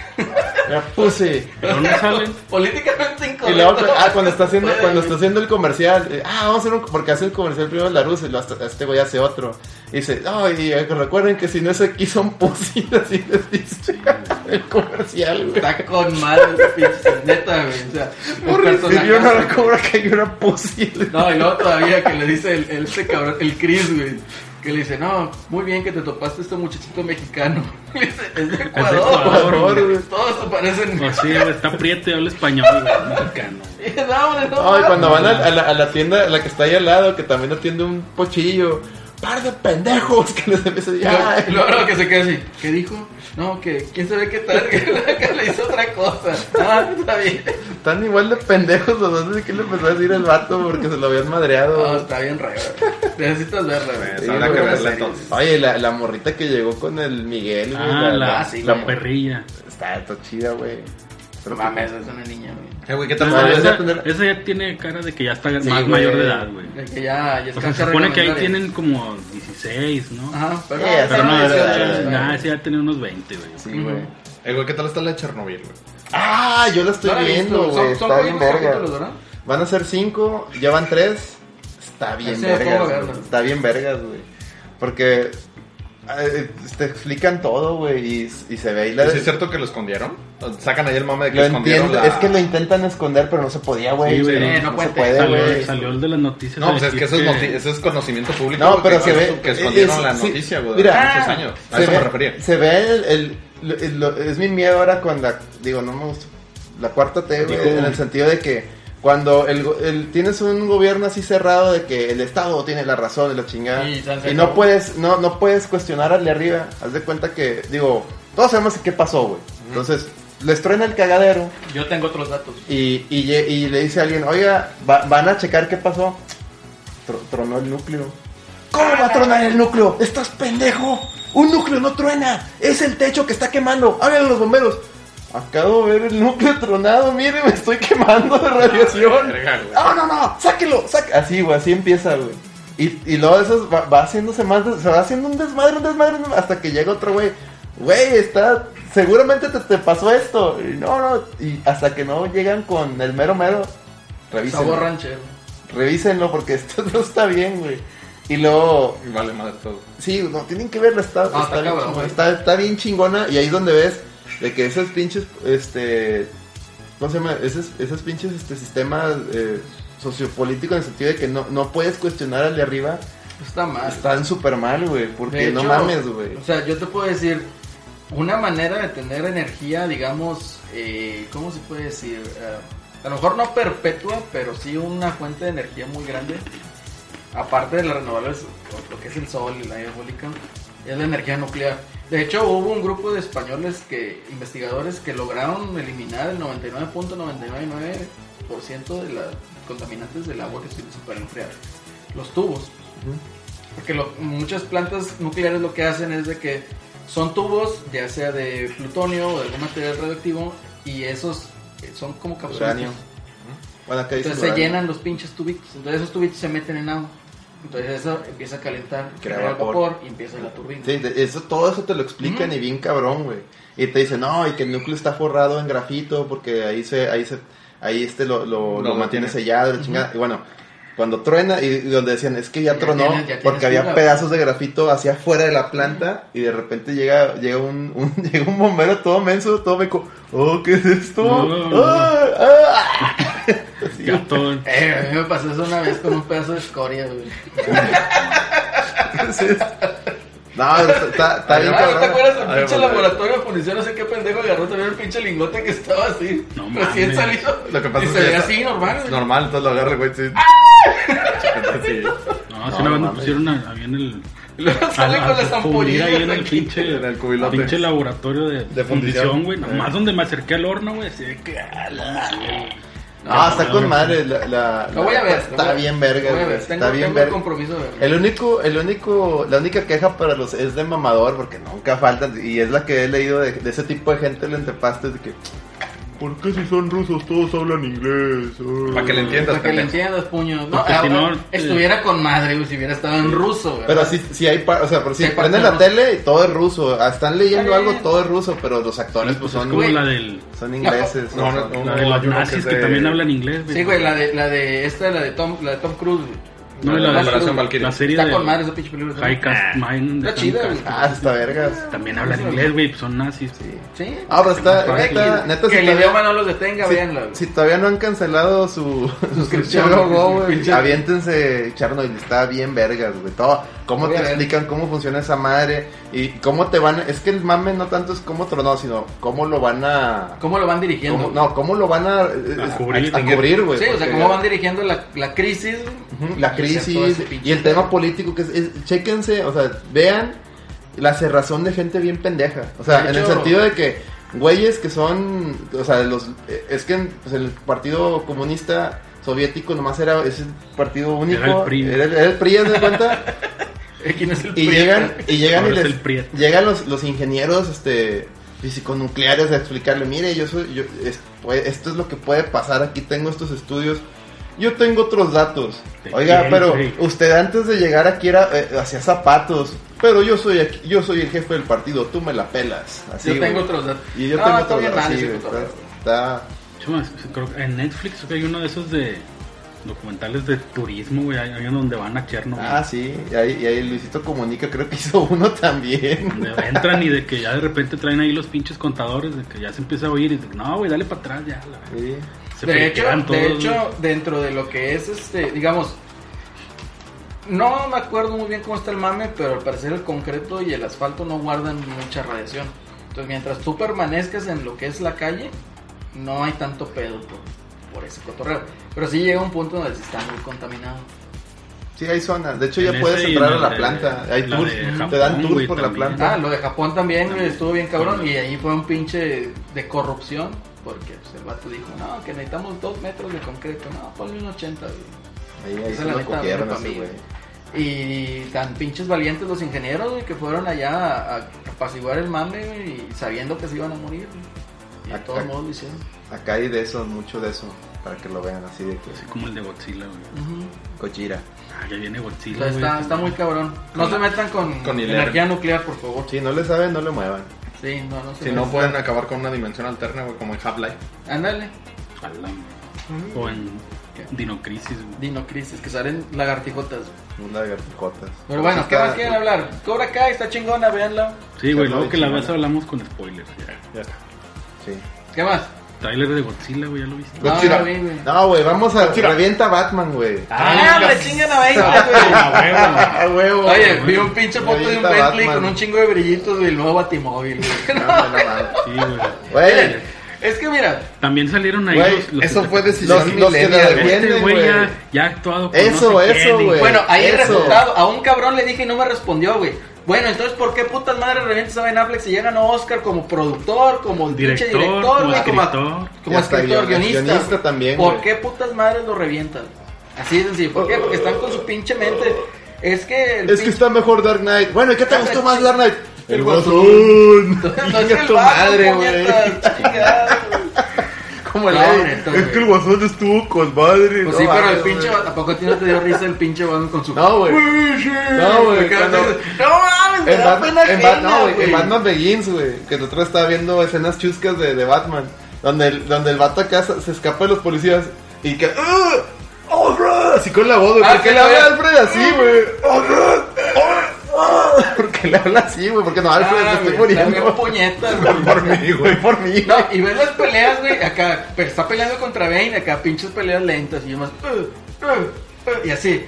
Ya puse. Pero [LAUGHS] no sale. Políticamente Y incorrecto. luego, ah, cuando está haciendo, cuando está haciendo el comercial, eh, ah, vamos a hacer un, porque hace el comercial primero la luz y luego hasta- este güey hace otro. Y dice, no, y eh, recuerden que si no es aquí son pussies, [LAUGHS] así les dice el comercial, güey. Está con madre, ese pinche, neta, güey. O sea, un Porque si personaje- yo no la cobra que hay una pussy. [LAUGHS] No, y luego todavía que le dice el, el- este cabrón, el Chris, güey. Que le dice, no, muy bien que te topaste este muchachito mexicano. [LAUGHS] Le dice, es de Ecuador. Ecuador. Ecuador, güey. Todos se parecen. Pues sí, güey, está prieto y habla español, güey, mexicano. [LAUGHS] Y vámonos, no Ay, mames. cuando van a, a la, a la tienda, a la que está ahí al lado, que también atiende un pochillo. ¡Par de pendejos! [LAUGHS] Que les empieza a decir, Y "Ay". Luego luego que se queda así, ¿qué dijo? No, que quién sabe qué tal, [LAUGHS] que le hizo otra cosa. Ah, está bien. Están igual de pendejos los dos. ¿Qué le empezó a decir el vato? Porque se lo habían No, madreado. está bien raro. Necesitas verla, Ah, güey. Pues, habrá Sí, que güey. verla entonces. Oye, la, la morrita que llegó con el Miguel, güey. Ah, la, sí, la güey. perrilla. Está, está chida, güey. No Pero mames, es una niña, güey. Eh, güey, ¿qué tal? Madre, Esa, sabes? ya Ah, esa- tener- esa ya tiene cara de que ya está Sí, más güey. mayor de edad, güey. De que ya, ya O está sea, Pues se supone que ahí tienen como 16, ¿no? Ajá, pero, Sí, ya Pero no, Ah, ese, sí, ese- sí, nah, no, ese ya tenía unos 20, güey. Sí, güey. Ujú. Eh, güey, ¿qué tal está la de Chernobyl, güey? Ah, yo la estoy No la he viendo, visto. güey. Son- son Está bien pocos verga. capítulos, ¿verdad? Van a ser cinco, ya van tres. Está bien Ese ya vergas. puedo güey. verlo. Está bien vergas, güey. Porque eh, te explican todo, güey. Y, y se ve ahí la. ¿Sí ¿Es cierto que lo escondieron? Sacan ahí el mame de que lo escondieron entiendo. la... Es que lo intentan esconder, pero no se podía, güey. Sí, güey, no, Eh, no se cuenta. puede, Salió, güey. salió el de las noticias. No, a pues es decir que eso, es, noti- eso es conocimiento público. No, güey, pero que se es- ve- Que escondieron es- la sí. noticia, güey, Mira, durante muchos ah, años. A se eso me ve, refería. se ve el, el- lo- el- lo- es mi miedo ahora con la digo no me gusta la cuarta T güey, Dijo- en el sentido de que cuando el, go- el- tienes un gobierno así cerrado de que el estado tiene la razón y la chingada Y y, se hace no como- puedes no no puedes cuestionar al de arriba haz de cuenta que digo todos sabemos qué pasó güey entonces les truena el cagadero Yo tengo otros datos. y, y, lle- y le dice a alguien, oiga, va- van a checar qué pasó. Tro- tronó el núcleo. ¿Cómo va a tronar el núcleo? ¡Estás pendejo! ¡Un núcleo no truena! ¡Es el techo que está quemando! ¡Háganlo los bomberos! Acabo de ver el núcleo tronado, mire, me estoy quemando de radiación. Verga, güey. ¡Ah, no, no! ¡Sáquelo! saque-". Así, güey, así empieza, güey. Y, y luego eso va, va haciéndose más, des- se va haciendo un desmadre, un desmadre, un desmadre, hasta que llega otro güey. Güey, está, seguramente te, te pasó esto. Y no, no, y hasta que no llegan con el mero mero, Sabor revísenlo. ranchero. Revísenlo porque [LAUGHS] esto no está bien, güey. Y luego, Y Vale, madre, todo. sí, no, tienen que verla, está, Ah, está, está bien cabrón, chingona, güey. está, está bien chingona. Y ahí es donde ves de que esos pinches, este, ¿cómo se llama? Esos, esos pinches este, sistemas eh, sociopolíticos en el sentido de que no, no puedes cuestionar al de arriba. Está mal. Están súper mal, güey, porque Ah, De no hecho, mames, güey. O sea, yo te puedo decir, una manera de tener energía, digamos, eh, ¿cómo se puede decir? Eh, a lo mejor no perpetua, pero sí una fuente de energía muy grande. Aparte de las renovables, lo que es el sol y la eólica, es la energía nuclear. De hecho, hubo un grupo de españoles que investigadores que lograron eliminar el 99.999% de las contaminantes del agua que se utiliza para enfriar los tubos. Porque lo- muchas plantas nucleares lo que hacen es de que son tubos, ya sea de plutonio o de algún material radioactivo, y esos eh, son como Uranio. capsulitas. Bueno, acá dice Entonces se uranio. llenan los pinches tubitos. Entonces esos tubitos se meten en agua. Entonces eso empieza a calentar, Crea genera vapor. vapor. y empieza la turbina. Sí, de- eso, todo eso te lo explican y bien cabrón, güey. Y te dicen, no, y que el núcleo está forrado en grafito porque ahí se, ahí se, ahí este lo, lo, Lo lo mantiene mantiene. sellado, la chingada. Y bueno, cuando truena, y, y donde decían, es que ya, Ya tronó tienes- ya porque tienes había fuga, güey. pedazos de grafito hacia afuera de la planta y de repente llega, llega un, un- [LAUGHS] llega un bombero todo menso, todo meco, oh, ¿qué es esto? No, no. Ah, ah". Así, güey. Ya todo. [LAUGHS] Eh, a mí me pasó eso una vez con un pedazo de escoria, güey. Entonces, no, está, está- está Ah, bien ¿no te cabrón. acuerdas del A ver, pinche volver. laboratorio de policía? No sé qué pendejo agarró también el pinche lingote que estaba así. No recién mames. salido. Lo que pasa y es se que ve ya- así, normal. güey. Normal, entonces lo agarra el güey. Sí. [LAUGHS] Sí. No, No, si una vez nos mames. pusieron a- ahí en el. Y luego sale a- con a las fundir ampollitas ahí en el aquí. pinche, en el cubilote. pinche laboratorio de, De fundición, fundición, güey. eh. Nomás donde me acerqué al horno, güey. Así de que. ah, la madre. Ah, está con madre. La, la- Lo voy a ver. lo Está voy a- bien lo verga, voy a güey, ver. Tengo, Está bien tengo el verga. compromiso de verlo. El único, el único, la única queja para los es de mamador, porque nunca faltan, y es la que he leído de, de ese tipo de gente del Entepastes, de que, ¿por qué si son rusos todos hablan inglés? Ah". Para que le entiendas, Para que le pendejo. entiendan los puños. No, Porque ah, si no, ah, estuviera con madre, güey, si hubiera estado en ruso, güey. Pero sí, sí hay, par- o sea, por si Sí hay prenden la parte rusa. tele, todo es ruso, Ah, están leyendo Está algo, bien. todo es ruso, pero los actores pues Pues es son, como güey. la del. son ingleses. No, son- no, La no. de los hay uno que nazis es que de- también hablan inglés, güey. Sí, güey, la de, la de esta, la de Tom, la de Tom Cruise, güey. No, y la, La de Operación la, Valkyrie. la serie Está de con madre esa pinche película. High Cast Mine de Está chida, Tom güey. Cruise. Ah, está vergas. También hablan inglés, güey, pues son nazis. Sí. Sí. Ah, pero está, Para neta, neta, que sí el está bien. idioma no los detenga, Si- véanla. güey. Si todavía no han cancelado su suscripción, Suscripción, Go Go, güey, pinche- aviéntense Chernobyl, está bien vergas, güey. Todo, cómo Voy te a ver. explican cómo funciona esa madre y cómo te van, es que el mame no tanto es cómo tronó, sino cómo lo van a ¿Cómo lo van dirigiendo? cómo- no, cómo lo van a, eh, A eh, cubrir. a cubrir, güey. sí, o sea, porque- cómo van dirigiendo la, la crisis. Ujú, la Y todo crisis ese pinche- y el [LAUGHS] tema político que es, es- chéquense, o sea, vean la cerrazón de gente bien pendeja. O sea, De en el hecho- sentido de que güeyes que son, o sea, los eh, es que en- pues, el Partido Comunista Soviético nomás era ese partido único, Era el PRI. era, era el PRI, haz de cuenta, ¿Quién es el y primer? llegan y llegan y Ahora es les, el PRI. llegan los, los ingenieros este físico-nucleares a explicarle, mire, yo soy, yo, es- pues, esto es lo que puede pasar, aquí tengo estos estudios, yo tengo otros datos. Te Oiga, quieren, pero güey. usted antes de llegar aquí era eh, hacía zapatos, pero yo soy aquí- yo soy el jefe del partido, tú me la pelas. Así, yo tengo güey. otros datos. Y yo no, tengo está otros bien datos. mal así, ese güey, cotorreo. está- Chumas, creo que en Netflix creo que hay uno de esos de documentales de turismo, güey. Hay hay uno donde van a Chernobyl. Ah, sí, y ahí, y ahí Luisito Comunica creo que [LAUGHS] hizo uno también. Donde entran y de que ya de repente traen ahí los pinches contadores, de que ya se empieza a oír y de que no, güey, dale para atrás ya. la verga". Sí. Se de hecho, pelean todos, de güey. hecho, dentro de lo que es este, digamos, no me acuerdo muy bien cómo está el mame, pero al parecer el concreto y el asfalto no guardan mucha radiación. Entonces, mientras tú permanezcas en lo que es la calle, no hay tanto pedo por, por ese cotorreo. Pero sí llega un punto donde sí está muy contaminado. Sí, hay zonas. De hecho, ya En puedes ese y entrar en a la el de- planta. Hay la tours. de te Japón, dan tours güey, por la también. planta. Ah, lo de Japón también, güey, estuvo bien cabrón También. y ahí fue un pinche de corrupción porque pues, el vato dijo, no, que necesitamos dos metros de concreto, no, ponle un 80. güey". Ahí, ahí Esa se la lo neta, copiaron para ese mí. güey. Y tan pinches valientes los ingenieros güey, que fueron allá a, a apaciguar el mame güey, y sabiendo que se iban a morir. güey. Y Ac- de todos ac- modos lo hicieron. Acá hay de eso, mucho de eso. Para que lo vean así de que. Así como el de Godzilla, güey. Ujú. Cochira. Ah, ya viene Godzilla, Entonces, está, güey. pues, está muy cabrón. No se metan con, con hiler. energía nuclear, por favor. Si no le saben, no le muevan. Sí, no, no se Si no metan. pueden acabar con una dimensión alterna, güey, como en Half-Life. Ándale, A la madre. O en ¿Qué? Dinocrisis, güey. dinocrisis, que salen lagartijotas. güey. Un lagartijotas. Pero bueno, Sí ¿qué está- más quieren hablar? Cobra Kai está chingona, véanla. Sí, güey, Chernobyl, luego que la chingona. vez hablamos con spoilers. ya. Ya está. Sí. ¿Qué más? Trailer de Godzilla, güey, ya lo viste. No, Godzilla. no, güey, güey. No, güey, vamos a. Tira. Revienta a Batman, güey. Ah, hombre, chingan a 20, Ah, güey. güey, güey. Ah, huevo. Oye, güey. vi un pinche foto de un Ahorita Bentley Batman. con un chingo de brillitos del nuevo Batimóvil, güey. [LAUGHS] No, no, no, no. Sí, güey. Güey, Es que mira, También salieron ahí Güey, los, los eso fue decisión los, los que la millennial, güey. Este defienden, güey güey. ya, ya ha actuado con Eso, no sé eso, quién y- güey. Bueno, ahí el eso. resultado. A un cabrón le dije y no me respondió, güey. Bueno, entonces, ¿por qué putas madres revientas a Ben Affleck si ya ganó Oscar como productor, como el pinche Director, director, como güey, como, escritor. como Y hasta escritor, guion- guionista? guionista también, ¿Por güey. qué putas madres lo revientan? Así es sencillo. ¿Por qué? Porque están con su pinche mente. Es que. el Es que pinche- está mejor Dark Knight. Bueno, ¿y qué te gustó más Dark Knight? El [LAUGHS] [LAUGHS] guasón. No es que Chinga el tu madre, güey. madre, güey. [LAUGHS] Como el No, Eddie. neta, Es güey. que el guasón estuvo con madre. Pues No sí, pero mames, el pinche. güey. ¿A poco tiene te dio risa el pinche Batman con su. No, güey. No, güey, Me cago en- cuando- No mames, me En da Batman, pena en Bat- no, ajena, güey, en güey. Batman Begins, güey. Que el otro día estaba viendo escenas chuscas de, de Batman. Donde el, donde el vato acá se se escapa de los policías. Y que. ¡Ah! ¡Alfred! Así con la voz, güey. Ah, ¿Por qué sí, le habla a güey. Alfred así, güey? [LAUGHS] ¡Alfred! ¡Ah! ¿Por qué le habla así, güey? Porque no, Alfred, me Ah, estoy güey, está bien muriendo. puñetas, güey. Por mí, güey, por mí. No, y ves las peleas, güey, acá, pero está peleando contra Bane, acá pinches peleas lentas y yo más "Uh, uh, uh", y así.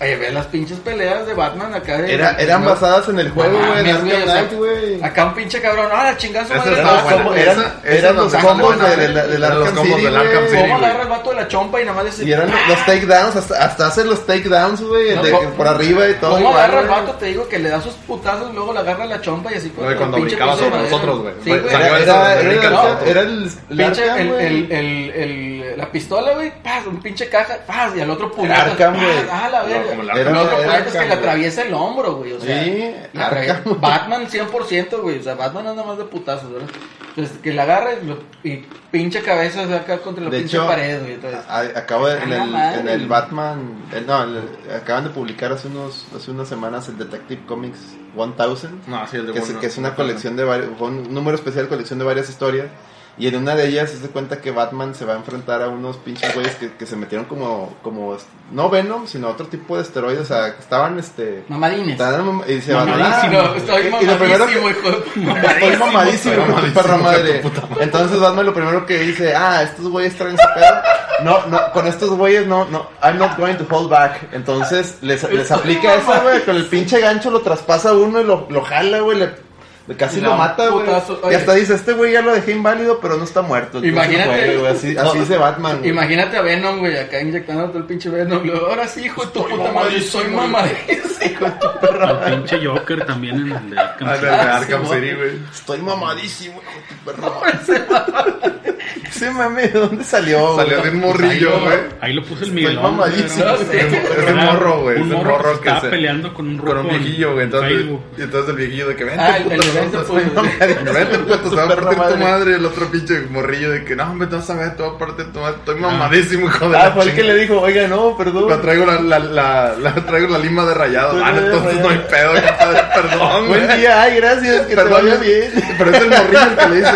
Oye, ves las pinches peleas de Batman acá de- Era, eran no, basadas en el juego, no güey, en mames, Arkham o sea, Knight, güey. Acá un pinche cabrón, ah, la chingada su Esa madre. era ah, la buena, ¿cómo- esa- era- eran- eran los esa no combos buena, de- güey. de- del Eran los Arkham combos City, del Arkham güey. City, ¿Cómo le güey. agarra el vato de la chompa y nada más dice, "Ah, Y eran los- los takedowns, hasta, hasta hacen los takedowns, güey, No, de- ¿cómo- por arriba y todo. ¿Cómo igual, agarra el güey. vato? Te digo que le da sus putazos, luego le agarra la chompa y así. con Güey, el cuando pinche brincaba piso de sobre madera. nosotros, güey. Sí, Güey, güey. salió Era, eso era, de era, Rick and era- Morty. era el, el Pinche, Arkham, el, güey. el, el, el- la pistola, güey, paz, un pinche caja, paz, y al otro El puñetazo, Arkham, güey. Ah, la verga. No, como el el, Arkham. otro Era puñetazo que Arkham, le güey. atraviesa el hombro, güey, o sea. Sí, le atraviesa- Arkham. Batman 100%, güey, o sea, Batman anda más de putazos, ¿verdad? Entonces, que la agarra y, lo- y pinche cabeza saca contra la De pinche hecho, pared, güey, entonces. A- acabo de- en, Ah, el, madre. en el Batman, eh, no, en el- acaban de publicar hace unos hace unas semanas el Detective Comics 1000. No, sí, el de que, es, Warner. que es una colección de varios, fue un número especial colección de varias historias. Y en una de ellas se hace cuenta que Batman se va a enfrentar a unos pinches güeyes que, que se metieron como, como, est- no Venom, sino otro tipo de esteroides. O sea, que estaban, este, Mamadines. estaban y se van Ah, no, estoy Y- y lo primero que- mamadísimo, hijo de Estoy mamadísimo, hijo Estoy de tu mamadísimo, perra hijo de madre. tu puta Entonces Batman lo primero que dice, ah, estos güeyes traen su pedo. No, no, con estos güeyes no, no, I'm not going to hold back. Entonces les, les aplica eso, güey, con el pinche gancho lo traspasa uno y lo, lo jala, güey, le- le- casi Y la lo mata, güey. putazo, Y oye. hasta dice, este güey ya lo dejé inválido, pero no está muerto. Entonces, Imagínate. güey, güey, así, así dice Batman. güey. Imagínate a Venom, güey, acá inyectando todo el pinche Venom. luego, Ahora sí, hijo de tu puta madre, soy [LAUGHS] mamadísimo. El pinche Joker también en el de Arkham Ah, City. de Arkham sí, City, güey. Estoy mamadísimo, hijo de tu perra madre. [LAUGHS] Ese mame, ¿de dónde salió? güey? Salió de Ahí un lo- morrillo, güey. Ahí lo puso el Estoy Miguelón. mamadísimo. güey, Sí. era- Es un era morro, güey. Un Es un morro que que estaba se... peleando con un Con rojo. un viejillo, güey. en Entonces, Facebook. y entonces el viejillo de que vente, Ah, el- puto, el te vas evento a- [LAUGHS] fue- Vete, puto, te va a pues. Perra partir tu madre. madre. El otro pinche morrillo de que no, hombre, te vas a ver, te va a partir tu madre. Estoy mamadísimo, hijo de Ah, la fue el que chingada. le dijo, oiga, no, perdón. La traigo la, la, la, la, traigo la lima de rayado. Traigo Ah, la de entonces no hay rayado. pedo, compadre. Perdón, güey. Buen día, ay, gracias, que te Perdón, vaya bien. Pero es el morrillo el que le dice,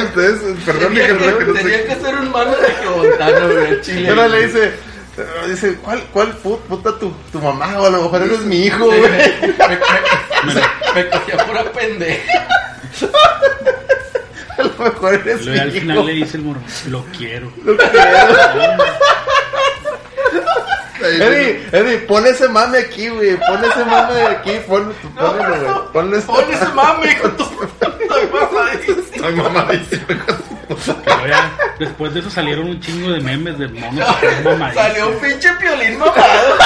[LAUGHS] ustedes, perdone Tenía que que, no tenía sé que ser un mano de Giovantano, güey, al Y chile. ahora le dice, eh, dice, ¿cuál, cuál pu- puta tu, tu mamá? O a lo mejor eres mi hijo, Sí, güey. güey. [LAUGHS] me, me, me cogía pura [LAUGHS] pendeja. A lo mejor eres Luego al mi hijo. final le dice el morro, lo quiero. Eddie, Eddie, pon ese mame aquí, güey. Pon ese mame de aquí, pon, ponlo, güey. Ponlo este- Pon ese mame, hijo de tu puta madre. Estoy mamadísimo. Pero ya, después de eso salieron un chingo de memes de monos que están mamadísimos. Salió un pinche piolín mamado.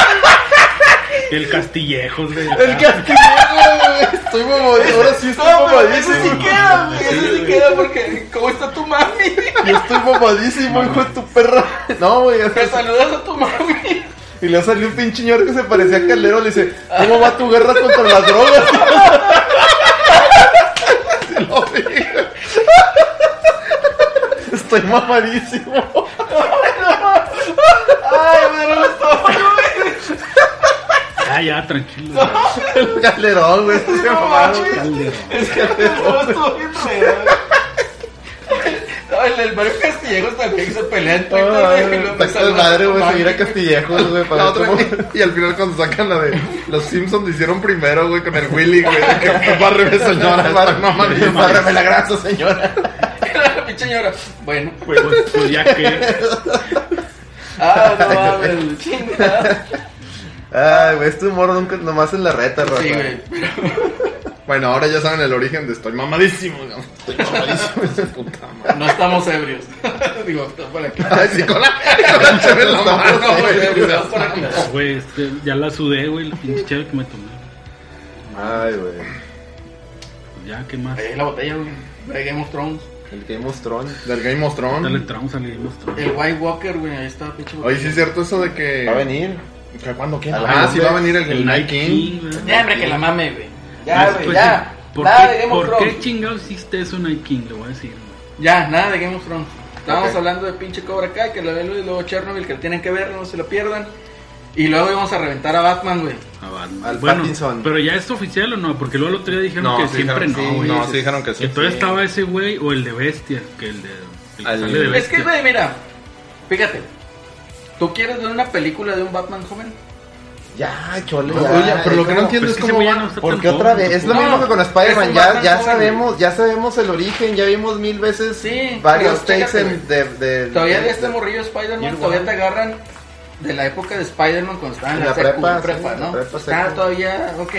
El Castillejos, güey. El acá. castillo, güey. Estoy mamadísimo. Ahora sí estoy No, pero eso sí mamadísimo. queda, güey. Eso sí queda porque, ¿cómo está tu [LAUGHS] mami? Yo estoy mamadísimo, hijo de tu perra. No, güey. hasta- Me saludas a tu mami. Y le salió un pinche ñor que se parecía a Calero. Le dice, ¿cómo va tu guerra contra las drogas? [LAUGHS] Se lo vi. Estoy mamadísimo. Ay, me duele el estómago, güey. Ya, Ah, ya, tranquilo. güey. El Calderón, güey. Se No mamaron. manches. Calderón. Es que no estuvo bien feo. No, el del Mario Castillejos también se pelea en Twitter. güey, y luego Está saluda de madre, a tu güey. mami. Seguir a Castillejos, güey. Para La ver otra, cómo- y, y al final cuando sacan la de los Simpsons lo hicieron primero, güey, con el [LAUGHS] Willy, güey, de que bárreme señora, bárreme Bárrame la grasa, señora. Era [LAUGHS] la pinche ti, señora. Bueno. Pues, pues, pues ya que. Ah, no mames, chingada. Ay, güey, este humor nunca, nomás en la reta, Rafa. Sí, güey. Bueno, ahora ya saben el origen de estoy mamadísimo. ¿no? Estoy mamadísimo, [LAUGHS] esa puta madre. No estamos ebrios. [LAUGHS] Digo, está por aquí. Ah, Ay, sí, con la, con la cheve en la mano, No, güey. güey, está por aquí. Güey, este, ya la sudé, güey, la pinche chévere que me tomé. Ay, güey. Ya, ¿qué más? Ahí hay la botella, güey. De Game of Thrones. El Game of Thrones. Del Game of Dale Thrones. tramos al Game of Thrones. El White Walker, güey. Ahí está, pinche Oye, sí es cierto eso de que. Va a venir. ¿Que ¿Cuándo qué? A la Ah, madre. sí va a venir el, el Night King. güey. Ya, hombre, que la mame, güey. Ya, Ah, güey, pues, ya. ¿Por, Nada de qué, Game of ¿por qué Thrones. chingado hiciste eso, Night King? Le voy a decir, güey. Ya, nada de Game of Thrones. Estábamos Ok. hablando de pinche Cobra Kai, que la ven y luego Chernobyl, que lo tienen que ver, no se lo pierdan. Y luego íbamos a reventar a Batman, güey. A Batman. Al Pattinson. Pero ya es oficial o no? Porque luego el otro día dijeron No, que sí siempre dijeron que no, sí. güey. No, sí dijeron que que sí. todavía estaba ese güey o el de Bestia, que el de. El que Al- sale de Es Bestia. que, güey, mira. Fíjate. ¿Tú quieres ver una película de un Batman joven? Ya, chole. ya. Oye, pero lo que no ¿Cómo? entiendo Pues es es que ese cómo güey ya van- no está tan Porque otra joven, vez, es güey. lo No, mismo que con es Spider-Man, un ya, Batman ya joven. sabemos, ya sabemos el origen, ya vimos mil veces Sí, varios pero chécate, takes en- de, de- Todavía de- de este morrillo Y Spider-Man, el todavía te Guasón. agarran de la época de Spider-Man cuando estaba en En la, la secu, prepa, prepa, sí, ¿no? la prepa, Está secu. todavía, ok.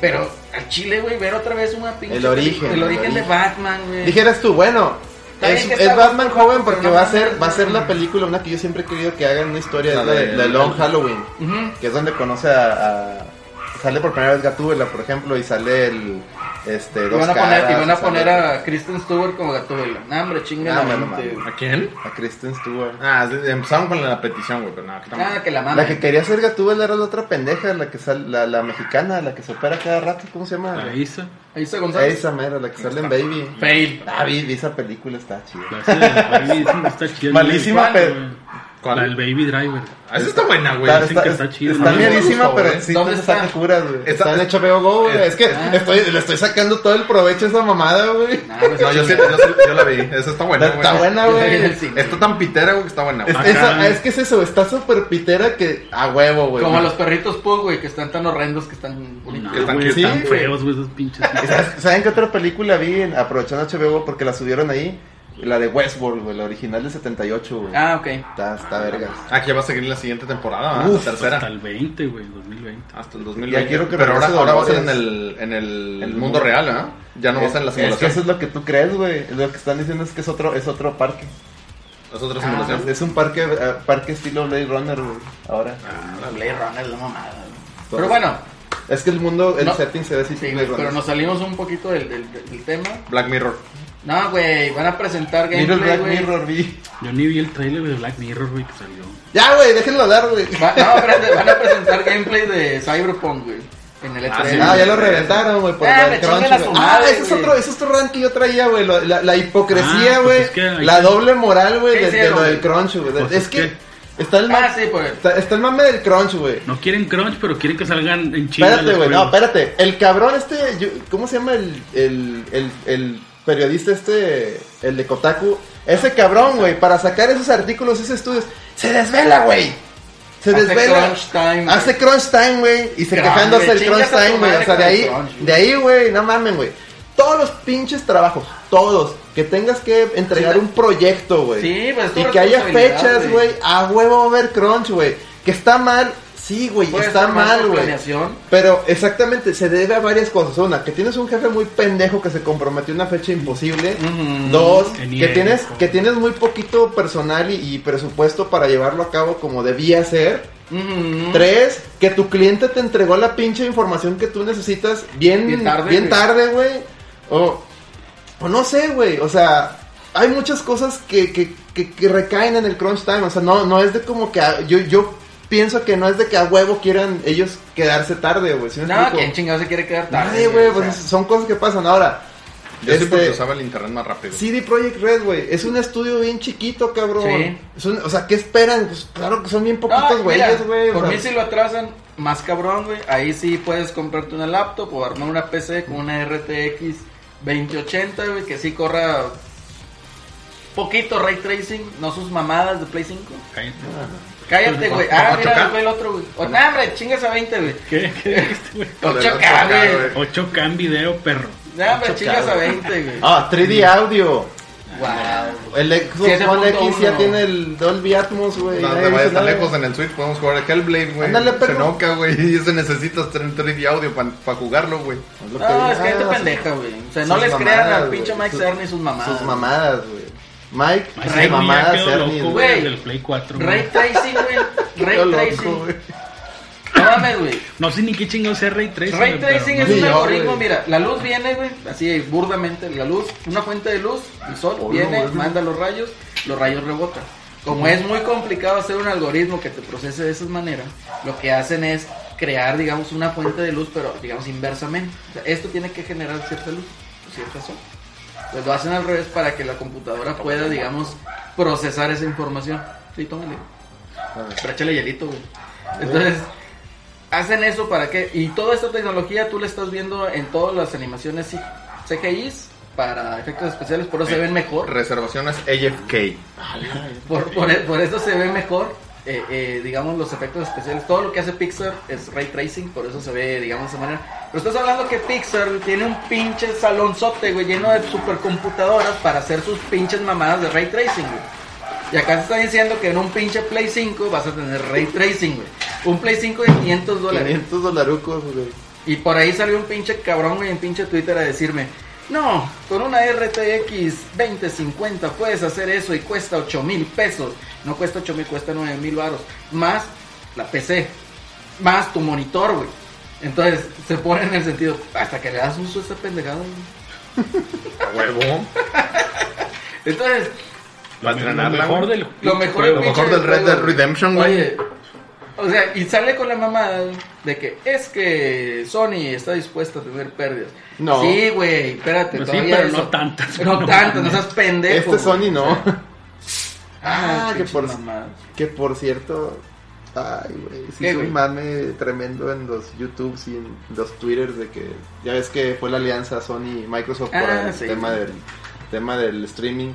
Pero al chile, güey, ver otra vez una pinche. El origen, El el origen de origen. Batman, güey. Dijeras tú, bueno, Está bien es, que es está Batman guapo, joven pero porque no va a mames, ser va a ser güey. la película una que yo siempre he querido que hagan una historia La la de, de- la Long Halloween, Ujú. que es donde conoce a, a- sale por primera vez Gatúbela, por ejemplo, y sale el este Y dos van a poner, y caras, van a, sale- poner a Kristen Stewart como Gatúbela. No, hombre, chinga Ah, la bueno, mente, mames. güey. ¿A quién? a Kristen Stewart. Ah, sí, empezaron con la petición, güey, pero nada, Ah, que Nada, que la mame. La que quería ser Gatúbela era la otra pendeja, la que sal- la, la mexicana, la que se opera cada rato, ¿cómo se llama? La Isa. Ahí está González. Esa mera, la que sale en Baby. Fail. Ah, vi, vi esa película, está chida. La Isa de Baby Driver, está chida. Malísima, ¿Cuál, pero- güey? ¿Cuál? La del Baby Driver. Ah, esa está buena, güey. Claro, dicen está, que está es- chida, está ¿no? miedísima, Por pero favor, sí ¿dónde te saca está? curas, güey. Está- Está, en HBO Go, güey. Eh, Es que ah. estoy, le estoy sacando todo el provecho a esa mamada, güey. Nah, hombre, No, yo sí, yo sí- yo la vi. Esa está buena, güey. está buena, Yo salí güey. del Es, cine. Está tan pitera, güey, que está buena, güey. Ah, esa- Acá. es que es eso, está súper pitera que a huevo, güey. Como los perritos Pug, güey, que están tan horrendos que están No, bonitos. Que están- güey, que sí, están güey. feos, güey, esos pinches. ¿Sabes- ¿Saben qué otra película vi en- aprovechando HBO porque la subieron ahí? La de Westworld, güey, la original de 78, güey. Ah, ok. Está, está vergas. Aquí va a seguir la siguiente temporada, ¿ah? Uf, la Hasta tercera. el 20, güey, 2020. Hasta el 2020. Ya quiero que Pero ahora, regrese ahora va a ser Dolores. en el, en el, El mundo mundo. real, ¿ah? Ya no va a ser en la Es- es que simulación. eso es lo que tú crees, güey. Lo que están diciendo es que es otro, es otro parque. Es otra Es, simulación. es un parque, eh, parque estilo Blade Runner, güey. Ahora. La Ah, Blade Runner es la mamada, güey. Pero bueno, Es que el mundo, el No. setting se ve así. sí, Pues, Blade güey, Runner. pero nos salimos un poquito del, del, del tema. Black Mirror. No, güey, van a presentar Mira el gameplay, Black güey. Mirror, vi. Yo ni vi el trailer de Black Mirror, güey, que salió. Ya, güey, déjenlo hablar, [LAUGHS] güey. Va- no, espérate, van a presentar gameplay de Cyberpunk, güey. En el E E3. Ah, sí, Ah, ya lo reventaron, güey, por Ah, la me crunch, chingan a güey. su Ah, madre, ese es güey. otro, ese es otro rant que yo traía, güey. lo- La, la Ah, hipocresía, pues güey. es que ahí la te- doble moral, güey, ¿Qué de, de hicieron, lo del güey? crunch, güey. Pues es, es que, que- está el Ah, ma- sí, pues. está, está el mame del crunch, güey. No quieren crunch, pero quieren que salgan en China. Espérate, güey, no, espérate. El cabrón este, yo- ¿cómo se llama el, el, el, el periodista este, el de Kotaku? Ese cabrón, güey, para sacar esos artículos, esos estudios, se desvela, güey. Se Hace desvela. crunch time, güey. Hace crunch time, güey. Y se Grande, quejándose del chingas crunch a tu time, güey. madre O con sea, de el ahí, crunch, güey. de ahí, güey, no mamen, güey. Todos los pinches trabajos, todos, que tengas que entregar Sí, un proyecto, güey. Sí, pues, es tu Y que haya responsabilidad, fechas, güey. güey. A huevo va a haber crunch, güey. Que está mal, sí, güey, Puede está ser más mal, por güey. planeación. Pero exactamente, se debe a varias cosas. Una, que tienes un jefe muy pendejo que se comprometió a una fecha imposible. Ujú. Dos, Que ni que él, tienes, ¿cómo? que tienes muy poquito personal y, y presupuesto para llevarlo a cabo como debía ser. Ujú. Tres, que tu cliente te entregó la pinche información que tú necesitas bien, Bien bien tarde, tarde, güey. güey. O, o no sé, güey. O sea, hay muchas cosas que, que- que- que recaen en el crunch time. O sea, no, no es de como que a- yo, yo pienso que no es de que a huevo quieran ellos quedarse tarde, güey. ¿Sí me No, explico? ¿quién chingado se quiere quedar tarde? Nadie, güey. O Pues sea, son cosas que pasan. Ahora, Yo sí porque Este- usaba el internet más rápido. CD Projekt Red, güey, es un estudio bien chiquito, cabrón. Sí. Es un- o sea, ¿qué esperan? Pues claro que son bien No, poquitos mira, güeyes, güey. o Por sea, mí si lo atrasan, más cabrón, güey. Ahí sí puedes comprarte una laptop o armar una PC con una RTX 2080, güey, que sí corra poquito ray tracing, no sus mamadas de Play 5. Cállate, güey. Ah, ¿Ocho K? mira, fue el otro, güey. O- No, hombre, chingas a 20, güey. ¿Qué? ¿Qué dijiste, güey? Joder, 8K, 8K, güey. güey. 8K en video, perro. No, hombre, Ocho K, chingas a güey. 20, güey. Ah, 3D Ah, Audio. Wow. El Xbox One X ya 7.1. tiene el Dolby Atmos, güey. No nadie te vayas dice tan nada. lejos en el Switch, podemos jugar a Hellblade, güey. Ándale, perro. Xenoca, güey. [LAUGHS] Y eso necesitas tener 3D audio para jugarlo, güey. Es lo que No, digo. es que este gente Ah, pendeja, güey. O sea, Sus no les mamadas, crean al güey. pinche Mike Sus- Cerny y sus mamadas. Sus mamadas, güey. Mike, Ay, sus Ray ya mamadas, quedó Ernie, loco, güey. güey, güey. del Play 4. güey. Ray Tracy, [LAUGHS] güey. Quedó Ray loco, Tracy. güey. No mames, güey. No sé ni qué chingados sea Ray Tracing. Ray güey, pero Tracing no es Ni un yo, algoritmo, güey. mira, la luz viene, güey, así burdamente, la luz, una fuente de luz, el sol Hola, viene, güey. manda los rayos, los rayos rebotan. Como es muy complicado hacer un algoritmo que te procese de esas maneras, lo que hacen es crear, digamos, una fuente de luz, pero digamos inversamente. O sea, esto tiene que generar cierta luz, o cierta sol. Pues lo hacen al revés para que la computadora pueda, digamos, procesar esa información. Sí, tómale. Pero échale hielito, güey. Entonces, hacen eso para que. Y toda esta tecnología tú la estás viendo en todas las animaciones sí, CGIs para efectos especiales, por eso se ven mejor. Reservaciones AFK. [LAUGHS] Por, por, por eso se ve mejor, eh, eh, digamos, los efectos especiales. Todo lo que hace Pixar es ray tracing, por eso se ve, digamos, de esa manera. Pero estás hablando que Pixar tiene un pinche salonzote, güey, lleno de supercomputadoras para hacer sus pinches mamadas de ray tracing, güey. Y acá se está diciendo que en un pinche Play 5 vas a tener ray tracing, güey. Un Play 5 de 500 dólares. 500 dolarucos, güey. Y por ahí salió un pinche cabrón güey, en pinche Twitter a decirme, no, con una RTX 2050 puedes hacer eso y cuesta 8 mil pesos. No cuesta 8 mil, cuesta 9 mil varos. Más la PC, más tu monitor, güey. Entonces se pone en el sentido, hasta que le das uso a esa pendejada. güey. A huevo. Entonces, Va a Lo entrenarla, mejor güey. del. lo mejor, Lo pinche mejor del Red juego, Dead Redemption, güey. Oye, o sea, y sale con la mamada de que es que Sony está dispuesta a tener pérdidas. No. Sí, güey, espérate. Pues sí, todavía pero eso. no tantas. No tanto, no seas pendejo. Este güey. [LAUGHS] Sony no. Ah, Ah, que que por- mamada. Que por cierto, ay, güey, sí ¿Qué, hizo güey? un mame tremendo en los YouTubes y en los Twitters de que ya ves que fue la alianza Sony y Microsoft por Ah, el sí. tema del tema del streaming.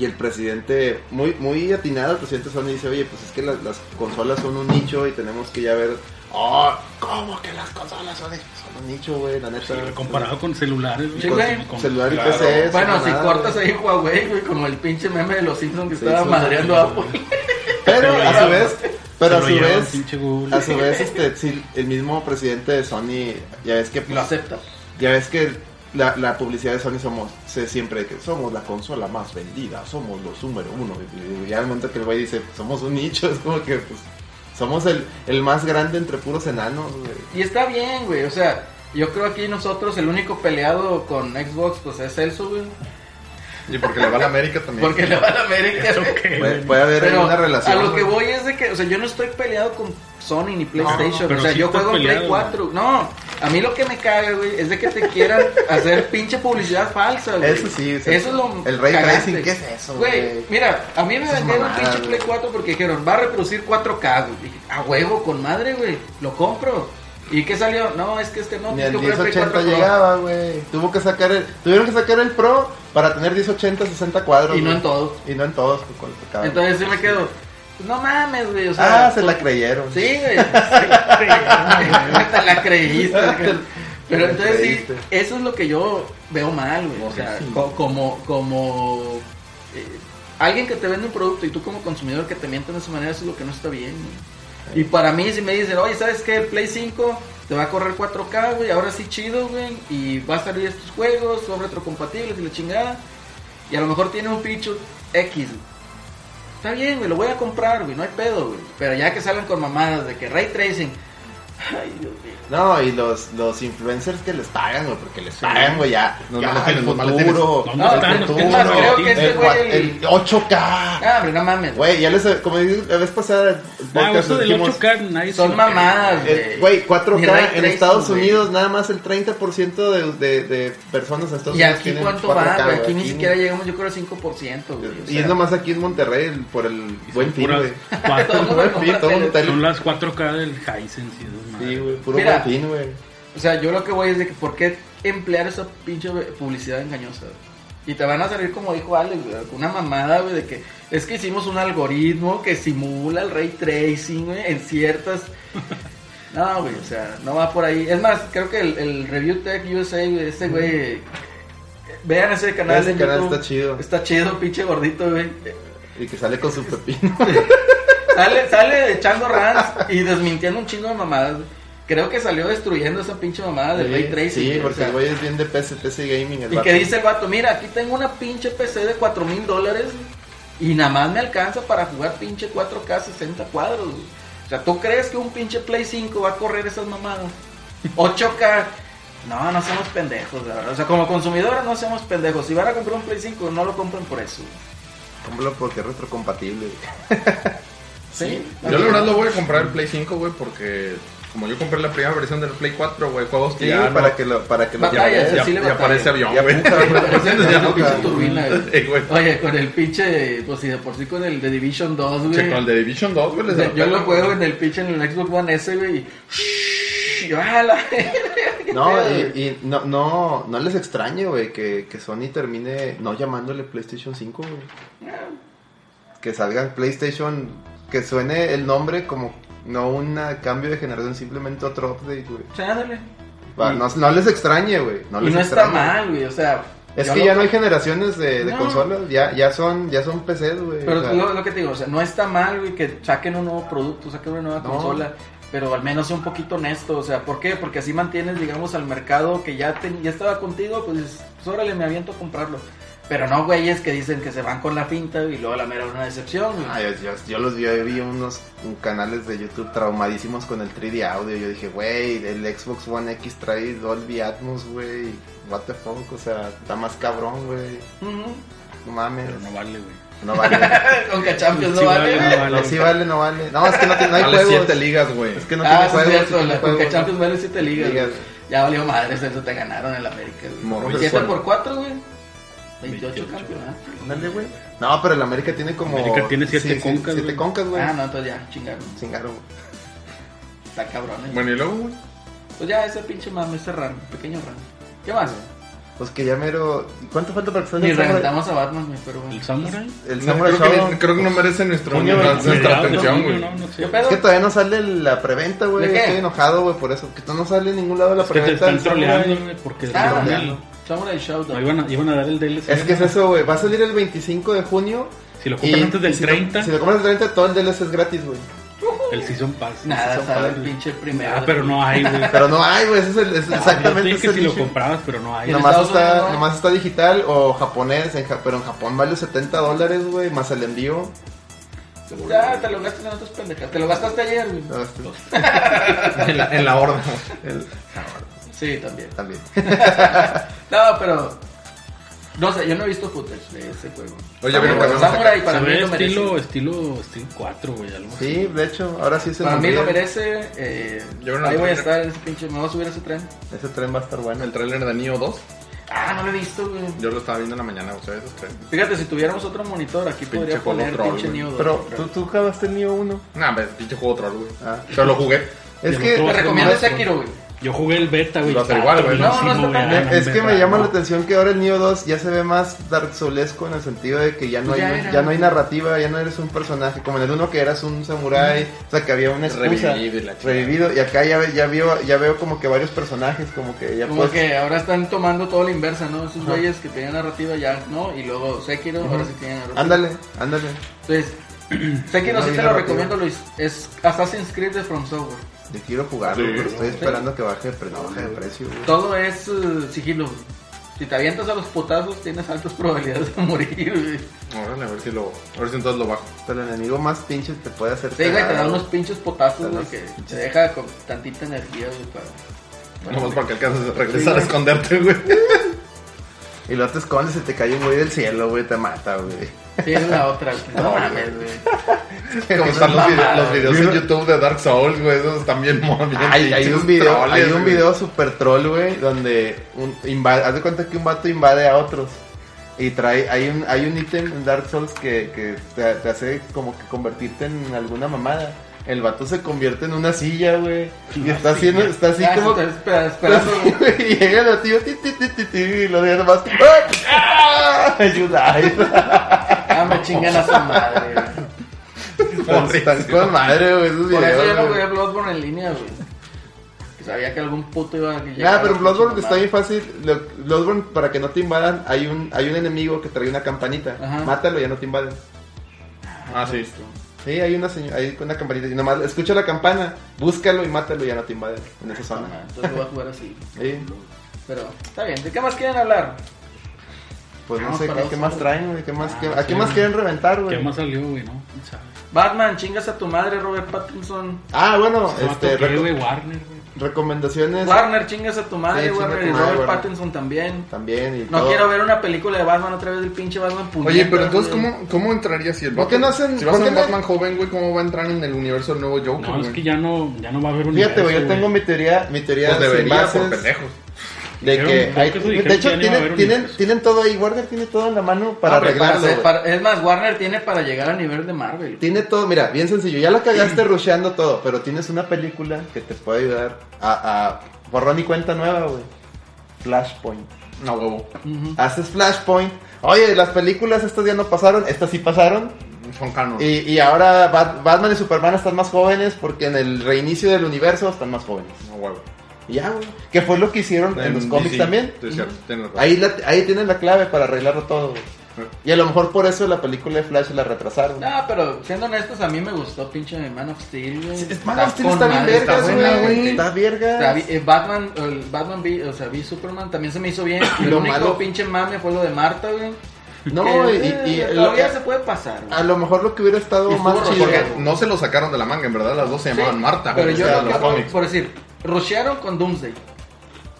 Y el presidente, muy muy atinado, el presidente Sony dice, oye, pues es que las, las consolas son un nicho y tenemos que ya ver, oh, ¿cómo que las consolas son, son un nicho, güey? La neta. eh, Comparado con celulares, Sí, con güey. con- celular y claro. PC. son Bueno, si nada, cortas güey. ahí Huawei, güey, como el pinche meme de los Simpsons que Sí, estaba sí, madreando sí, a sí. Apple. [LAUGHS] Se Pero lo a su llevan. vez, pero se a lo su llevan, vez, pinche Google. A su vez, este, sí, el mismo presidente de Sony, ya ves que, pues, Lo acepta. ya ves que la, la publicidad de Sony somos, se siempre que somos la consola más vendida, somos los número uno. Y, y, y al momento que el güey dice, somos un nicho, [LAUGHS] es como que, pues, somos el, el más grande entre puros enanos, güey. Y está bien, güey. O sea, yo creo aquí nosotros el único peleado con Xbox pues es Celso, güey. Y porque le va a la América también. Porque le va a la América. güey. [LAUGHS] Ok, Puede, güey. puede haber Pero alguna relación. A lo que güey. voy es de que, o sea, yo no estoy peleado con Sony ni PlayStation. pero o sea, sí yo estás juego en Play peleado, 4. No, a mí lo que me caga, güey, es de que te [LAUGHS] quieran hacer pinche publicidad falsa, güey. Eso sí, eso eso- es lo. el ray cagante. tracing, ¿qué es eso, Güey, güey? mira, a mí me Esas vendieron mamadas, pinche Play güey. 4 porque dijeron, va a reproducir 4K, güey. Dije, a huevo, con madre, güey, lo compro. ¿Y qué salió? No, es que este no, Ni tienes el que comprar Play 1080 Pro. llegaba, güey. Tuvo que sacar el, tuvieron que sacar el Pro para tener 1080 60 cuadros. Y no güey. en todos. Y no en todos, con cual sacaban. Entonces sí me quedo. No mames, güey, o sea. ah, se la creyeron. [LAUGHS] Sí, güey. Hasta la creíste. güey. Pero La entonces sí, creíste. eso es lo que yo veo mal, güey. O sea, co- como, como eh, alguien que te vende un producto y tú como consumidor que te mienten de esa manera, eso es lo que no está bien. güey. Y para mí, si me dicen, oye, ¿sabes qué? El Play 5 te va a correr 4K, güey, ahora sí chido, güey, y va a salir estos juegos, son retrocompatibles y la chingada, y a lo mejor tiene un feature X, güey. Está bien, güey, lo voy a comprar, güey, no hay pedo, güey. Pero ya que salen con mamadas de que ray tracing. Ay, Dios mío. No, y los, los influencers que les pagan, güey, porque les Sí. pagan, güey, ya. No, ya, no los tienes, el no los futuro. tienes. No, el no, están, futuro, es más, creo que este el, güey, cua- el- el 8K. Ah, hombre, no mames. Güey, ya les, como dije la vez pasada, el Ah, podcast eso del dijimos, 8K, nadie Son se lo cree. mamadas, el- güey. Güey, Ni ray 4K en tracing, Estados güey. Unidos, nada más el 30% de, de, de personas en Estados ¿Y Unidos aquí tienen cuánto 4K, va, güey? Aquí ni aquí siquiera llegamos, yo creo, al 5%, güey. o Y sea, es nomás aquí en Monterrey, el- por el buen fin, Puras [LAUGHS] güey. cuatro- [LAUGHS] Todo Buen fin, todo Son un hotel. Son las 4K del Hisense. Sí, es madre. Sí, güey, puro Mira. buen fin, güey. O sea, yo lo que voy es de que, ¿por qué emplear esa pinche publicidad engañosa? güey? Y te van a salir, como dijo Alex, güey, una mamada, güey, de que es que hicimos un algoritmo que simula el ray tracing, güey, en ciertas. [LAUGHS] No, güey, o sea, no va por ahí. Es más, creo que el, el Review Tech USA, güey, este güey, eh, vean ese canal. Ese en canal YouTube. está chido. Está chido, pinche gordito, güey. Y que sale con su pepino. Sale, sale echando rants y desmintiendo un chingo de mamadas. güey. Creo que salió destruyendo esa pinche mamada [LAUGHS] del Ray Tracing. Sí, güey, o porque sea, el güey es bien de PC, PC Gaming. El Y vato. que dice el vato, mira, aquí tengo una pinche PC de 4 mil dólares y nada más me alcanza para jugar pinche 4K 60 cuadros. güey". O sea, ¿tú crees que un pinche Play 5 va a correr esas mamadas? [LAUGHS] 8K. No, no somos pendejos, la verdad. O sea, como consumidores no somos pendejos. Si van a comprar un Play 5, no lo compren por eso. Cómpralo porque es retrocompatible. güey. Sí. Yo la [LAUGHS] verdad lo voy a comprar el Play 5, güey, porque como yo compré la primera versión del Play 4, güey, juegos que Sí, ya para no- que lo, para que lo Batalla, lleves. sí, ya, sí le ya batalla. parece avión, Ya güey. Pues puta, güey. Ya [LAUGHS] Con la no pues, pinche Nunca. turbina, güey. Sí, [LAUGHS] güey. Oye, con el pinche, pues si de por sí con el de Division 2, güey. Che, con el de Division 2, güey, les da Yo pena, lo juego en el pinche en el Xbox One S, güey. y- y Yo, "Ah, la [LAUGHS] No, y, y no, no, no les extrañe, güey, que, que Sony termine no llamándole PlayStation 5, güey. Ah. Que salgan PlayStation, que suene el nombre como no un cambio de generación, simplemente otro update, güey. O sea, ándale. Va, Y- No, no les extrañe, güey. No y les no está extrañe. mal, güey, o sea. Es yo que lo- ya no hay generaciones de, de No. consolas, ya, ya son, ya son PCs, güey. Pero o sea, lo, lo que te digo, o sea, no está mal, güey, que saquen un nuevo producto, saquen una nueva No. consola. Pero al menos sea un poquito honesto, o sea, ¿por qué? Porque así mantienes, digamos, al mercado que ya, te- ya estaba contigo, pues dices, pues órale, me aviento a comprarlo. Pero no, güeyes que dicen que se van con la finta y luego a la mera una decepción. güey. Ay, yo, yo los vi, vi unos canales de YouTube traumadísimos con el 3D audio. Yo dije, güey, el Xbox One X trae Dolby Atmos, güey. What the fuck, o sea, está más cabrón, güey. Ujú. No mames. Pero no vale, güey. No vale. Aunque Champions [LAUGHS] no Sí, vale, güey. No, sí vale, no vale. No, es que no, tiene- no hay Dale juegos. siete ligas, güey. Es que no ah, sí, es tiene juegos. cierto, no la tiene Conca juegos. Champions vale 7 ligas. Ligas. Ya valió madre, eso te ganaron en la América. Morro, Güey. 7 bueno. por 4, güey. 28, 28. campeonatos. Ándale, güey. No, pero el América tiene como. América tiene siete sí, sí, concas, siete güey. concas, güey. Ah, no, entonces ya, chingaron. Chingaron. Está cabrón, eh. Bueno, y luego, güey. Pues ya, ese pinche mame, ese ran, pequeño ran. ¿Qué más? Pues que ya mero. ¿Cuánto falta para que salga Ni el Samurai? reventamos a Batman, güey, pero bueno. ¿El Samurai? El No, Samurai creo, que, Shodown. ni- creo que no merece nuestro, Coño, nuestra- no, nuestra No, atención, no, güey. No, no sé. ¿Qué pedo? Es que todavía no sale la preventa, güey. ¿De qué? Estoy enojado, güey, por eso. Que no sale ninguna de la Es que te preventa. están del Samurai. troleando, güey, porque Ah, troleando. Samurai No, Showdown. iban, a, iban a dar el DLC. Es que es eso, güey. Va a salir el 25 de junio. Si lo Y compras antes del si lo- 30, si lo compras el 30, todo el DLC es gratis, güey. el Season Pass. Nada, son sale el padres. pinche primero. Ah, pero no hay, güey. Pero no hay, güey. Ese es el, es Yo exactamente dije ese que si lo issue. comprabas, pero no hay. No. Nomás Estados está, Unidos no hay. nomás está digital o japonés, en Ja- pero en Japón vale 70 dólares, güey, más el envío. Ya, te lo gastas en otras pendejas. Te lo gastaste ayer, güey. No, este- En la, en la horda. el- Sí, también. también. No, pero. No sé, yo no he visto footage de ese juego. Oye, pero Samurai, bueno, Samurai para Se mí ve lo merece. estilo, estilo, estilo 4, güey, algo así. Sí, de hecho, ahora sí se Para nos mí lo olvida. merece. Eh, Yo no ahí lo voy a creo. estar en ese pinche. Me voy a subir a ese tren. Ese tren va a estar bueno. el tráiler de Nioh 2, Ah, no lo he visto, güey. yo lo estaba viendo en la mañana, Este, ustedes los tres. Fíjate, si tuviéramos otro monitor, aquí Pinche podría juego poner troll, pinche güey. Neo 2. Pero tú, tú acabaste el Neo 1. Nah, pues, pinche juego troll, güey. Ah. Pero lo jugué. Es Yo que no Te Pero recomiendo no, Sekiro, güey. Yo jugué el beta, güey. Lo hace está igual, güey, ¿no? No, tronísimo, no está tan güey, bien. era Es un que me beta, llama ¿no? la atención que ahora el Neo 2 ya se ve más Dark Soulesco en el sentido de que ya no, Ya hay, era. ya no hay narrativa, ya no eres un personaje, como en el uno que eras un samurái, o sea que había una excusa Revivido y la chingada. revivido, y acá ya, ve- ya, veo, ya veo como que varios personajes, como que ya Como puedes- que ahora están tomando todo la inversa, ¿no? Esos güeyes que tenían narrativa ya, ¿no? Y luego Sekiro, ahora sí tienen narrativa. Ándale, ándale. Entonces, [CLEARS THROAT] Sekiro No sí vi te lo narrativa. recomiendo, Luis. Es Assassin's Creed de From Software. Yo quiero jugarlo, Sí. pero estoy esperando que baje de pre- no, baje de precio. güey. Todo es eh, sigilo, güey. Si te avientas a los potazos, tienes altas probabilidades de morir, güey. Órale, a ver si lo. A ver si entonces lo bajo. Pero el enemigo más pinche te puede hacer. Sí, güey, te da cagado. unos pinches potazos, Te da güey, unos que pinches- te deja con tantita energía, güey, para... para- Nomás para que alcances a regresar a esconderte, [LAUGHS] güey. Y luego te escondes y te cae un güey del cielo, güey, te mata, güey. Sí, es la otra, güey. No No, mames, güey. Como están los, vide- los videos en Yo- YouTube de Dark Souls, güey. Esos también muy bien. Hay, hay pinches un video, troles, hay un güey. video super troll, güey, donde un invade, haz de cuenta que un vato invade a otros. Y trae, hay un, hay un ítem en Dark Souls que, que te, te hace como que convertirte en alguna mamada. El vato se convierte en una silla, güey. Y está haciendo, está así Ah, como. entonces, espera, espera, [LAUGHS] está así, güey, y llega el tío, ti, ti, ti, ti, ti, y lo deja nomás. ¡Ah! Ayuda, [LAUGHS] ayuda. Ah, me chingan a su madre, güey. Están con madre, güey, esos Por eso videos, yo no güey. jugué Bloodborne en línea, güey. Que sabía que algún puto iba a Nada, pero a Bloodborne pinche está bien mamada. fácil. Lo- Bloodborne, para que no te invadan, hay un, hay un enemigo que trae una campanita. Ajá. Mátalo y ya no te invaden. Ah, sí. Sí, hay una, seño- hay una campanita. Y nomás escucha la campana, búscalo y mátalo y ya no te invaden en esa Ah, zona. Entonces lo voy a jugar así. Sí, Pero está bien. ¿De qué más quieren hablar? pues no Vamos sé para qué, dos qué más horas. traen, güey. ¿Qué más, Ah, qué- ¿A qué sí. más quieren reventar, ¿Qué güey? más salió, güey, no? ¿Quién sabe? Batman, chingas a tu madre, Robert Pattinson. Ah, bueno, No, este, ¿qué, reco- güey, Warner, güey. recomendaciones Warner, chingas a tu madre, Sí, chinga Warner. tu Y madre, Robert Warner. Pattinson también. también. Y No todo. quiero ver una película de Batman otra vez del pinche Batman puñetas, Oye, pero entonces, güey. ¿cómo, cómo entraría si el ¿Por Batman? qué no hacen- si vas a por qué un no- Batman joven, güey, ¿cómo va a entrar en el universo el nuevo Joker? No, es güey? que ya no, ya no va a haber un Fíjate, güey, yo universo, tengo mi teoría, mi teoría Pues sin debería, por bases. pendejos. De Dijeron- que creo hay, que eso de dijeron hecho que ya no iba a haber tienen, un tienen, universo. tienen todo ahí, Warner tiene todo en la mano para Ah, pero arreglarlo. para- güey. para- es más, Warner tiene para llegar al nivel de Marvel. Tiene todo, mira, bien sencillo, ya la cagaste rusheando todo, pero tienes una película que te puede ayudar a, a borrón y cuenta nueva, güey. Flashpoint. No, huevo. Ujú. Haces Flashpoint. Oye, las películas estas ya no pasaron, estas sí pasaron. Son canon. Y, y ahora Bat- Batman y Superman están más jóvenes porque en el reinicio del universo están más jóvenes. No, huevo. Y ya, güey. Que fue lo que hicieron en, los cómics DC, también. sí, es cierto, tienes razón. Ahí, la- ahí tienen la clave para arreglarlo todo. güey. Y a lo mejor por eso la película de Flash la retrasaron. No, pero siendo honestos, a mí me gustó pinche Man of Steel, güey. Es- Man of Steel con está bien madre, vergas, buena, güey. Está O sea, vergas. vi- eh, Batman, el Batman vi, o sea, vi Superman, también se me hizo [COUGHS] bien. Y El lo único malo- pinche mame fue lo de Marta, güey. No, Que, y, eh, y Ah, lo que- todavía se puede pasar, güey. a lo mejor lo que hubiera estado Y más estuvo chido. rojo. Porque no se lo sacaron de la manga, en verdad. Las dos se llamaban Sí, Marta. Pero güey, yo o sea, creo los que, cómics. por decir, rushearon con Doomsday.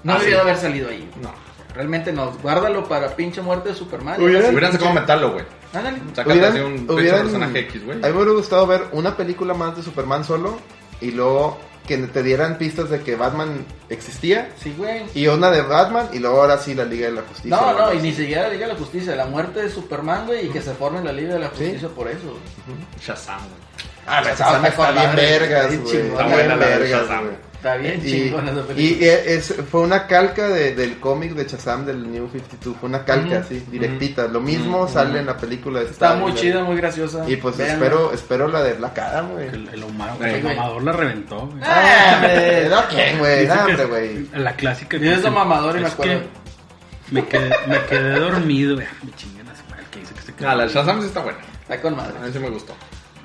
No Ah, debió sí. haber salido ahí. güey. No. Realmente no. Guárdalo para pinche muerte de Superman. Hubieran- Si hubieran sacado Metalo, güey. Ándale. Sácate Hubieran- así un pinche hubieran- personaje X, güey. A mí me hubiera gustado ver una película más de Superman solo y luego que te dieran pistas de que Batman existía Sí, güey. y una de Batman y luego ahora sí la Liga de la Justicia. No, o algo no, y así. ni siquiera la Liga de la Justicia, la muerte de Superman, güey, y que se forme la Liga de la Justicia por eso. güey. Shazam, güey. Ah, la Shazam Shazam está está bien padre, vergas, bien güey. chingona. Está Está buena bien la de vergas, Shazam. güey. Está bien Y, chingona esa película. y es, fue una calca de- del cómic de Shazam del New 52. Fue una calca Ujú. así, directita. Lo mismo sale en la película de Está Star muy Wars. chida, muy graciosa. Y pues Véanla. espero espero la de Black Adam, güey. El, el, humano- Sí, el güey. mamador la reventó, güey. Ah, hombre, no, [LAUGHS] ¿quién, güey? Dice No, que- hombre, güey. La clásica. Yo es lo mamador y me es que acuerdo. Me quedé, me quedé dormido, güey. Ah, Me chingan a su madre, que dice que se quedó Ah, la dormido. Shazam sí está buena. Está con madre. A mí sí me gustó.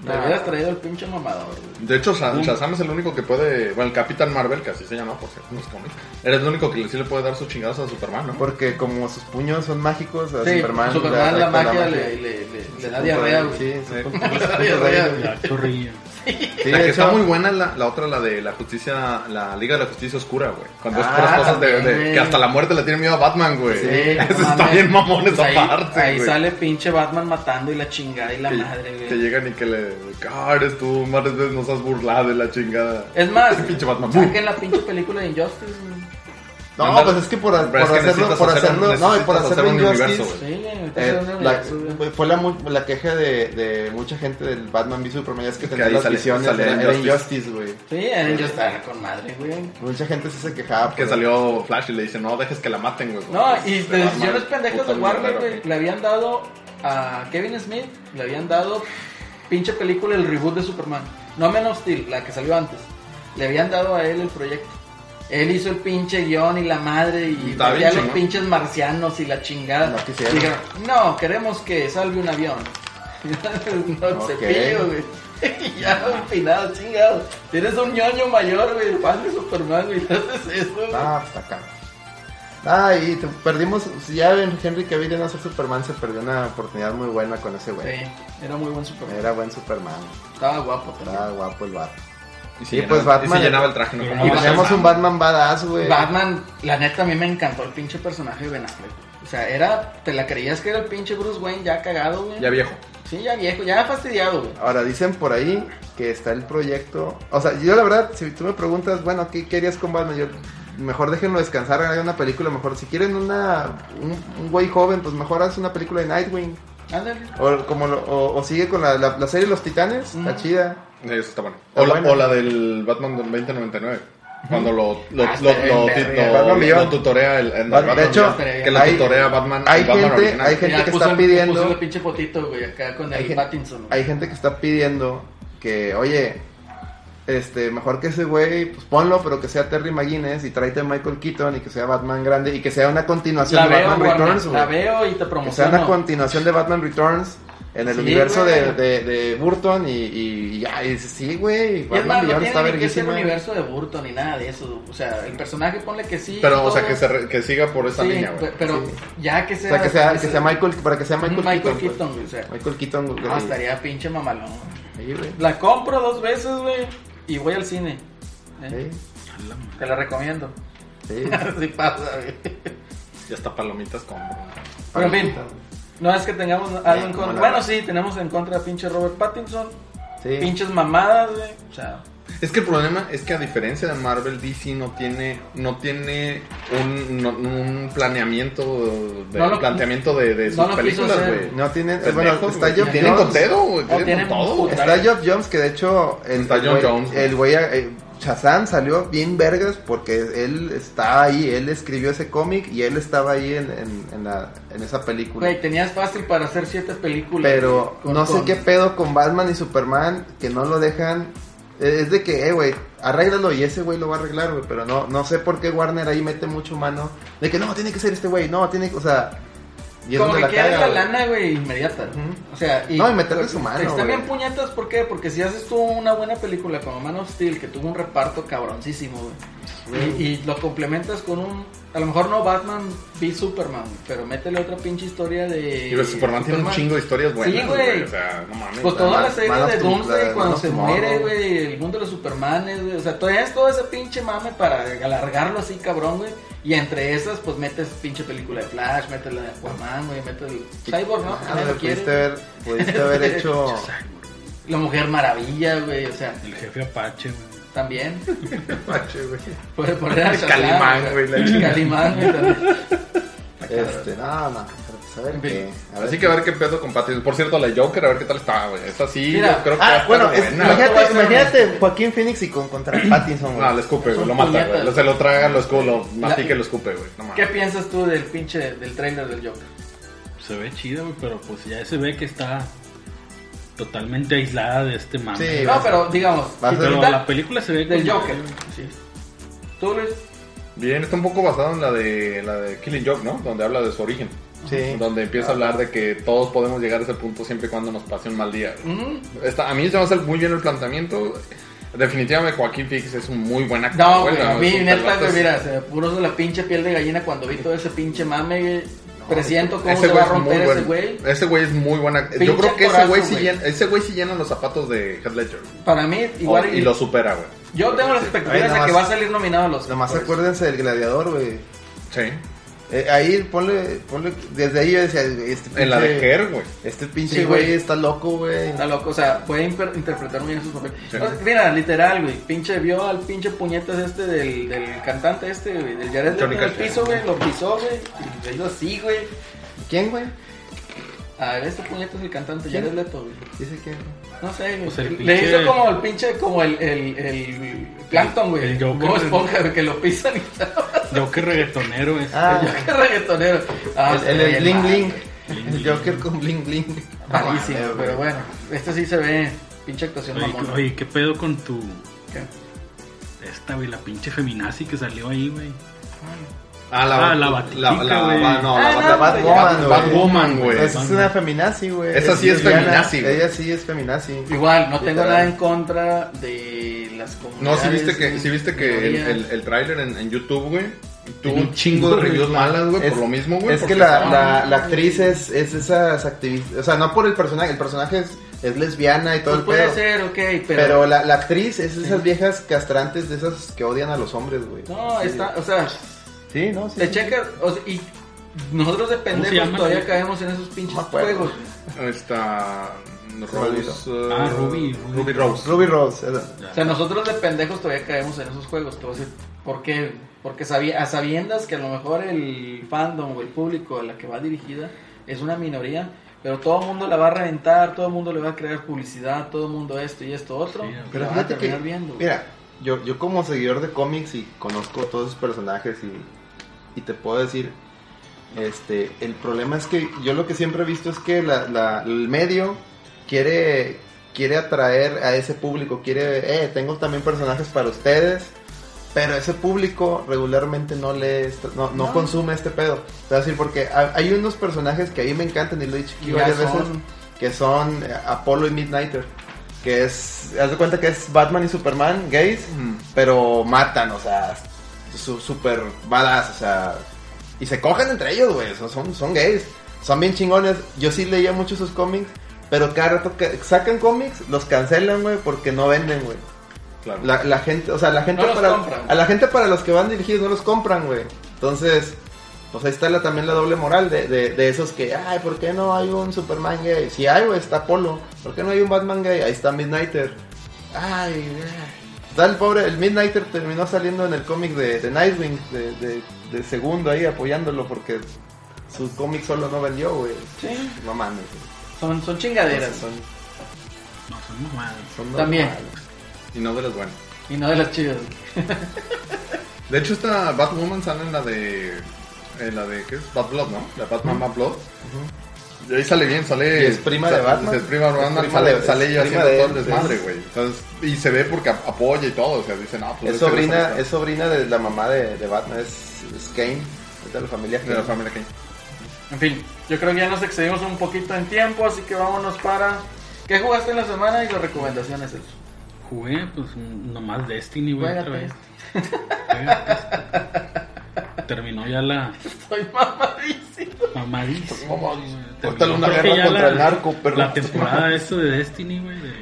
Te hubieras traído el pinche mamador, güey. De hecho, Sha- Mm. Shazam es el único que puede. Bueno, el Capitán Marvel, que así se llama, por cierto, en los cómics. Eres el único que sí le puede dar sus chingados a Superman, ¿no? Porque como sus puños son mágicos, a Sí, Superman, Superman, le la, afecta magia le, le, le, le da Sí, diarrea, güey. Sí, sí, Sí. Le da diarrea, güey. La chorrilla. Sí, la de que está hecho, muy buena es la, la otra, la de la justicia, la Liga de la Justicia Oscura, güey. Cuando es Ah, puras cosas de, de- también. que hasta la muerte le tiene miedo a Batman, güey. Sí, [LAUGHS] Eso no está mames. Pues bien mamón esa Ahí- parte, Ahí güey. sale pinche Batman matando y la chingada y la Que- madre, Que güey. llegan y que le. Ah, eres tú, varias veces nos has burlado de la chingada. Este Es más, Pinche Batman. saquen la pinche película de Injustice, güey. No, Ándale. pues es que por, por Pero es que hacerlo, necesitas por hacer un- hacerlo, no, y por necesitas hacer hacerlo un Injustice, universo, güey. Sí, güey, ahorita Eh, se ve un la- universo, güey. fue la, mu- la queja de, de mucha gente del Batman v Superman ya es que, Que tenía ahí las sale- visiones sale era, era Injustice. Injustice, güey. Sí, eh, yo estaba con madre, güey. Mucha gente sí se quejaba. Que por- salió Flash y le dice, no dejes que la maten, güey. No, y pues, Este de Batman, decisiones pendejas puta de Warner, mierda, güey, le habían dado a Kevin Smith, le habían dado pinche película el reboot de Superman. No Man of Steel, la que salió antes. Le habían dado a él el proyecto. Él hizo el pinche guión y la madre y metía Está bien a los chingón. pinches marcianos y la chingada. No quisieron. Dijeron, no, queremos que salve un avión. [LAUGHS] no, Ok. cepillo, güey. [LAUGHS] Y ya, final, chingado. Tienes un ñoño mayor, güey, fan de Superman, güey. [LAUGHS] ¿no haces eso, güey? Ah, hasta acá. Ah, y te- perdimos, ya en Henry Cavill en hacer Superman se perdió una oportunidad muy buena con ese güey. Sí, era muy buen Superman. Era buen Superman, Estaba guapo también. estaba guapo el vato. Y se Y llenaba- pues Batman- Y se llenaba el traje, ¿no? Y Y Ah, teníamos un Batman badass, güey. Batman, la neta, a mí me encantó el pinche personaje de Ben Affleck. O sea, era, te la creías que era el pinche Bruce Wayne ya cagado, güey. Ya viejo. Sí, ya viejo, ya fastidiado, güey. Ahora dicen por ahí que está el proyecto. O sea, yo la verdad, si tú me preguntas, bueno, ¿qué querías con Batman? Yo, mejor déjenlo descansar, hagan una película. Mejor, si quieren una, un, un güey joven, pues mejor haz una película de Nightwing. Ándale. O, como lo- o, o sigue con la, la, la serie Los Titanes, Ujú. está chida. Eso está bueno. Está O la, bueno. o la del Batman del 2099. Cuando lo, lo, Ah, lo, está bien, lo- verga. lo- Batman lo Beyond. tutorea el, el Bat- de Batman hecho, Beyond, que la hay- tutorea Batman, el hay Batman gente- original. hay gente- Ya que puso está el- pidiendo- Puso el pinche potito, güey, acá con Hay el gen- Pattinson. güey. Hay gente que está pidiendo que, oye, este, mejor que ese güey, pues ponlo, pero que sea Terry McGuinness y tráete a Michael Keaton y que sea Batman grande y que sea una continuación La de veo, Batman Warner, Returns, la güey. veo y te Que sea una promociono. continuación de Batman Returns en el Sí, universo güey. de, de, de Burton y, y, y ya, y dices, sí, Y güey, es Batman más, no Beyond está tiene ni que ser verguísima. universo de Burton ni nada de eso. O sea, el personaje ponle que sí. Pero, o sea, todo. que, se re- que siga por esa Sí, línea, güey. pe- pero Sí. ya que O sea... sea, que sea, que ese- sea Michael, para que sea Michael, Michael güey. Keaton, güey, o sea. Michael Keaton, güey. No, estaría pinche mamalón. Sí, güey. La compro dos veces, güey, y voy al cine. ¿eh? Sí, Te la recomiendo. sí. [LAUGHS] Así pasa, güey. Y hasta palomitas con. Pero en fin, no es que tengamos algo en como contra. la- Bueno, sí, tenemos en contra a pinche Robert Pattinson. Sí. Pinches mamadas, güey. O sea, Es que el problema es que a diferencia de Marvel, DC no tiene, no tiene un, no- un planeamiento de, No lo- planteamiento de, de sus no lo quiso películas, hacer. güey. No tiene, Pendejos, bueno, está güey. Job Tienen Jones. con dedo, güey. No, Tienen tienen con todo, güey. puta- Está Job Jones, que de hecho. El, Está Geoff el güey- Jones, güey. El güey. eh, Shazam salió bien vergas porque él está ahí. Él escribió ese cómic y él estaba ahí en, en, en la- en esa película. güey, tenías fácil para hacer siete películas. Pero güey, con- no sé con- qué pedo con Batman y Superman que no lo dejan. Eh, Es de que, eh, güey, arréglalo y ese güey lo va a arreglar, güey. Pero no, no sé por qué Warner ahí mete mucho mano. De que no, tiene que ser este güey, no, tiene que, o sea. Y es Como donde que la quieres caga, la güey. lana, güey, inmediata. Ujú. O sea, No, y meterle su mano, Están güey. bien puñetas, ¿por qué? Porque si haces tú una buena película como Man of Steel, que tuvo un reparto cabroncísimo, güey. Y, y lo complementas con un. A lo mejor no Batman v Superman, güey, pero métele otra pinche historia de. Y güey, Superman tiene un chingo de historias buenas, Sí, güey. güey. O sea, no mames. Pues o sea, toda la Man- Man serie of de Tomorrow, Doomsday Man cuando of se Tomorrow. muere, güey, el mundo de los supermanes, güey, o sea, todavía es todo ese pinche mame para alargarlo así, cabrón, güey, y entre esas, pues metes pinche película de Flash, metes la de Aquaman, güey, metes el Cyborg, ¿no? Ah, Nadie lo güey, quiere, pudiste haber, [LAUGHS] pudiste haber hecho. La Mujer Maravilla, güey, o sea, El jefe Apache, güey. también, este, puede poner a Shazam, Calimán, güey, la chingada. Calimán, güey, también. no, no, ¿eh? pero pues a ver En qué. fin. a ver Así qué. que a ver qué pedo con Pattinson. Por cierto, la Joker, a ver qué tal está, güey. Esta sí, Mira, yo creo que va a Ah, estar bueno, es- buena. Te voy a imagínate, ser imagínate Joaquín Phoenix y con contra Pattinson, güey. No, lo escupe, güey. Son Lo mata, puñetas. güey. Lo- Se lo traga, lo escupe, lo mastica La- y lo escupe, güey. No ¿Qué mames. piensas tú del pinche, del trailer del Joker? Se ve chido, güey, pero pues ya se ve que está totalmente aislada de este mame. Sí, güey. No, pero digamos, Va a si ser- te pero gusta la película se ve del como- Joker, sí. ¿Tú, Luis? Bien, está un poco basado en la de, la de Killing Joke, ¿no? Donde habla de su origen. Sí. Donde empieza a hablar de que todos podemos llegar a ese punto siempre y cuando nos pase un mal día. güey. Mm. Está- a mí se me hace muy bien el planteamiento. Definitivamente Joaquín Phoenix es un muy buen actor. No, güey, güey, a es mí, un neta, pelota, güey, es- mira, se me puso la pinche piel de gallina cuando vi todo ese pinche mame, güey. Presiento cómo Ese se va güey a es muy romper ese güey. buen- Ese güey es muy buena. Pinche Yo creo que ese actorazo, güey sí güey. llena, ese güey sí llena los zapatos de Heath Ledger. Para mí, igual. Oh, y, y- lo supera, güey. yo tengo las Ahí expectativas de nomás- que va a salir nominado a los. Nomás mejores. acuérdense del gladiador, güey. Sí. Eh, ahí ponle, ponle, desde ahí yo decía, güey, este En la de Her, güey. Este pinche Sí, güey. güey Ah. está loco, güey. Está loco, o sea, puede imper- interpretar muy bien sus papeles. Sí. O sea, mira, literal, güey, pinche vio al pinche puñetas este del, del cantante este, güey, del Jared Leto Johnny en el Cash. piso, güey, lo pisó, güey, y le hizo así, güey. ¿Quién, güey? A ver, este puñetas es el cantante, ¿Quién? Jared Leto, güey. Dice quién. No sé, güey. Pues el le pinche- hizo como el pinche, como el, el, el plankton, güey. El El Joker. Esponja, güey, que lo pisan y tal. Joker reggaetonero es. Ah, [LAUGHS] Qué reggaetonero. Ah, el, el, bien el bling mal, bling. Bling, El bling. Joker con bling bling. Malísimo, Vale, pero bueno. Este sí se ve pinche actuación Oye, mamona. oye, ¿qué pedo con tu. ¿Qué? Esta, güey, la pinche feminazi que salió ahí, güey? Ah, la- Ah, la Batica, la, la- güey. va- no, Ah, la no, Bat- La Batwoman, güey, ya. güey. Batwoman, güey. Esa Pues, es una feminazi, güey. Esa sí es lesbiana. feminazi, güey. Ella sí es feminazi. Igual, no tengo Literal. nada en contra de las comunidades. No, si viste que, si viste que el, minorías. el- el tráiler en, en YouTube, güey, tuvo Un un chingo de reviews malas, güey, Es- por lo mismo, güey. Es porque que la, estaban- la, la actriz es, es esas activistas. O sea, no por el personaje. El personaje es, es lesbiana y todo Pues el puede pedo. ser, ok, pero. pero la, la actriz es esas viejas castrantes de esas que odian a los hombres, güey. No, Sí. está, o sea, Sí, no, sí. te sí. checas, o sea, y nosotros de pendejos llama? todavía caemos en esos pinches No me acuerdo. juegos. Esta. Se me olvidó. Rose. eh, Ah, Ruby, Ruby Ruby Rose. Ruby Rose. esa. O sea, nosotros de pendejos todavía caemos en esos juegos. Te voy a decir, ¿por qué? Porque sabi- a sabiendas que a lo mejor el fandom o el público a la que va dirigida es una minoría, pero todo el mundo la va a reventar, todo el mundo le va a crear publicidad, todo el mundo esto y esto otro. Sí, y la Pero van a fíjate que, terminar viendo, güey. mira, yo, yo como seguidor de cómics y conozco todos esos personajes y, y te puedo decir, este, el problema es que yo lo que siempre he visto es que la, la- el medio quiere, quiere atraer a ese público, quiere, eh, tengo también personajes para ustedes, pero ese público regularmente no le no, no, No. consume este pedo. Es decir, porque ha- hay unos personajes que a mí me encantan y lo he dicho aquí Ya varias son. veces, que son eh, Apolo y Midnighter, que es, haz de cuenta que es Batman y Superman gays, Mm. pero matan, o sea, su, super badass, o sea, y se cogen entre ellos, güey, son, son, son gays, son bien chingones. Yo sí leía mucho sus cómics, pero cada rato que sacan cómics, los cancelan, güey, porque no venden, güey. Claro. La, la gente, o sea, la gente No los para compran. a la gente para los que van dirigidos no los compran, güey. Entonces, pues ahí está la, también la doble moral de, de, de esos que, ay, ¿por qué no hay un Superman gay? Si hay, güey, está Polo. ¿Por qué no hay un Batman gay? Ahí está Midnighter. Ay, güey. Está el pobre, el Midnighter terminó saliendo en el cómic de, de Nightwing, de, de, de segundo ahí apoyándolo porque su cómic solo no vendió, güey. Sí, No mames. son, son chingaderas. son- No, son mamadas. son También. normales. Y no de las buenas. Y no de las chidas. De hecho, esta Batwoman sale en la de. En la de. ¿Qué es? Bad Blood, ¿no? La Batman Bad Blood. Y ahí sale bien, sale. Y es prima de Batman. Es prima de Es Batman, prima sale, de- sale es ella prima haciendo de todo él, el sí. desmadre, güey. Entonces, y se ve porque ap- apoya y todo, o sea, dicen, ah, pues. Es que no sobrina, somos- es sobrina de la mamá de, de Batman, es, es Kane, es de la familia De la Kane. familia Kane. En fin, yo creo que ya nos excedimos un poquito en tiempo, así que vámonos para. ¿Qué jugaste en la semana y las recomendaciones? Celso? Jugué, pues un- nomás Destiny, güey. Juega otra vez. Destiny. [LAUGHS] Juega Destiny. Terminó ya la [LAUGHS] Estoy mamadísimo. mamadísima. Vamos, güey. cortale una creo que guerra ya contra el narco, perro. La temporada esto de Destiny, güey. De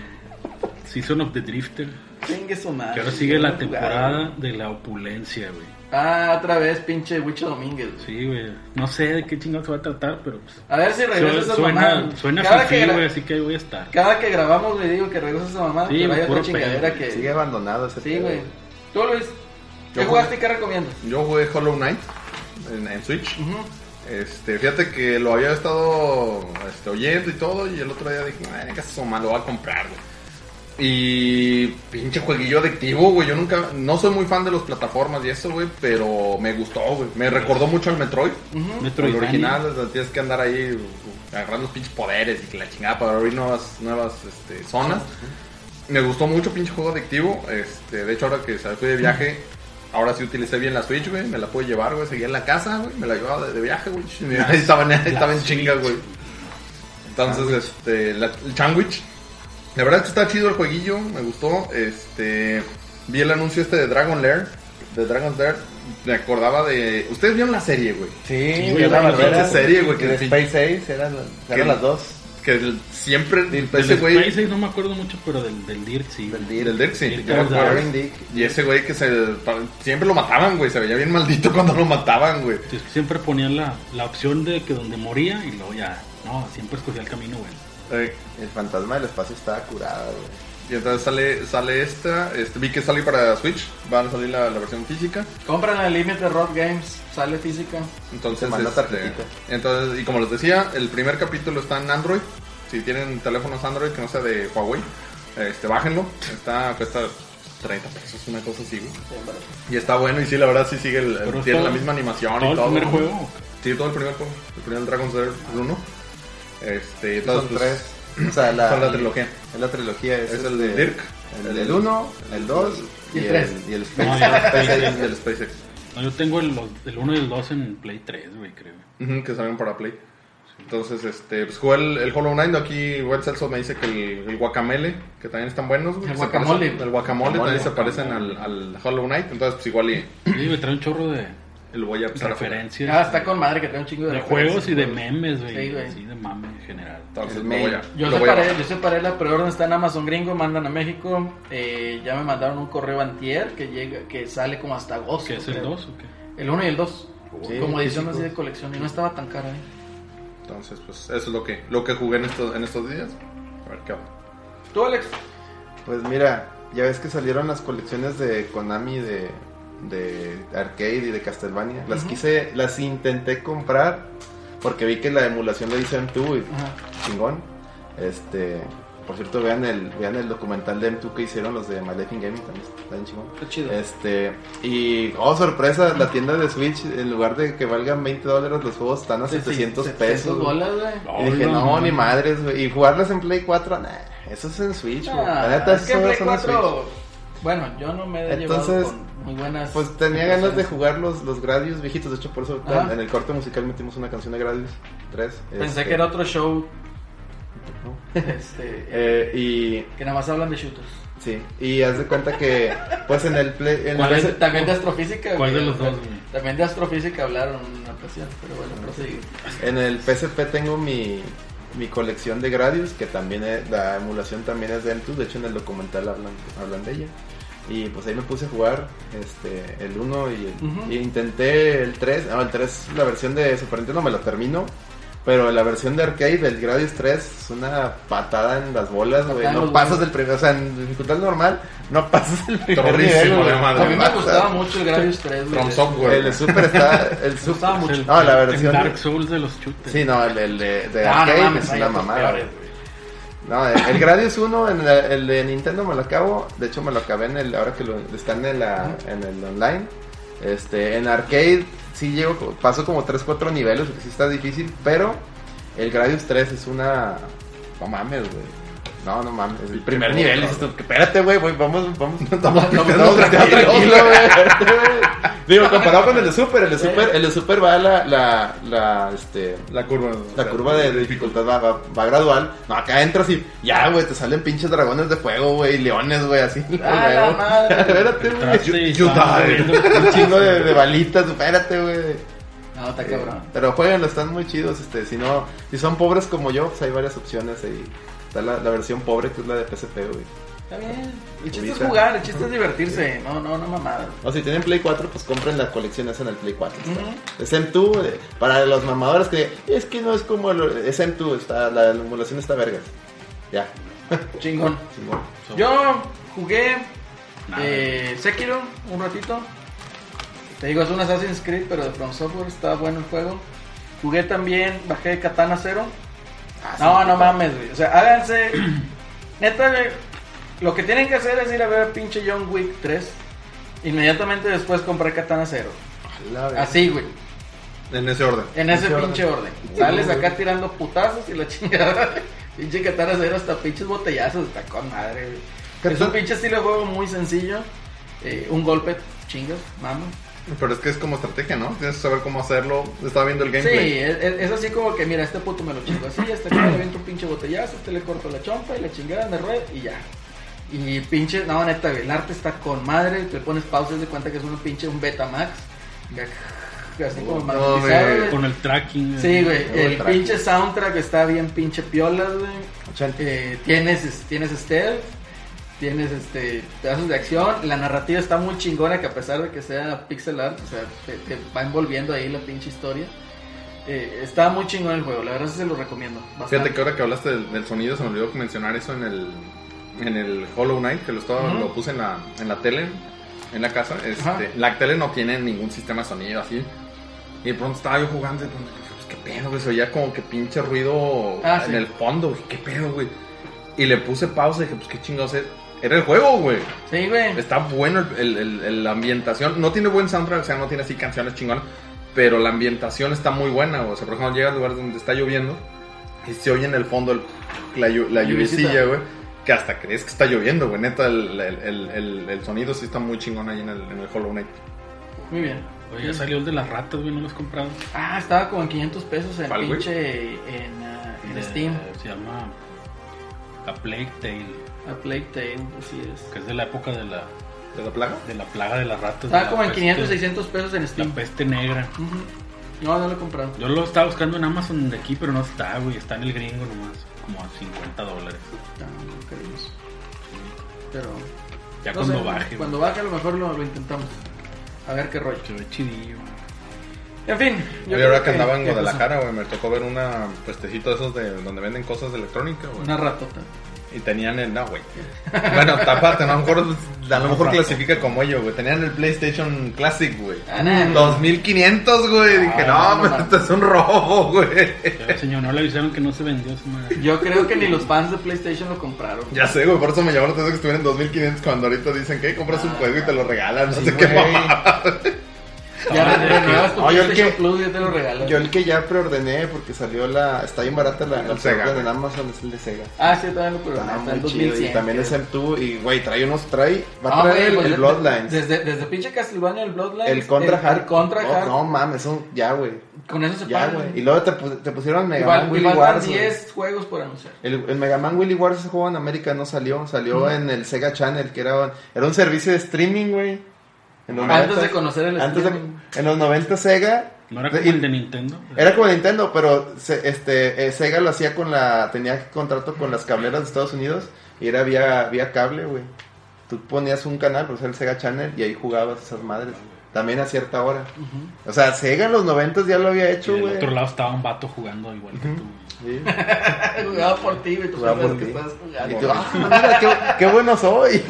Season of the Drifter. Chingue su madre. Que ahora sigue la Jugar. temporada de la opulencia, güey. Ah, otra vez, pinche Huicho Domínguez. güey. Sí, güey. No sé de qué chingados se va a tratar, pero pues. A ver si regresas Suena, a mamá. suena, suena cada, fifí, que gra- güey, así que ahí voy a estar. cada que grabamos le digo que regresas a mamá. Sí, que vaya puro otra chingadera pedo. que. Sigue abandonado ese Sí, pedo, güey. Tú, Luis, ¿qué Yo jugaste y qué recomiendas? Yo jugué Hollow Knight en, en Switch. Ujú. Este, fíjate que lo había estado este, oyendo y todo, y el otro día dije, ay, qué soma, lo voy a comprar, güey. Y pinche jueguillo adictivo, güey. Yo nunca, no soy muy fan de las plataformas y eso, güey, pero me gustó, güey. Me recordó mucho al Metroid. Ujú. El Metroidvania. original, o sea, tienes que andar ahí uh, agarrando los pinches poderes y que la chingada para abrir nuevas, nuevas este, zonas. Me gustó mucho pinche juego adictivo. Este, de hecho, ahora que se fui de viaje, ahora sí utilicé bien la Switch, güey. Me la pude llevar, güey. Seguía en la casa, güey. Me la llevaba de, de viaje, güey. [LAUGHS] Ahí estaban, ahí estaban chingas, güey. Entonces, este, la- el sandwich. La verdad es que está chido el jueguillo, me gustó. Este, vi el anuncio este de Dragon Lair, de Dragon's Lair. Me acordaba de. Ustedes vieron la serie, güey. Sí, güey, era la la pinche verdadera serie, güey, que de sí. Space Ace eran, Que- eran las dos. Que el- siempre Del- Del ese güey. Space Ace no me acuerdo mucho, pero del, del Dirt sí. Del y Dirk. Del Dirk, sí, Dirk yo me acuerdo. Darling Dick. Y ese güey que se. pa- Siempre lo mataban, güey. Se veía bien maldito [LAUGHS] cuando lo mataban, güey. Entonces, Siempre ponían la, la opción de que donde moría y luego ya. No, siempre escogía el camino, güey. Eh, El fantasma del espacio estaba curado, güey. y entonces sale, sale esta. Este, vi que sale para Switch. Van a salir la, la versión física. Compran la Limited Rock Games, sale física. Entonces, Te manda este, tarjetita. entonces, y como les decía, el primer capítulo está en Android. Si tienen teléfonos Android que no sea de Huawei, este, bájenlo. Está, cuesta 30 pesos, una cosa así, güey. Y está bueno, y sí, la verdad sí sigue el- el- Pero tiene está- la misma Ah, animación Todo y el todo. primer ¿no? juego. Sí, todo el primer juego. El primer Dragon's Lair 1. Este, Son entonces, pues, tres. O sea, la, son la trilogía. Es la trilogía. Es este, el de Dirk. El del 1, el 2 Y el tres. Y el Space No, [LAUGHS] ya. Space Space Ace. Ace, del SpaceX. No, yo tengo el, los- el 1 y el 2 en Play 3, güey, creo. Ujú, que salieron para Play. Entonces, este, pues jugué el, el Hollow Knight. Aquí Web Celso me dice que el, el Guacamele, que también están buenos. güey, El que se guacamole. parecen- el Guacamole también se Guacamole. parecen al, al Hollow Knight. Entonces, pues igual y, Sí, me trae un chorro de y lo voy a empezar a jugar. referencias. Ah, está con madre que trae un chingo de, De referencias, juegos y de güey. memes, Sí, güey. güey. Sí, de mame en general. Entonces, El lo voy a, mail. Yo lo voy a separé, bajar. yo separé la preorden, está en Amazon Gringo, mandan a México. Eh, ya me mandaron un correo antier que llega, que sale como hasta agosto. ¿Qué es el creo. 2 o qué? El 1 y el 2. Sí, como edición físico. así de colección y no estaba tan cara. ¿eh? Entonces, pues eso es lo que, lo que jugué en estos, en estos días. A ver qué onda. ¿Tú, Alex? Pues mira, ya ves que salieron las colecciones de Konami de, de Arcade y de Castlevania. Las Ujú. quise, las intenté comprar porque vi que la emulación lo hizo M2 y Ajá. chingón. Este, por cierto, vean el, vean el documental de M2 que hicieron los de Maleficent Gaming, también está bien chingón. Está chido. Este, y oh sorpresa, la tienda de Switch, en lugar de que valgan 20 dólares, los juegos están a Sí, sí, 700 700 pesos. güey. bolas, güey. Ah, Y dije, Hola, no, madre. ni madres, güey. Y jugarlas en Play 4, nah. Eso es en Switch, güey. Ah, La neta, es que eso Play es en 4, Switch. Bueno, yo no me he Entonces, llevado con muy buenas. Pues tenía ganas de jugar los, los Gradius viejitos. De hecho, por eso Ajá. en el corte musical metimos una canción de Gradius este, 3. Pensé que era otro [LAUGHS] show. este, Eh. y que nada más hablan de shooters. sí, y haz de cuenta que pues en el play en También, el de- también de astrofísica. ¿Cuál güey. de los dos, güey? También de astrofísica hablaron en una ocasión, pero bueno, prosigue. En el PSP tengo mi, mi colección de Gradius, que también es- la emulación también es de Entus, de hecho en el documental hablan, hablan de ella. Y pues ahí me puse a jugar este, el 1 y, el- Ujú. y intenté el 3. No, el 3, la versión de Super Nintendo me la termino. Pero la versión de arcade del Gradius 3 es una patada en las bolas, güey. Patada en No los pasas huevos. del primer, o sea, en dificultad normal, no pasas el primer Torrísimo, nivel, güey. de madre. A mí me Pasa. gustaba mucho el Gradius 3, güey. From Software. El Super está... El Me Super... gustaba mucho. No, la versión- En Dark Souls de los chutes. Sí, no, el, el de, de Ah, no arcade mames, es hay una otros mamada, peores, güey. No, el, el Gradius 1, en la- el de Nintendo me lo acabo. De hecho, me lo acabé en el, ahora que lo están en, la, en el online. Este, en arcade sí llego, co- paso como 3-4 niveles, porque sí está difícil, pero el Gradius 3 es una. No mames, güey. No, no mames. El primer nivel, dices tú, que espérate, güey, güey, vamos, [LAUGHS] vamos, estamos estamos tranquilos, tranquilo, [LAUGHS] güey. espérate, güey. Digo, comparado con el de Super, el de Super, el de Super va la, la, la, este, La curva. la curva de dificultad va, va, va gradual. No, acá entras y ya, güey, te salen pinches dragones de fuego, güey, y leones, [LAUGHS] güey, así. Ah, la Luego, madre. [LAUGHS] Espérate, güey. Entraste y You- you estabas died. Un chingo de, de balitas, espérate, güey. No, está Eh, cabrón. pero jueguenlo, están muy chidos. Este, si no, si son pobres como yo, pues hay varias opciones ahí. Está la, la versión pobre que es la de PSP, güey. Está bien. El chiste Ubita. es jugar, el chiste es divertirse. No, no, no mamadas. O si tienen Play 4, pues compren la colección esa en el Play 4. está. Ujú. SM2, eh, para los mamadores que es que no es como el SM2, está, la emulación está vergas. Ya, Chingón. chingón. Yo jugué Nada. eh, Sekiro un ratito. Te digo, es un Assassin's Creed, pero de From Software. Estaba bueno el juego. Jugué también, bajé Katana Zero. Ah, No, sí, no puta. mames, güey. O sea, háganse. Neta, güey. Lo que tienen que hacer es ir a ver pinche John Wick 3. Inmediatamente después comprar Katana Zero. La verga. Así, güey. En ese orden. En ese Ese orden. pinche orden. Sales acá tirando putazos y la [LAUGHS] chingada. pinche Katana Zero hasta pinches botellazos. Está con madre, güey. Es un Katana- pinche estilo de juego muy sencillo. Eh, un golpe, chingas, mamo. Pero es que es como estrategia, ¿no? Tienes que saber cómo hacerlo. Estaba viendo el Sí, gameplay. es, es- es así como que, mira, este puto me lo chingo así, este acá le aviento un pinche botellazo, este le corto la chompa y la chingada me rueda y ya. Y pinche, no, neta, güey, el arte está con madre, te pones pausas de cuenta que es un pinche un Betamax. que- Así como No, magnetizado, güey. güey. Con el tracking. Sí, güey, Luego el el traje. pinche soundtrack está bien pinche piolas, güey. Ochenta. Eh, tienes, es- tienes stealth, tienes este pedazos de acción, la narrativa está muy chingona que a pesar de que sea pixel art, o sea, te, te va envolviendo ahí la pinche historia. Eh, está muy chingón el juego, la verdad sí se lo recomiendo. Fíjate Bastante. que ahora que hablaste del, del sonido, se me olvidó mencionar eso en el, en el Hollow Knight, que lo, estaba, Ujú. lo puse en la, en la tele, en la casa. Este, Ajá. la tele no tiene ningún sistema de sonido así. Y de pronto estaba yo jugando y de pronto dije, pues, qué pedo, güey. Se oía como que pinche ruido Ah, en sí. el fondo, güey. Qué pedo, güey. Y le puse pausa y dije, pues qué chingados es. Era el juego, güey. Sí, güey. Está bueno el- el- el- el- la ambientación. No tiene buen soundtrack, o sea, no tiene así canciones chingonas. Pero la ambientación está muy buena. güey. O sea, por ejemplo, llega al lugar donde está lloviendo y se oye en el fondo el- la, llu- la Lluviecita. lluviecilla, güey. Que hasta crees que está lloviendo, güey. Neta, el, el- el- el- el sonido sí está muy chingón ahí en el, en el Hollow Knight. Muy bien. Oye, ya salió el de las ratas, güey, no lo has comprado. Ah, estaba como en 500 pesos en ¿Cuál, güey? pinche en, ah, en De- Steam, Se llama La Plague Tale, a Plague Tale, así es. que es de la época de la, ¿De la plaga? de la plaga de las ratas. de Estaba la como en peste- 500, 600 pesos en La Steam. peste negra. Ujú. No, no lo he comprado. Yo lo estaba buscando en Amazon de aquí, pero no está, güey. Está en el gringo nomás, como a 50 dólares. No, no queremos. Pero Ya no cuando sé, baje, Cuando baje a lo mejor lo, lo intentamos. A ver qué rollo. güey. Se ve chidillo. En fin. Yo ahora creo que andaba en ¿qué Guadalajara, güey, me tocó ver una puestecito de esos de donde venden cosas de electrónica, cosa? güey. Una ratota. Y tenían el. No, güey. Bueno, tapate, ¿no? a lo mejor, a lo mejor Rato. clasifica como ello, güey. Tenían el PlayStation Classic, güey. Ah, no, no. 2500, güey. Dije, Ah, no, no pues mames. esto es un robo, güey. Ya, señor, no le avisaron que no se vendió su madre. Yo creo que ni los fans de PlayStation lo compraron. Ya sé, güey, por eso me llamó la atención que estuvieran en 2500 cuando ahorita dicen que compras un juego y te lo regalan, no sé qué güey. mamada. Ya renuevas tu No, yo el PlayStation que- Plus, yo te lo regalo. Yo el que ya preordené porque salió la. Está bien barata la, El la Sega, orden en güey. Amazon, es el de Sega. Ah, sí, también lo Está programé. Está en muy chido. 2100. Y también es M2. Y güey, trae unos. Trae. Va No, a traer Ah, güey, el, pues, el de- Bloodlines. Desde, desde pinche Castlevania, el Bloodlines. el Contra el- Hard. el Contra no, Hard. No mames, eso. Ya, güey. Con eso se Ya, paga. güey. Y luego te, pu- te pusieron Mega Igual, Man igual Willy van Wars. güey. 10 juegos por anunciar. El, el Mega Man Willy Wars, ese juego en América no salió, salió en el Sega Channel, que era, era un servicio de streaming, güey. En los Antes 90. de conocer el Antes de- streaming. en los 90 Sega. ¿No era como y- el de Nintendo? era como Nintendo, pero se- este eh, Sega lo hacía con la tenía contrato con las cableras de Estados Unidos y era vía vía cable, güey. Tú ponías un canal, pues era el Sega Channel y ahí jugabas esas madres. También a cierta hora. O sea, Sega en los 90 ya lo había Y hecho, del güey. otro lado estaba un vato jugando igual que tú. Sí. Jugaba por ti, güey. Tú Jugaba sabes por que ti. estás Y jugando. tú, ah, mira, qué, qué bueno soy.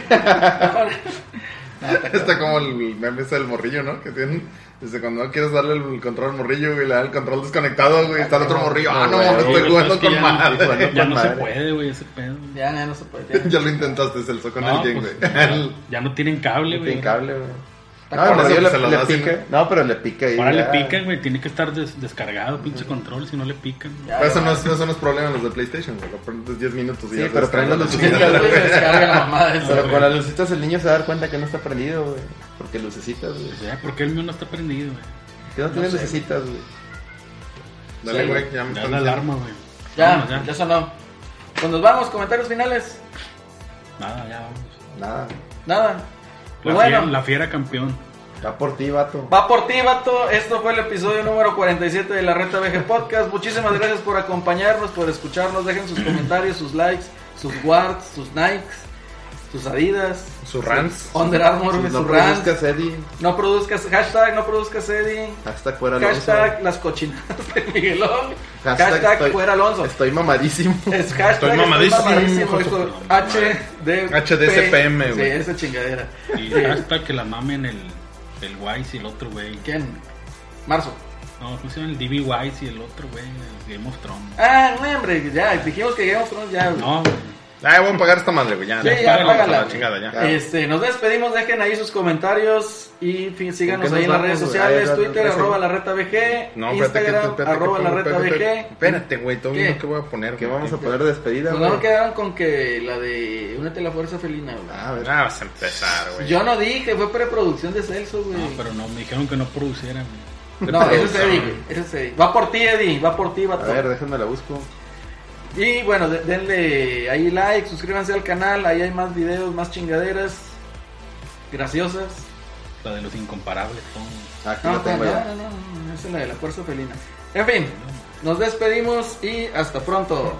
[LAUGHS] Está como el meme ese del morrillo, ¿no? Que tienen. Desde cuando no quieres darle el control al morrillo, güey, le da el control desconectado, güey, está el otro morrillo. Ah, no, güey, me güey, estoy pues, jugando es que con ya- [LAUGHS] madre. Jugando Ya con no se madre. puede, güey, ese pedo. Ya, ya no se puede. ya. Ya lo intentaste, Celso, con No, el Jane, pues, güey. ya, ya no tienen cable, güey. Sin cable, güey. Está No, cabrón. el morrillo Se lo le, le das, pica. No, pero le pica ahí. Ahora le ya. pican, güey. Tiene que estar des- descargado, pinche control, si no le pican. Ya, Pero eso ya. no, es, eso no es problema en los de PlayStation, güey. Lo prendes 10 minutos y Sí, ya pero traen las Sí, lucecitas. güey, se descarga la mamada de eso. Pero con las lucecitas el niño se va a dar cuenta que no está prendido, güey. Porque lucecitas, güey. O sea, ¿por qué el mío no está prendido, güey? Que no, tiene sé. lucecitas, güey. Dale, Sí, güey, ya me Ya están la diciendo. alarma, güey. Ya, Vámonos, ya sonó. Pues nos vamos, comentarios finales. Nada, ya vamos. Nada. Nada. La, Pues bueno, fiera, la fiera campeón. Va por ti, vato. va por ti, vato. Esto fue el episodio número 47 de la Reta VG Podcast. Muchísimas gracias por acompañarnos, por escucharnos. Dejen sus comentarios, sus likes, sus wards, sus nikes, sus adidas, Sus rants. Oh, Under Armour, Si sus no rants. produzcas Eddie, No produzcas, hashtag no produzcas Eddie. hashtag fuera Alonso. Hashtag las cochinadas de Miguelón. Hashtag Hashtag, estoy- fuera Alonso. Estoy mamadísimo. Es hashtag Estoy mamadísimo, hijo de su hijo. puta madre. HD. HDCPM, güey. Sí, esa chingadera. Y hasta que la mamen el, el Wise y el otro, güey. ¿Quién? Marzo. No, ¿cómo se llama? El DB Wise y el otro, güey. el Game of Thrones. Ah, no, hombre, ya, dijimos que Game of Thrones ya. güey. No, güey. Ah, voy a pagar esta madre, güey. Ya, Sí, ya, págala, págala, a la güey. chingada, ya. Este, nos despedimos, dejen ahí sus comentarios y fin- síganos ¿Con qué ahí en nos las redes vamos, sociales, güey? Ahí, Twitter, ahí, ahí. arroba la reta VG, No, espérate que Instagram, espérate que arroba la pongo- reta espérate, VG. Espérate, güey, todo ¿Qué? bien que voy a poner. ¿Qué güey? vamos a poner de despedida, Pues no güey? quedaron con que la de Únete a la Fuerza Felina, güey. Ah, a ver. Ah, vas a empezar, güey. Yo no dije, fue preproducción de Celso, güey. Pues. no, pero no, me dijeron que no produciera, güey. No, ese es Eddie, güey, ese es Eddie. Va por ti, Eddie, va por ti, va A ver, déjenme la busco. Y bueno, de- denle ahí like, suscríbanse al canal, ahí hay más videos, más chingaderas, graciosas. La de los incomparables, todo. Aquí No, la tengo no, ya. no, no, no, esa es la de la fuerza felina. En fin, nos despedimos y hasta pronto.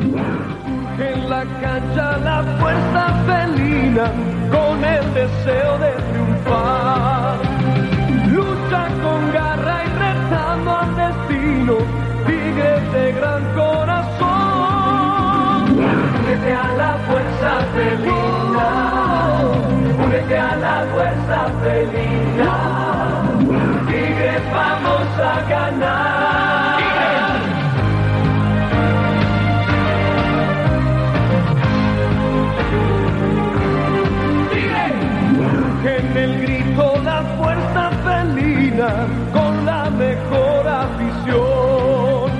en la cancha la fuerza felina con el deseo de triunfar. Lucha con garra y rezando al destino, tigres de gran corazón. Únete a la fuerza felina, únete a la fuerza felina. Tigres vamos a ganar. en el grito la fuerza felina con la mejor afición.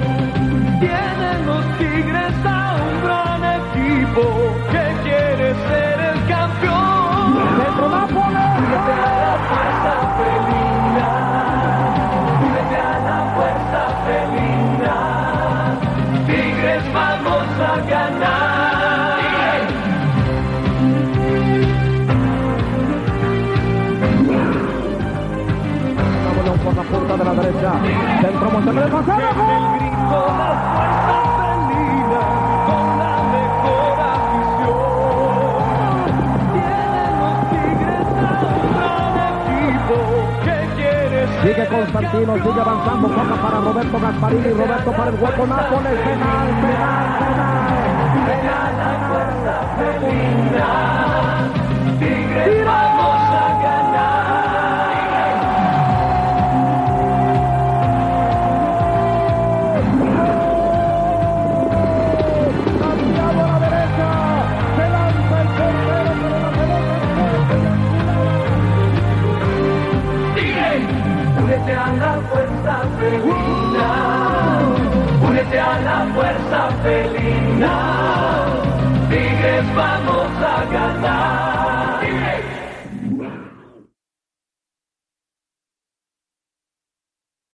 Tienen los Tigres a un gran equipo que quiere ser el campeón. Únete a la fuerza felina, únete a la fuerza felina. Tigres vamos a ganar. En el grito la fuerza felina con la mejor afición. Tienen los tigres a un gran equipo que quiere ser Sigue Constantino, sigue avanzando, toca para Roberto Gasparini, Roberto para el hueco, Nápoles, penal, penal, penal. tigres. Vamos a ganar. Santiago a la derecha, a la fuerza felina. Únete a la fuerza felina. Tigres, vamos a ganar.